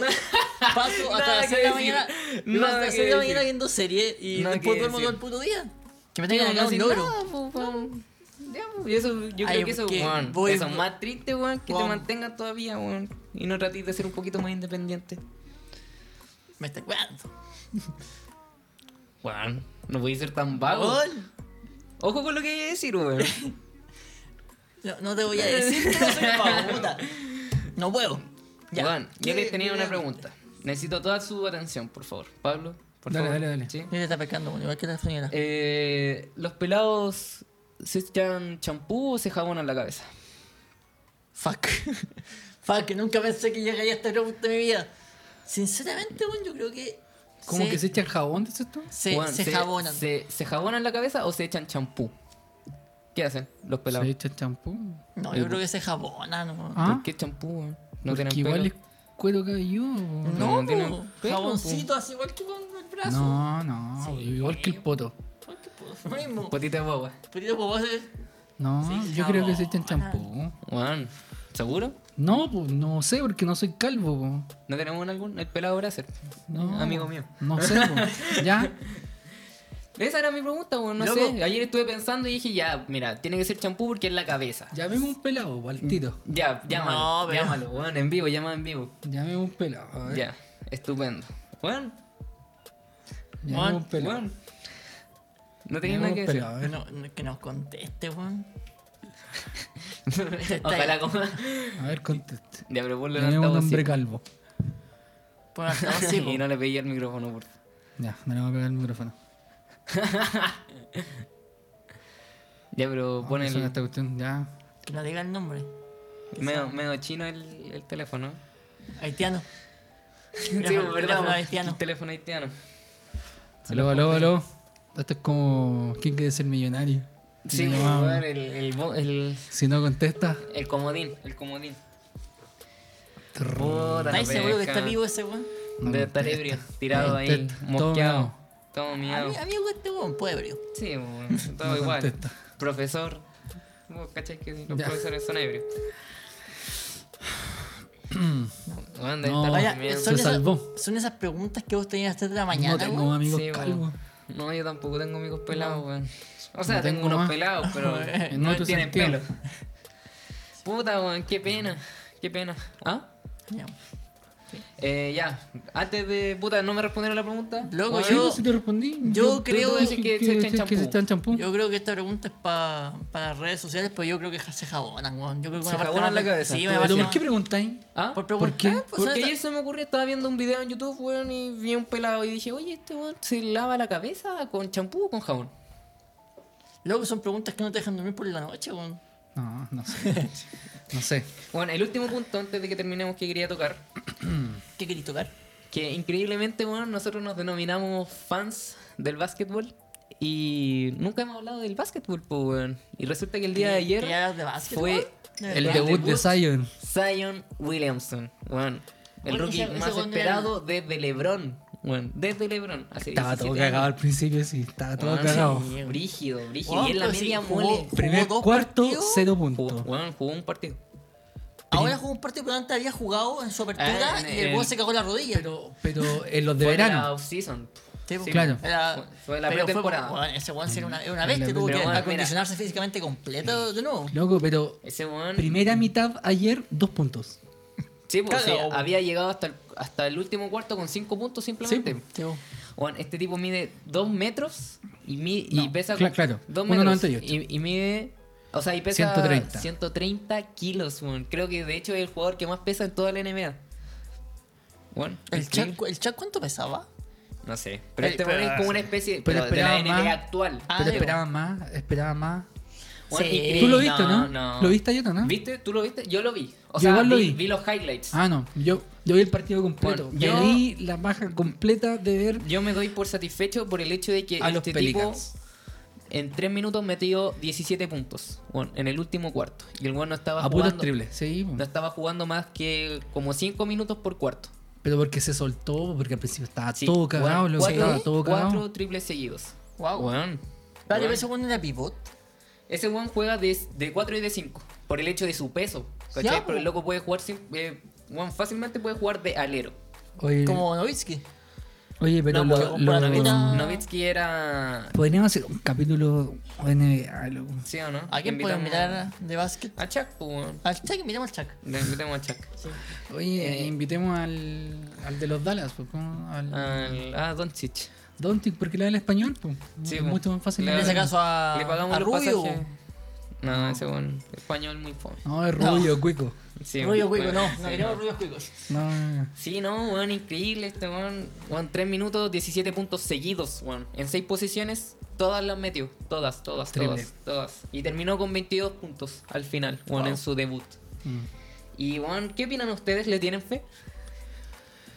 paso hasta
Nada
las
que
6 de la
decir.
mañana. yo
Nada
hasta las
que
6 de la mañana
decir.
viendo series y
Nada
después
que
duermo todo
decir.
el puto día. Que me
Sí,
tengan
no,
acá un
sí,
logro.
no, pues, weón. Ya, pues, y eso, yo
Ay,
creo que eso,
porque
weón,
voy-
eso es más triste, weón, que
Weón.
te mantengan todavía, weón. Y no trates de ser un poquito más independiente.
Me está cuidando.
Weón, no voy a ser tan vago.
Weón.
Ojo con lo que voy a decir, weón.
No, no te voy a decir que no soy vago, puta. No puedo. Ya.
Weón, yo les tenía una
video?
pregunta. Necesito toda su atención, por favor. Pablo, por
Dale,
favor.
dale, dale.
¿Sí?
Yo te está pescando, weón, igual que la señora.
Eh, los pelados se echan champú o se jabonan la cabeza.
Fuck. Fuck, que nunca pensé que llegaría a este punto de mi vida. Sinceramente, weón, yo creo que.
¿Cómo que se echan jabón, dices tú?
se,
Weón,
se jabonan.
Se, se jabonan la cabeza o se echan champú? ¿Qué hacen los pelados?
Se echan champú.
No, yo creo que se jabonan. weón.
Ah,
¿Por qué champú? weón? No
porque
tienen
igual
pelo.
es cuero cabelludo.
No,
No,
tienen
po,
pelo,
jaboncito, así igual que con el
brazo.
No, no,
Sí.
igual que el poto.
Ay, qué puto. Lo mismo.
Potita de guagua.
Pero puedo hacer.
No,
Sí,
yo creo que se
jabón.
echan champú.
Juan, ¿seguro?
No, pues no sé, porque no soy calvo. po.
¿No tenemos algún? El pelado bracer.
No,
Amigo mío.
No sé, po. ya.
Esa era mi pregunta, weón. No
Loco.
sé. Ayer estuve pensando y dije, ya, mira, tiene que ser champú porque es la cabeza.
Llamemos un pelado, po, al tiro.
Ya, llámalo.
No, pero-
Llámalo, weón, en vivo, llama en vivo.
Llamemos un pelado. a ver.
Ya, estupendo. Juan,
Llamemos un pelado.
Juan. No tenía
Llamemos
nada
un
que decir.
pelado, a ver.
No, no, que nos conteste, weón.
Ojalá coma.
A ver, conteste.
Ya, pero ponlo en
Llamemos un
altavoz,
hombre
sí.
calvo.
Por altavoz, Ah, sí, po.
Y no le pedí el micrófono, por favor.
Ya, no le vamos a pegar el micrófono.
Ya, pero pon
Vamos a hacer
el...
esta cuestión, ya.
Que nos diga el nombre.
Medio, medio chino el, el teléfono.
Haitiano.
Sí,
Teléfono-
verdad.
teléfono
po.
haitiano.
El teléfono haitiano.
Aló, aló, aló. Esto es como. ¿Quién quiere ser millonario?
Sí,
No,
weón, el, el, bo- el,
Si no contesta,
el comodín, el comodín. Puta,
¿Estáis
la
seguro que
pesca.
está vivo ese weón?
No
Debe estar
contesta.
ebrio, tirado
No
ahí,
contesta. Todo
mosqueado.
meado.
Todo
A
miado.
mí, a mí me gusta este weón, pueblo.
Sí, bueno, todo
No
igual.
contesta.
Profesor. Vos cachai que los
Ya.
profesores son ebrios. Bueno,
No.
no,
Vaya,
estar
soy- Se salvó.
son esas preguntas que vos tenías a las 3 de la mañana,
no tengo
weón.
amigos
Sí,
calvos.
weón. No, yo tampoco tengo amigos pelados, weón. O sea,
No
tengo,
tengo
unos
más.
pelados, pero
En
no
otro
tienen
sentido.
pelo. Puta, weón, qué pena. Qué pena. ¿Ah?
Ya.
Eh, ya, antes de. Puta, no me respondieron la pregunta.
Loco,
Weón,
Sí,
yo-
pues, si te respondí.
yo creo
te dije
que se echan
que se
champú.
echan champú.
Yo creo que esta pregunta es pa- para las redes sociales, pero yo creo que se jabonan, weón. Yo creo que
Se
una parte
jabonan
más-
la cabeza.
Sí,
Tú-
me
Pero
parece.
¿por
más-
qué preguntáis?
¿Ah?
Por, pero
¿Por
por-
qué?
ah, pues,
Porque
ahora-
ayer se me ocurrió, estaba viendo un video en YouTube, weón, y vi un pelado y dije, oye, este weón se lava la cabeza con champú o con jabón.
Luego son preguntas que no te dejan dormir por la noche, weón.
No, no sé. No sé.
Bueno, el último punto antes de que terminemos que quería tocar,
¿Qué querés tocar?
que increíblemente, bueno, nosotros nos denominamos fans del básquetbol y nunca hemos hablado del básquetbol, pues, weón. Y resulta que el día de
¿Quería-
ayer
quería hablar de básquetbol?
fue
Eh, ¿De
El
verdad?
debut de Zion.
Zion Williamson, weón. El
Bueno,
rookie
ese- ese
más
weón era-
esperado desde LeBron, weón. Desde LeBron. hace
Estaba todo
17 años.
cagado al principio, sí. Estaba todo
Weón,
cagado.
Ah, sí, Brígido, brígido.
Weón,
y en la
pero sí,
media
jugó-
mole.
Primer
dos
cuarto,
partidos?
cero
Jugó,
puntos.
weón, jugó un partido.
Ahora jugó un partido, pero antes había jugado en su apertura
Ah, en
y el
el-
weón se cagó la rodilla.
Pero, pero en los de
Fue la
verano.
off-season.
Sí, pues,
claro.
era-
Fue la
pero
pretemporada.
fue- weón, ese weón sí era una, era una bestia, tuvo
Pero,
que
weón, mira.
acondicionarse físicamente completo de nuevo.
Loco, pero
Ese weón.
primera mitad ayer, dos puntos.
Sí, pues,
Cagao,
sí,
weón.
había llegado hasta el, hasta el último cuarto con 5 puntos simplemente.
Sí, weón.
Weón, este tipo mide 2 metros y, mi- y
No,
pesa.
cla- claro,
2 metros.
1,98.
Y, y mide. O sea, y pesa
130.
130 kilos, weón. Creo que de hecho es el jugador que más pesa en toda la NBA. Bueno,
¿El chat, cu- ¿El chat cuánto pesaba?
No sé. Pero
El-
este weón
pero-
es como una especie. de-
pero
Pero, de la
esperaba
NBA
más.
actual.
Ah,
pero
sí,
esperaba más, esperaba más.
Weón,
Sí.
increíble.
Tú lo viste, ¿no?
no.
¿Lo viste ayer o no?
¿Viste? ¿Tú lo viste? Yo lo vi. O
Yo
sea,
igual lo
vi,
vi.
vi los highlights.
Ah, no. Yo, yo vi el partido completo.
Bueno,
Me
yo-
vi la baja completa de ver
Yo me doy por satisfecho por el hecho de que
a los
este tipo
Pelicans.
en 3 minutos metió 17 puntos weón, en el último cuarto. Y el weón no
A
estaba
puros
jugando.
triples. Sí,
No estaba jugando más que como 5 minutos por cuarto.
pero porque se soltó, porque al principio estaba
Sí,
todo
weón,
cagado, luego
cuatro-
estaba todo
Cuatro
cagado.
triples seguidos.
Guau. Vale,
Weón, weón.
pero ese weón era pivot.
Ese weón juega de, de 4 y de 5 por el hecho de su peso. ¿Cachai?
Ya,
Pero el
po.
loco puede jugar sin, eh, weón, fácilmente puede jugar de alero.
Oye,
Como Novitsky.
oye, pero
no,
lo,
porque
lo-
para la mitad-
Novitsky era.
podríamos hacer un capítulo NBA. loco.
¿Sí o no?
¿A quién puede
Invitamos
mirar de básquet?
A Chuck, po, weón.
Al Chuck, miramos al Chuck.
Le invitamos a Chuck. Eh,
Oye, invitemos al, al de los Dallas, pues, ¿cómo? al
ah, Al- a Doncic.
Doncic, porque le habla español, pues.
Sí,
es
po.
mucho más fácil.
Le-
En ese caso a,
Le pagamos
a
los
Rubio.
pasajes. No, ese weón. Español muy fome.
No, es rubio, cuico.
Sí,
Rubio
weón.
Cuico, no, no
Sí,
queremos Rubio Cuico.
No, no, no.
Sí, no, weón, increíble este weón. Weón, 3 minutos, 17 puntos seguidos, weón. En 6 posiciones, todas las metió. Todas, todas,
Triple.
todas, todas. Y terminó con 22 puntos al final, weón,
Wow.
en su debut.
Mm.
Y, weón, ¿qué opinan ustedes? ¿Le tienen fe?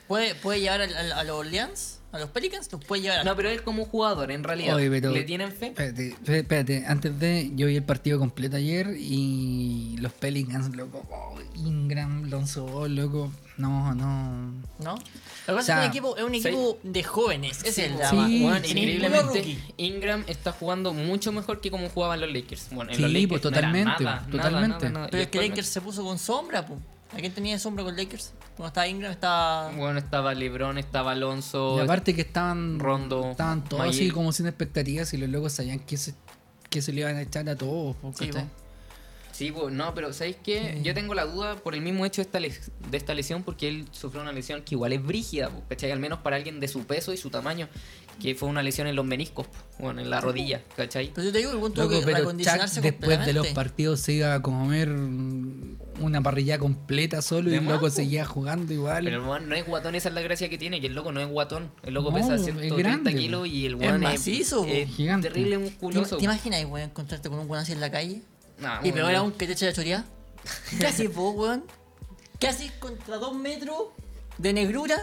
puede, puede llevar al- al- a los Orleans, a los Pelicans, los puede llevar a...
No, pero él como jugador, en realidad.
Oye, pero-
¿Le tienen fe?
Espérate, espérate, espérate, antes de. Yo vi el partido completo ayer y los Pelicans, loco. oh, Ingram, Lonzo Ball, loco. No, no.
¿no? Lo que pasa
O sea,
es que es un equipo, es un
sí.
equipo de jóvenes, ese es el
Sí,
drama.
Weón,
sí.
increíblemente,
Ninguno rookie.
Ingram está jugando mucho mejor que como jugaban los Lakers. Bueno, en
Sí,
los Lakers
pues,
no era
totalmente,
nada,
pues,
nada,
totalmente.
nada, nada.
Pero
Y
es que
después,
Lakers se puso con sombra, po. ¿A quién tenía sombra con Lakers? Cuando estaba Ingram, estaba...
Bueno, estaba LeBron, estaba Alonso.
Y aparte que estaban.
Oh, Rondo,
Estaban todos así
Magic.
como sin expectativas y los locos sabían que se, que se le iban a echar a todos. po,
Sí,
¿cachai?
po.
Sí, pues, no, pero ¿sabéis qué? Yo tengo la duda por el mismo hecho de esta, les- de esta lesión, porque él sufrió una lesión que igual es brígida, pues, ¿cachai? Al menos para alguien de su peso y su tamaño, que fue una lesión en los meniscos, pues, bueno, en la rodilla, ¿cachai?
Pero yo te digo, el buen tuvo
Loco,
que
pero Chuck
recondicionarse
después de los
completamente.
partidos se iba a comer una parrilla completa solo y
De
el
más,
loco
po.
seguía jugando igual.
Pero el weón no es guatón, esa es la gracia que tiene, que el loco no es guatón. El loco
No,
pesa
es
130
grande, pues.
kilos y el
Es
weón es,
macizo,
es
po. Gigante.
¿Te,
terrible musculoso.
te imaginas, weón, encontrarte con un weón así en la calle?
Nah,
y
bueno,
peor aún que te eche la choría. ¿Qué haces vos, weón? ¿Qué haces contra dos metros de negrura?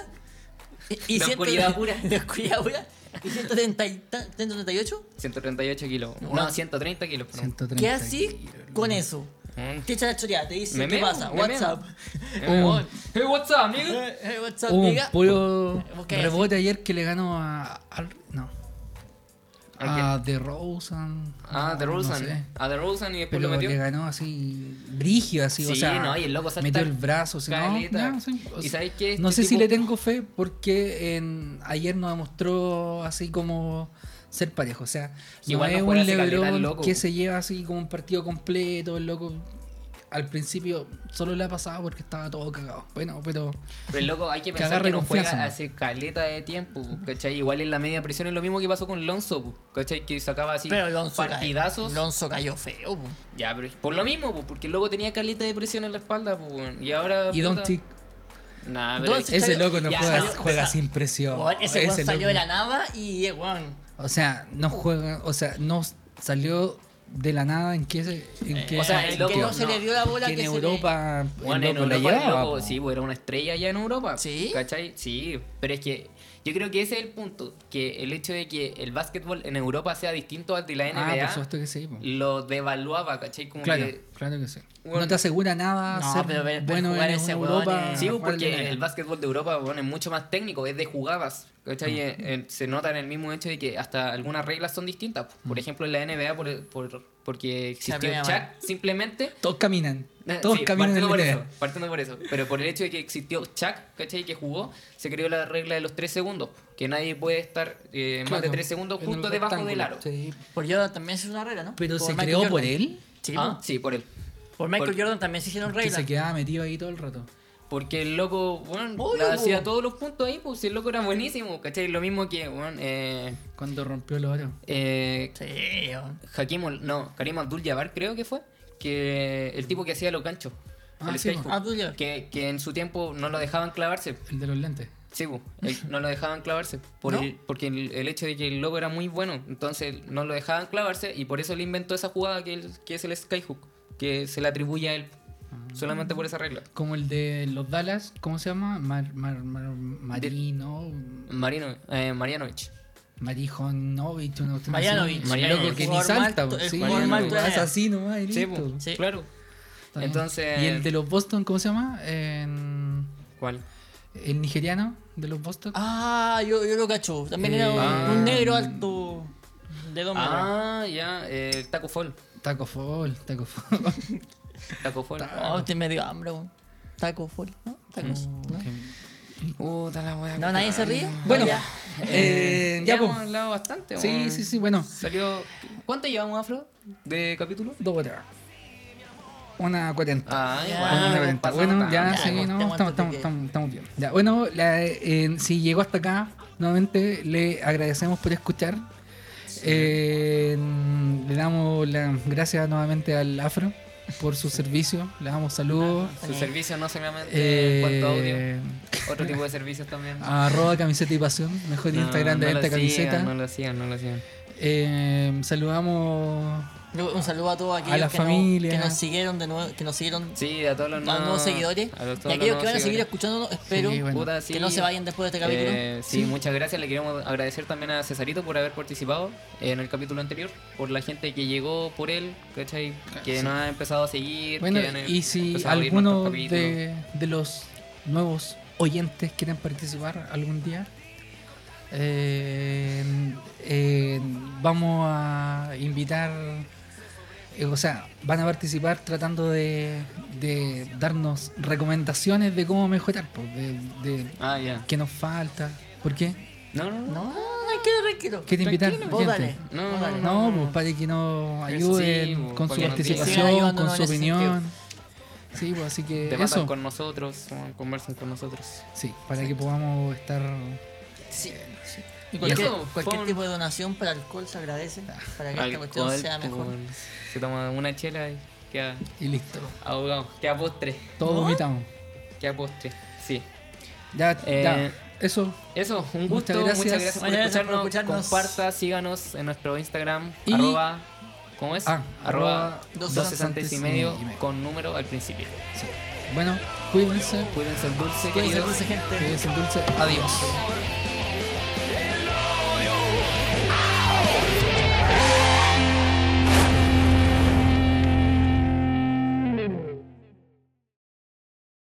Y, y
De
ciento-
oscuridad pura.
De oscuridad pura. ¿Y 130 y ta- 138?
138 kilos.
Bueno.
No, 130 kilos. perdón.
130
¿Qué haces
kilos, loco.
con eso?
Mm.
Te echa la choría, te dice,
Me
¿qué
meo,
pasa?
me
WhatsApp.
Eh,
Uh.
weón. Hey, what's up, nigga?
Eh, eh, WhatsApp,
Hubo un
nigga.
puro
Busca ese.
rebote ayer que le ganó a. al- no.
¿A
A The Rosen.
Ah, The Rosen. A The Rosen y después
Pero
lo metió.
le ganó así, brigio, así, o
Sí,
sea,
no, y el loco salta
metió el brazo, así, no,
caleta.
ya, sí, o
¿Y
sea,
sabes qué?
no
Este
sé si
tipo-
le tengo fe porque en, ayer nos demostró así como ser parejo, o sea,
Que
no
igual no
es
juega
un
hace caleta el
LeBron
loco.
que se lleva así como un partido completo, el loco al principio solo le ha pasado porque estaba todo cagado, bueno, pero
Pero el loco hay que
Que
pensar que,
agarre
no juega
confianza, ¿no?
hace caleta de tiempo, po, ¿cachai? Igual en la media presión es lo mismo que pasó con Lonzo, po, ¿cachai? Que sacaba así
Pero Lonzo
partidazos.
Cayó, Lonzo cayó feo, po.
Ya, pero es por lo mismo, po, porque el loco tenía caleta de presión en la espalda, po, weón. y ahora...
y
puta,
Doncic,
Nah, pero
Doncic-
ese loco no
Ya,
juega,
salió-
juega
o sea,
sin presión,
Weón, Ese weón salió
loco-
de la nada y, eh, weón,
o sea, no juega, o sea, no salió de la nada en qué se- en qué
Eh, o sea,
Eh,
el
que
loco-
no se le dio la bola
que
que,
en
se le-
Europa el
Bueno, en
loco la
Europa, el
llevaba,
loco,
po.
sí, pues, era una estrella allá en Europa.
¿Sí?
¿Cachai? Sí, pero es que yo creo que ese es el punto, que el hecho de que el básquetbol en Europa sea distinto al de la
Ah,
NBA
por supuesto que sí. po.
lo devaluaba, ¿cachai? Como
Claro,
que...
claro que sí.
Bueno.
no te asegura nada
No,
ser
pero ver- ver
bueno
jugar
en
ese weón
Europa.
es-
Sí,
jugar
pues, porque
en-
el básquetbol de Europa weón, es mucho más técnico, es de jugadas. ¿cachai?
Mm.
Eh, eh, se nota en el mismo hecho de que hasta algunas reglas son distintas. Por
Mm.
ejemplo, en la NBA, por, por- porque existió
primera
chat simplemente.
Todos caminan.
Eh,
Todos
sí,
caminan en la
partiendo por eso,
NBA.
partiendo por eso. Pero por el hecho de que existió Chuck, ¿cachai? Que jugó, se creó la regla de los 3 segundos. Que nadie puede estar eh, más de
Claro,
3 segundos
en
justo
un
debajo del
rectángulo,
aro. Ah,
sí.
Por Jordan también se hizo una regla, ¿no?
Pero se
Michael
creó
Jordan.
por él.
Sí,
Ah,
po.
sí, por él.
por Michael
por-
Jordan también se hicieron
Que
reglas.
se quedaba metido ahí todo el rato.
Porque el loco, bueno,
Obvio, po.
hacía todos los puntos ahí, pues el loco era buenísimo, ¿cachai? Lo mismo que, bueno, eh,
Cuando rompió el oro.
eh,
Sí, weón.
Hakim, Ol- no, Karim Abdul-Jabbar creo que fue, que el tipo que hacía los ganchos,
Ah,
el
sí,
skateboard,
Ah, tú ya.
que, que en su tiempo no lo dejaban clavarse,
El de los lentes.
sí, bu, el- no lo dejaban clavarse, por
¿No?
el- porque el, el hecho de que el loco era muy bueno, entonces no lo dejaban clavarse y por eso le inventó esa jugada que, el- que es el skyhook, que se le atribuye a él,
Ah.
solamente por esa regla.
Como el de los Dallas. ¿Cómo se llama? Mar, mar, mar- Marino.
Marino, eh, Marianovich.
Marijonovic. una cuestión así.
Marjanovic.
El loco que ni
Jugador
salta. po,
mal- el
Sí,
jugador
mal
lo
de la
hace
NBA.
así nomás y
Sí,
listo.
bu,
Sí.
claro.
Está bien.
Entonces-
Y el de los Boston, ¿cómo se llama? En-
¿Cuál?
el nigeriano de los Boston.
Ah, yo, yo lo cacho. También
Eh,
era un,
ah.
un negro alto de dos metros.
Ah, ya, eh, el Taco Fall.
Taco Fall, Taco Fall.
Taco Fall.
Ah, usted me dio hambre, weón. Taco full, ¿no? Tacos.
Mm,
¿no?
Oh, Puta la wea.
No, nadie se ríe.
Bueno,
Ya.
eh, ya,
ya hemos
po.
hablado bastante.
Sí,
weón.
sí, sí, bueno.
Salió. ¿Cuánto llevamos, Afro? ¿De capítulo?
Dos horas. Una 40.
Ah,
Ya.
igual,
Una
no
40.
pasó
Bueno,
tanto.
ya,
Ya,
sí,
aguante,
no,
aguante,
estamos, estamos,
porque-
estamos, estamos bien. Ya, bueno, la- eh, si llegó hasta acá, nuevamente le agradecemos por escuchar. Eh, le damos las gracias nuevamente al Afro por su servicio. Le damos saludos.
Su servicio no solamente en cuanto a audio,
Eh,
otro tipo de servicios también.
arroba camiseta y pasión. Mejor
No,
Instagram de
no lo
esta
sigan,
camiseta.
No lo hacían, no lo hacían.
Eh, saludamos
Un saludo a todos aquellos
la
que, no-
familia. Ah,
que nos siguieron de nuevo, que nos siguieron
Sí, a todos los
a los nuevos seguidores.
a los- todos
y
los
aquellos
nuevos
que van a seguir
seguidores.
escuchándonos, espero
Sí, bueno.
Puta,
que no
sí.
se vayan después de este capítulo.
Eh, sí, muchas gracias. Le queremos agradecer también a Cesarito por haber participado en el capítulo anterior, por la gente que llegó por él, ¿cachai? Que nos ha empezado a seguir.
Bueno,
que han
y si
empezado a oír nuestros
alguno
capítulos.
de, de los nuevos oyentes quieren participar algún día, eh, eh, vamos a invitar, eh, o sea, van a participar tratando de, de darnos recomendaciones de cómo mejorar, po, de, de
Ah, ya.
qué nos falta, ¿por qué?
No, no, no.
No, tranquilo, tranquilo.
¿Qué te invitar?
Tranquilo,
Vos
gente?
dale.
No,
vos
no,
dale.
No, pues para que nos
Sí,
ayuden
pues,
con
para
su
que nos
Sigan
digan.
participación, con
ayudándonos
su
en ese
opinión. Sí, pues así que
Debatan
eso.
con nosotros, conversan con nosotros.
Sí, para que podamos estar.
Sí.
¿Y
Y cualquier,
eso?
cualquier
Pon-
tipo de donación para alcohol se agradece para que esta cuestión
Alcohol,
sea mejor.
pues, Se toma una chela y queda
Y listo.
ahogado, queda postre,
Todos vomitamos.
queda postre. Sí.
Ya,
Eh,
ya. Eso.
Eso, un gusto,
Muchas
muchas
gracias.
Muchas gracias
gracias, por,
por
escucharnos.
escucharnos.
Comparta, síganos en nuestro Instagram,
Y-
arroba, ¿cómo es?
Ah,
arroba
arroba
12 y medio,
y medio.
con número al principio.
Bueno, cuídense.
Pueden ser
Cuídense,
dulces, queridos.
cuídense, gente.
Cuídense dulce. Adiós.
Adiós.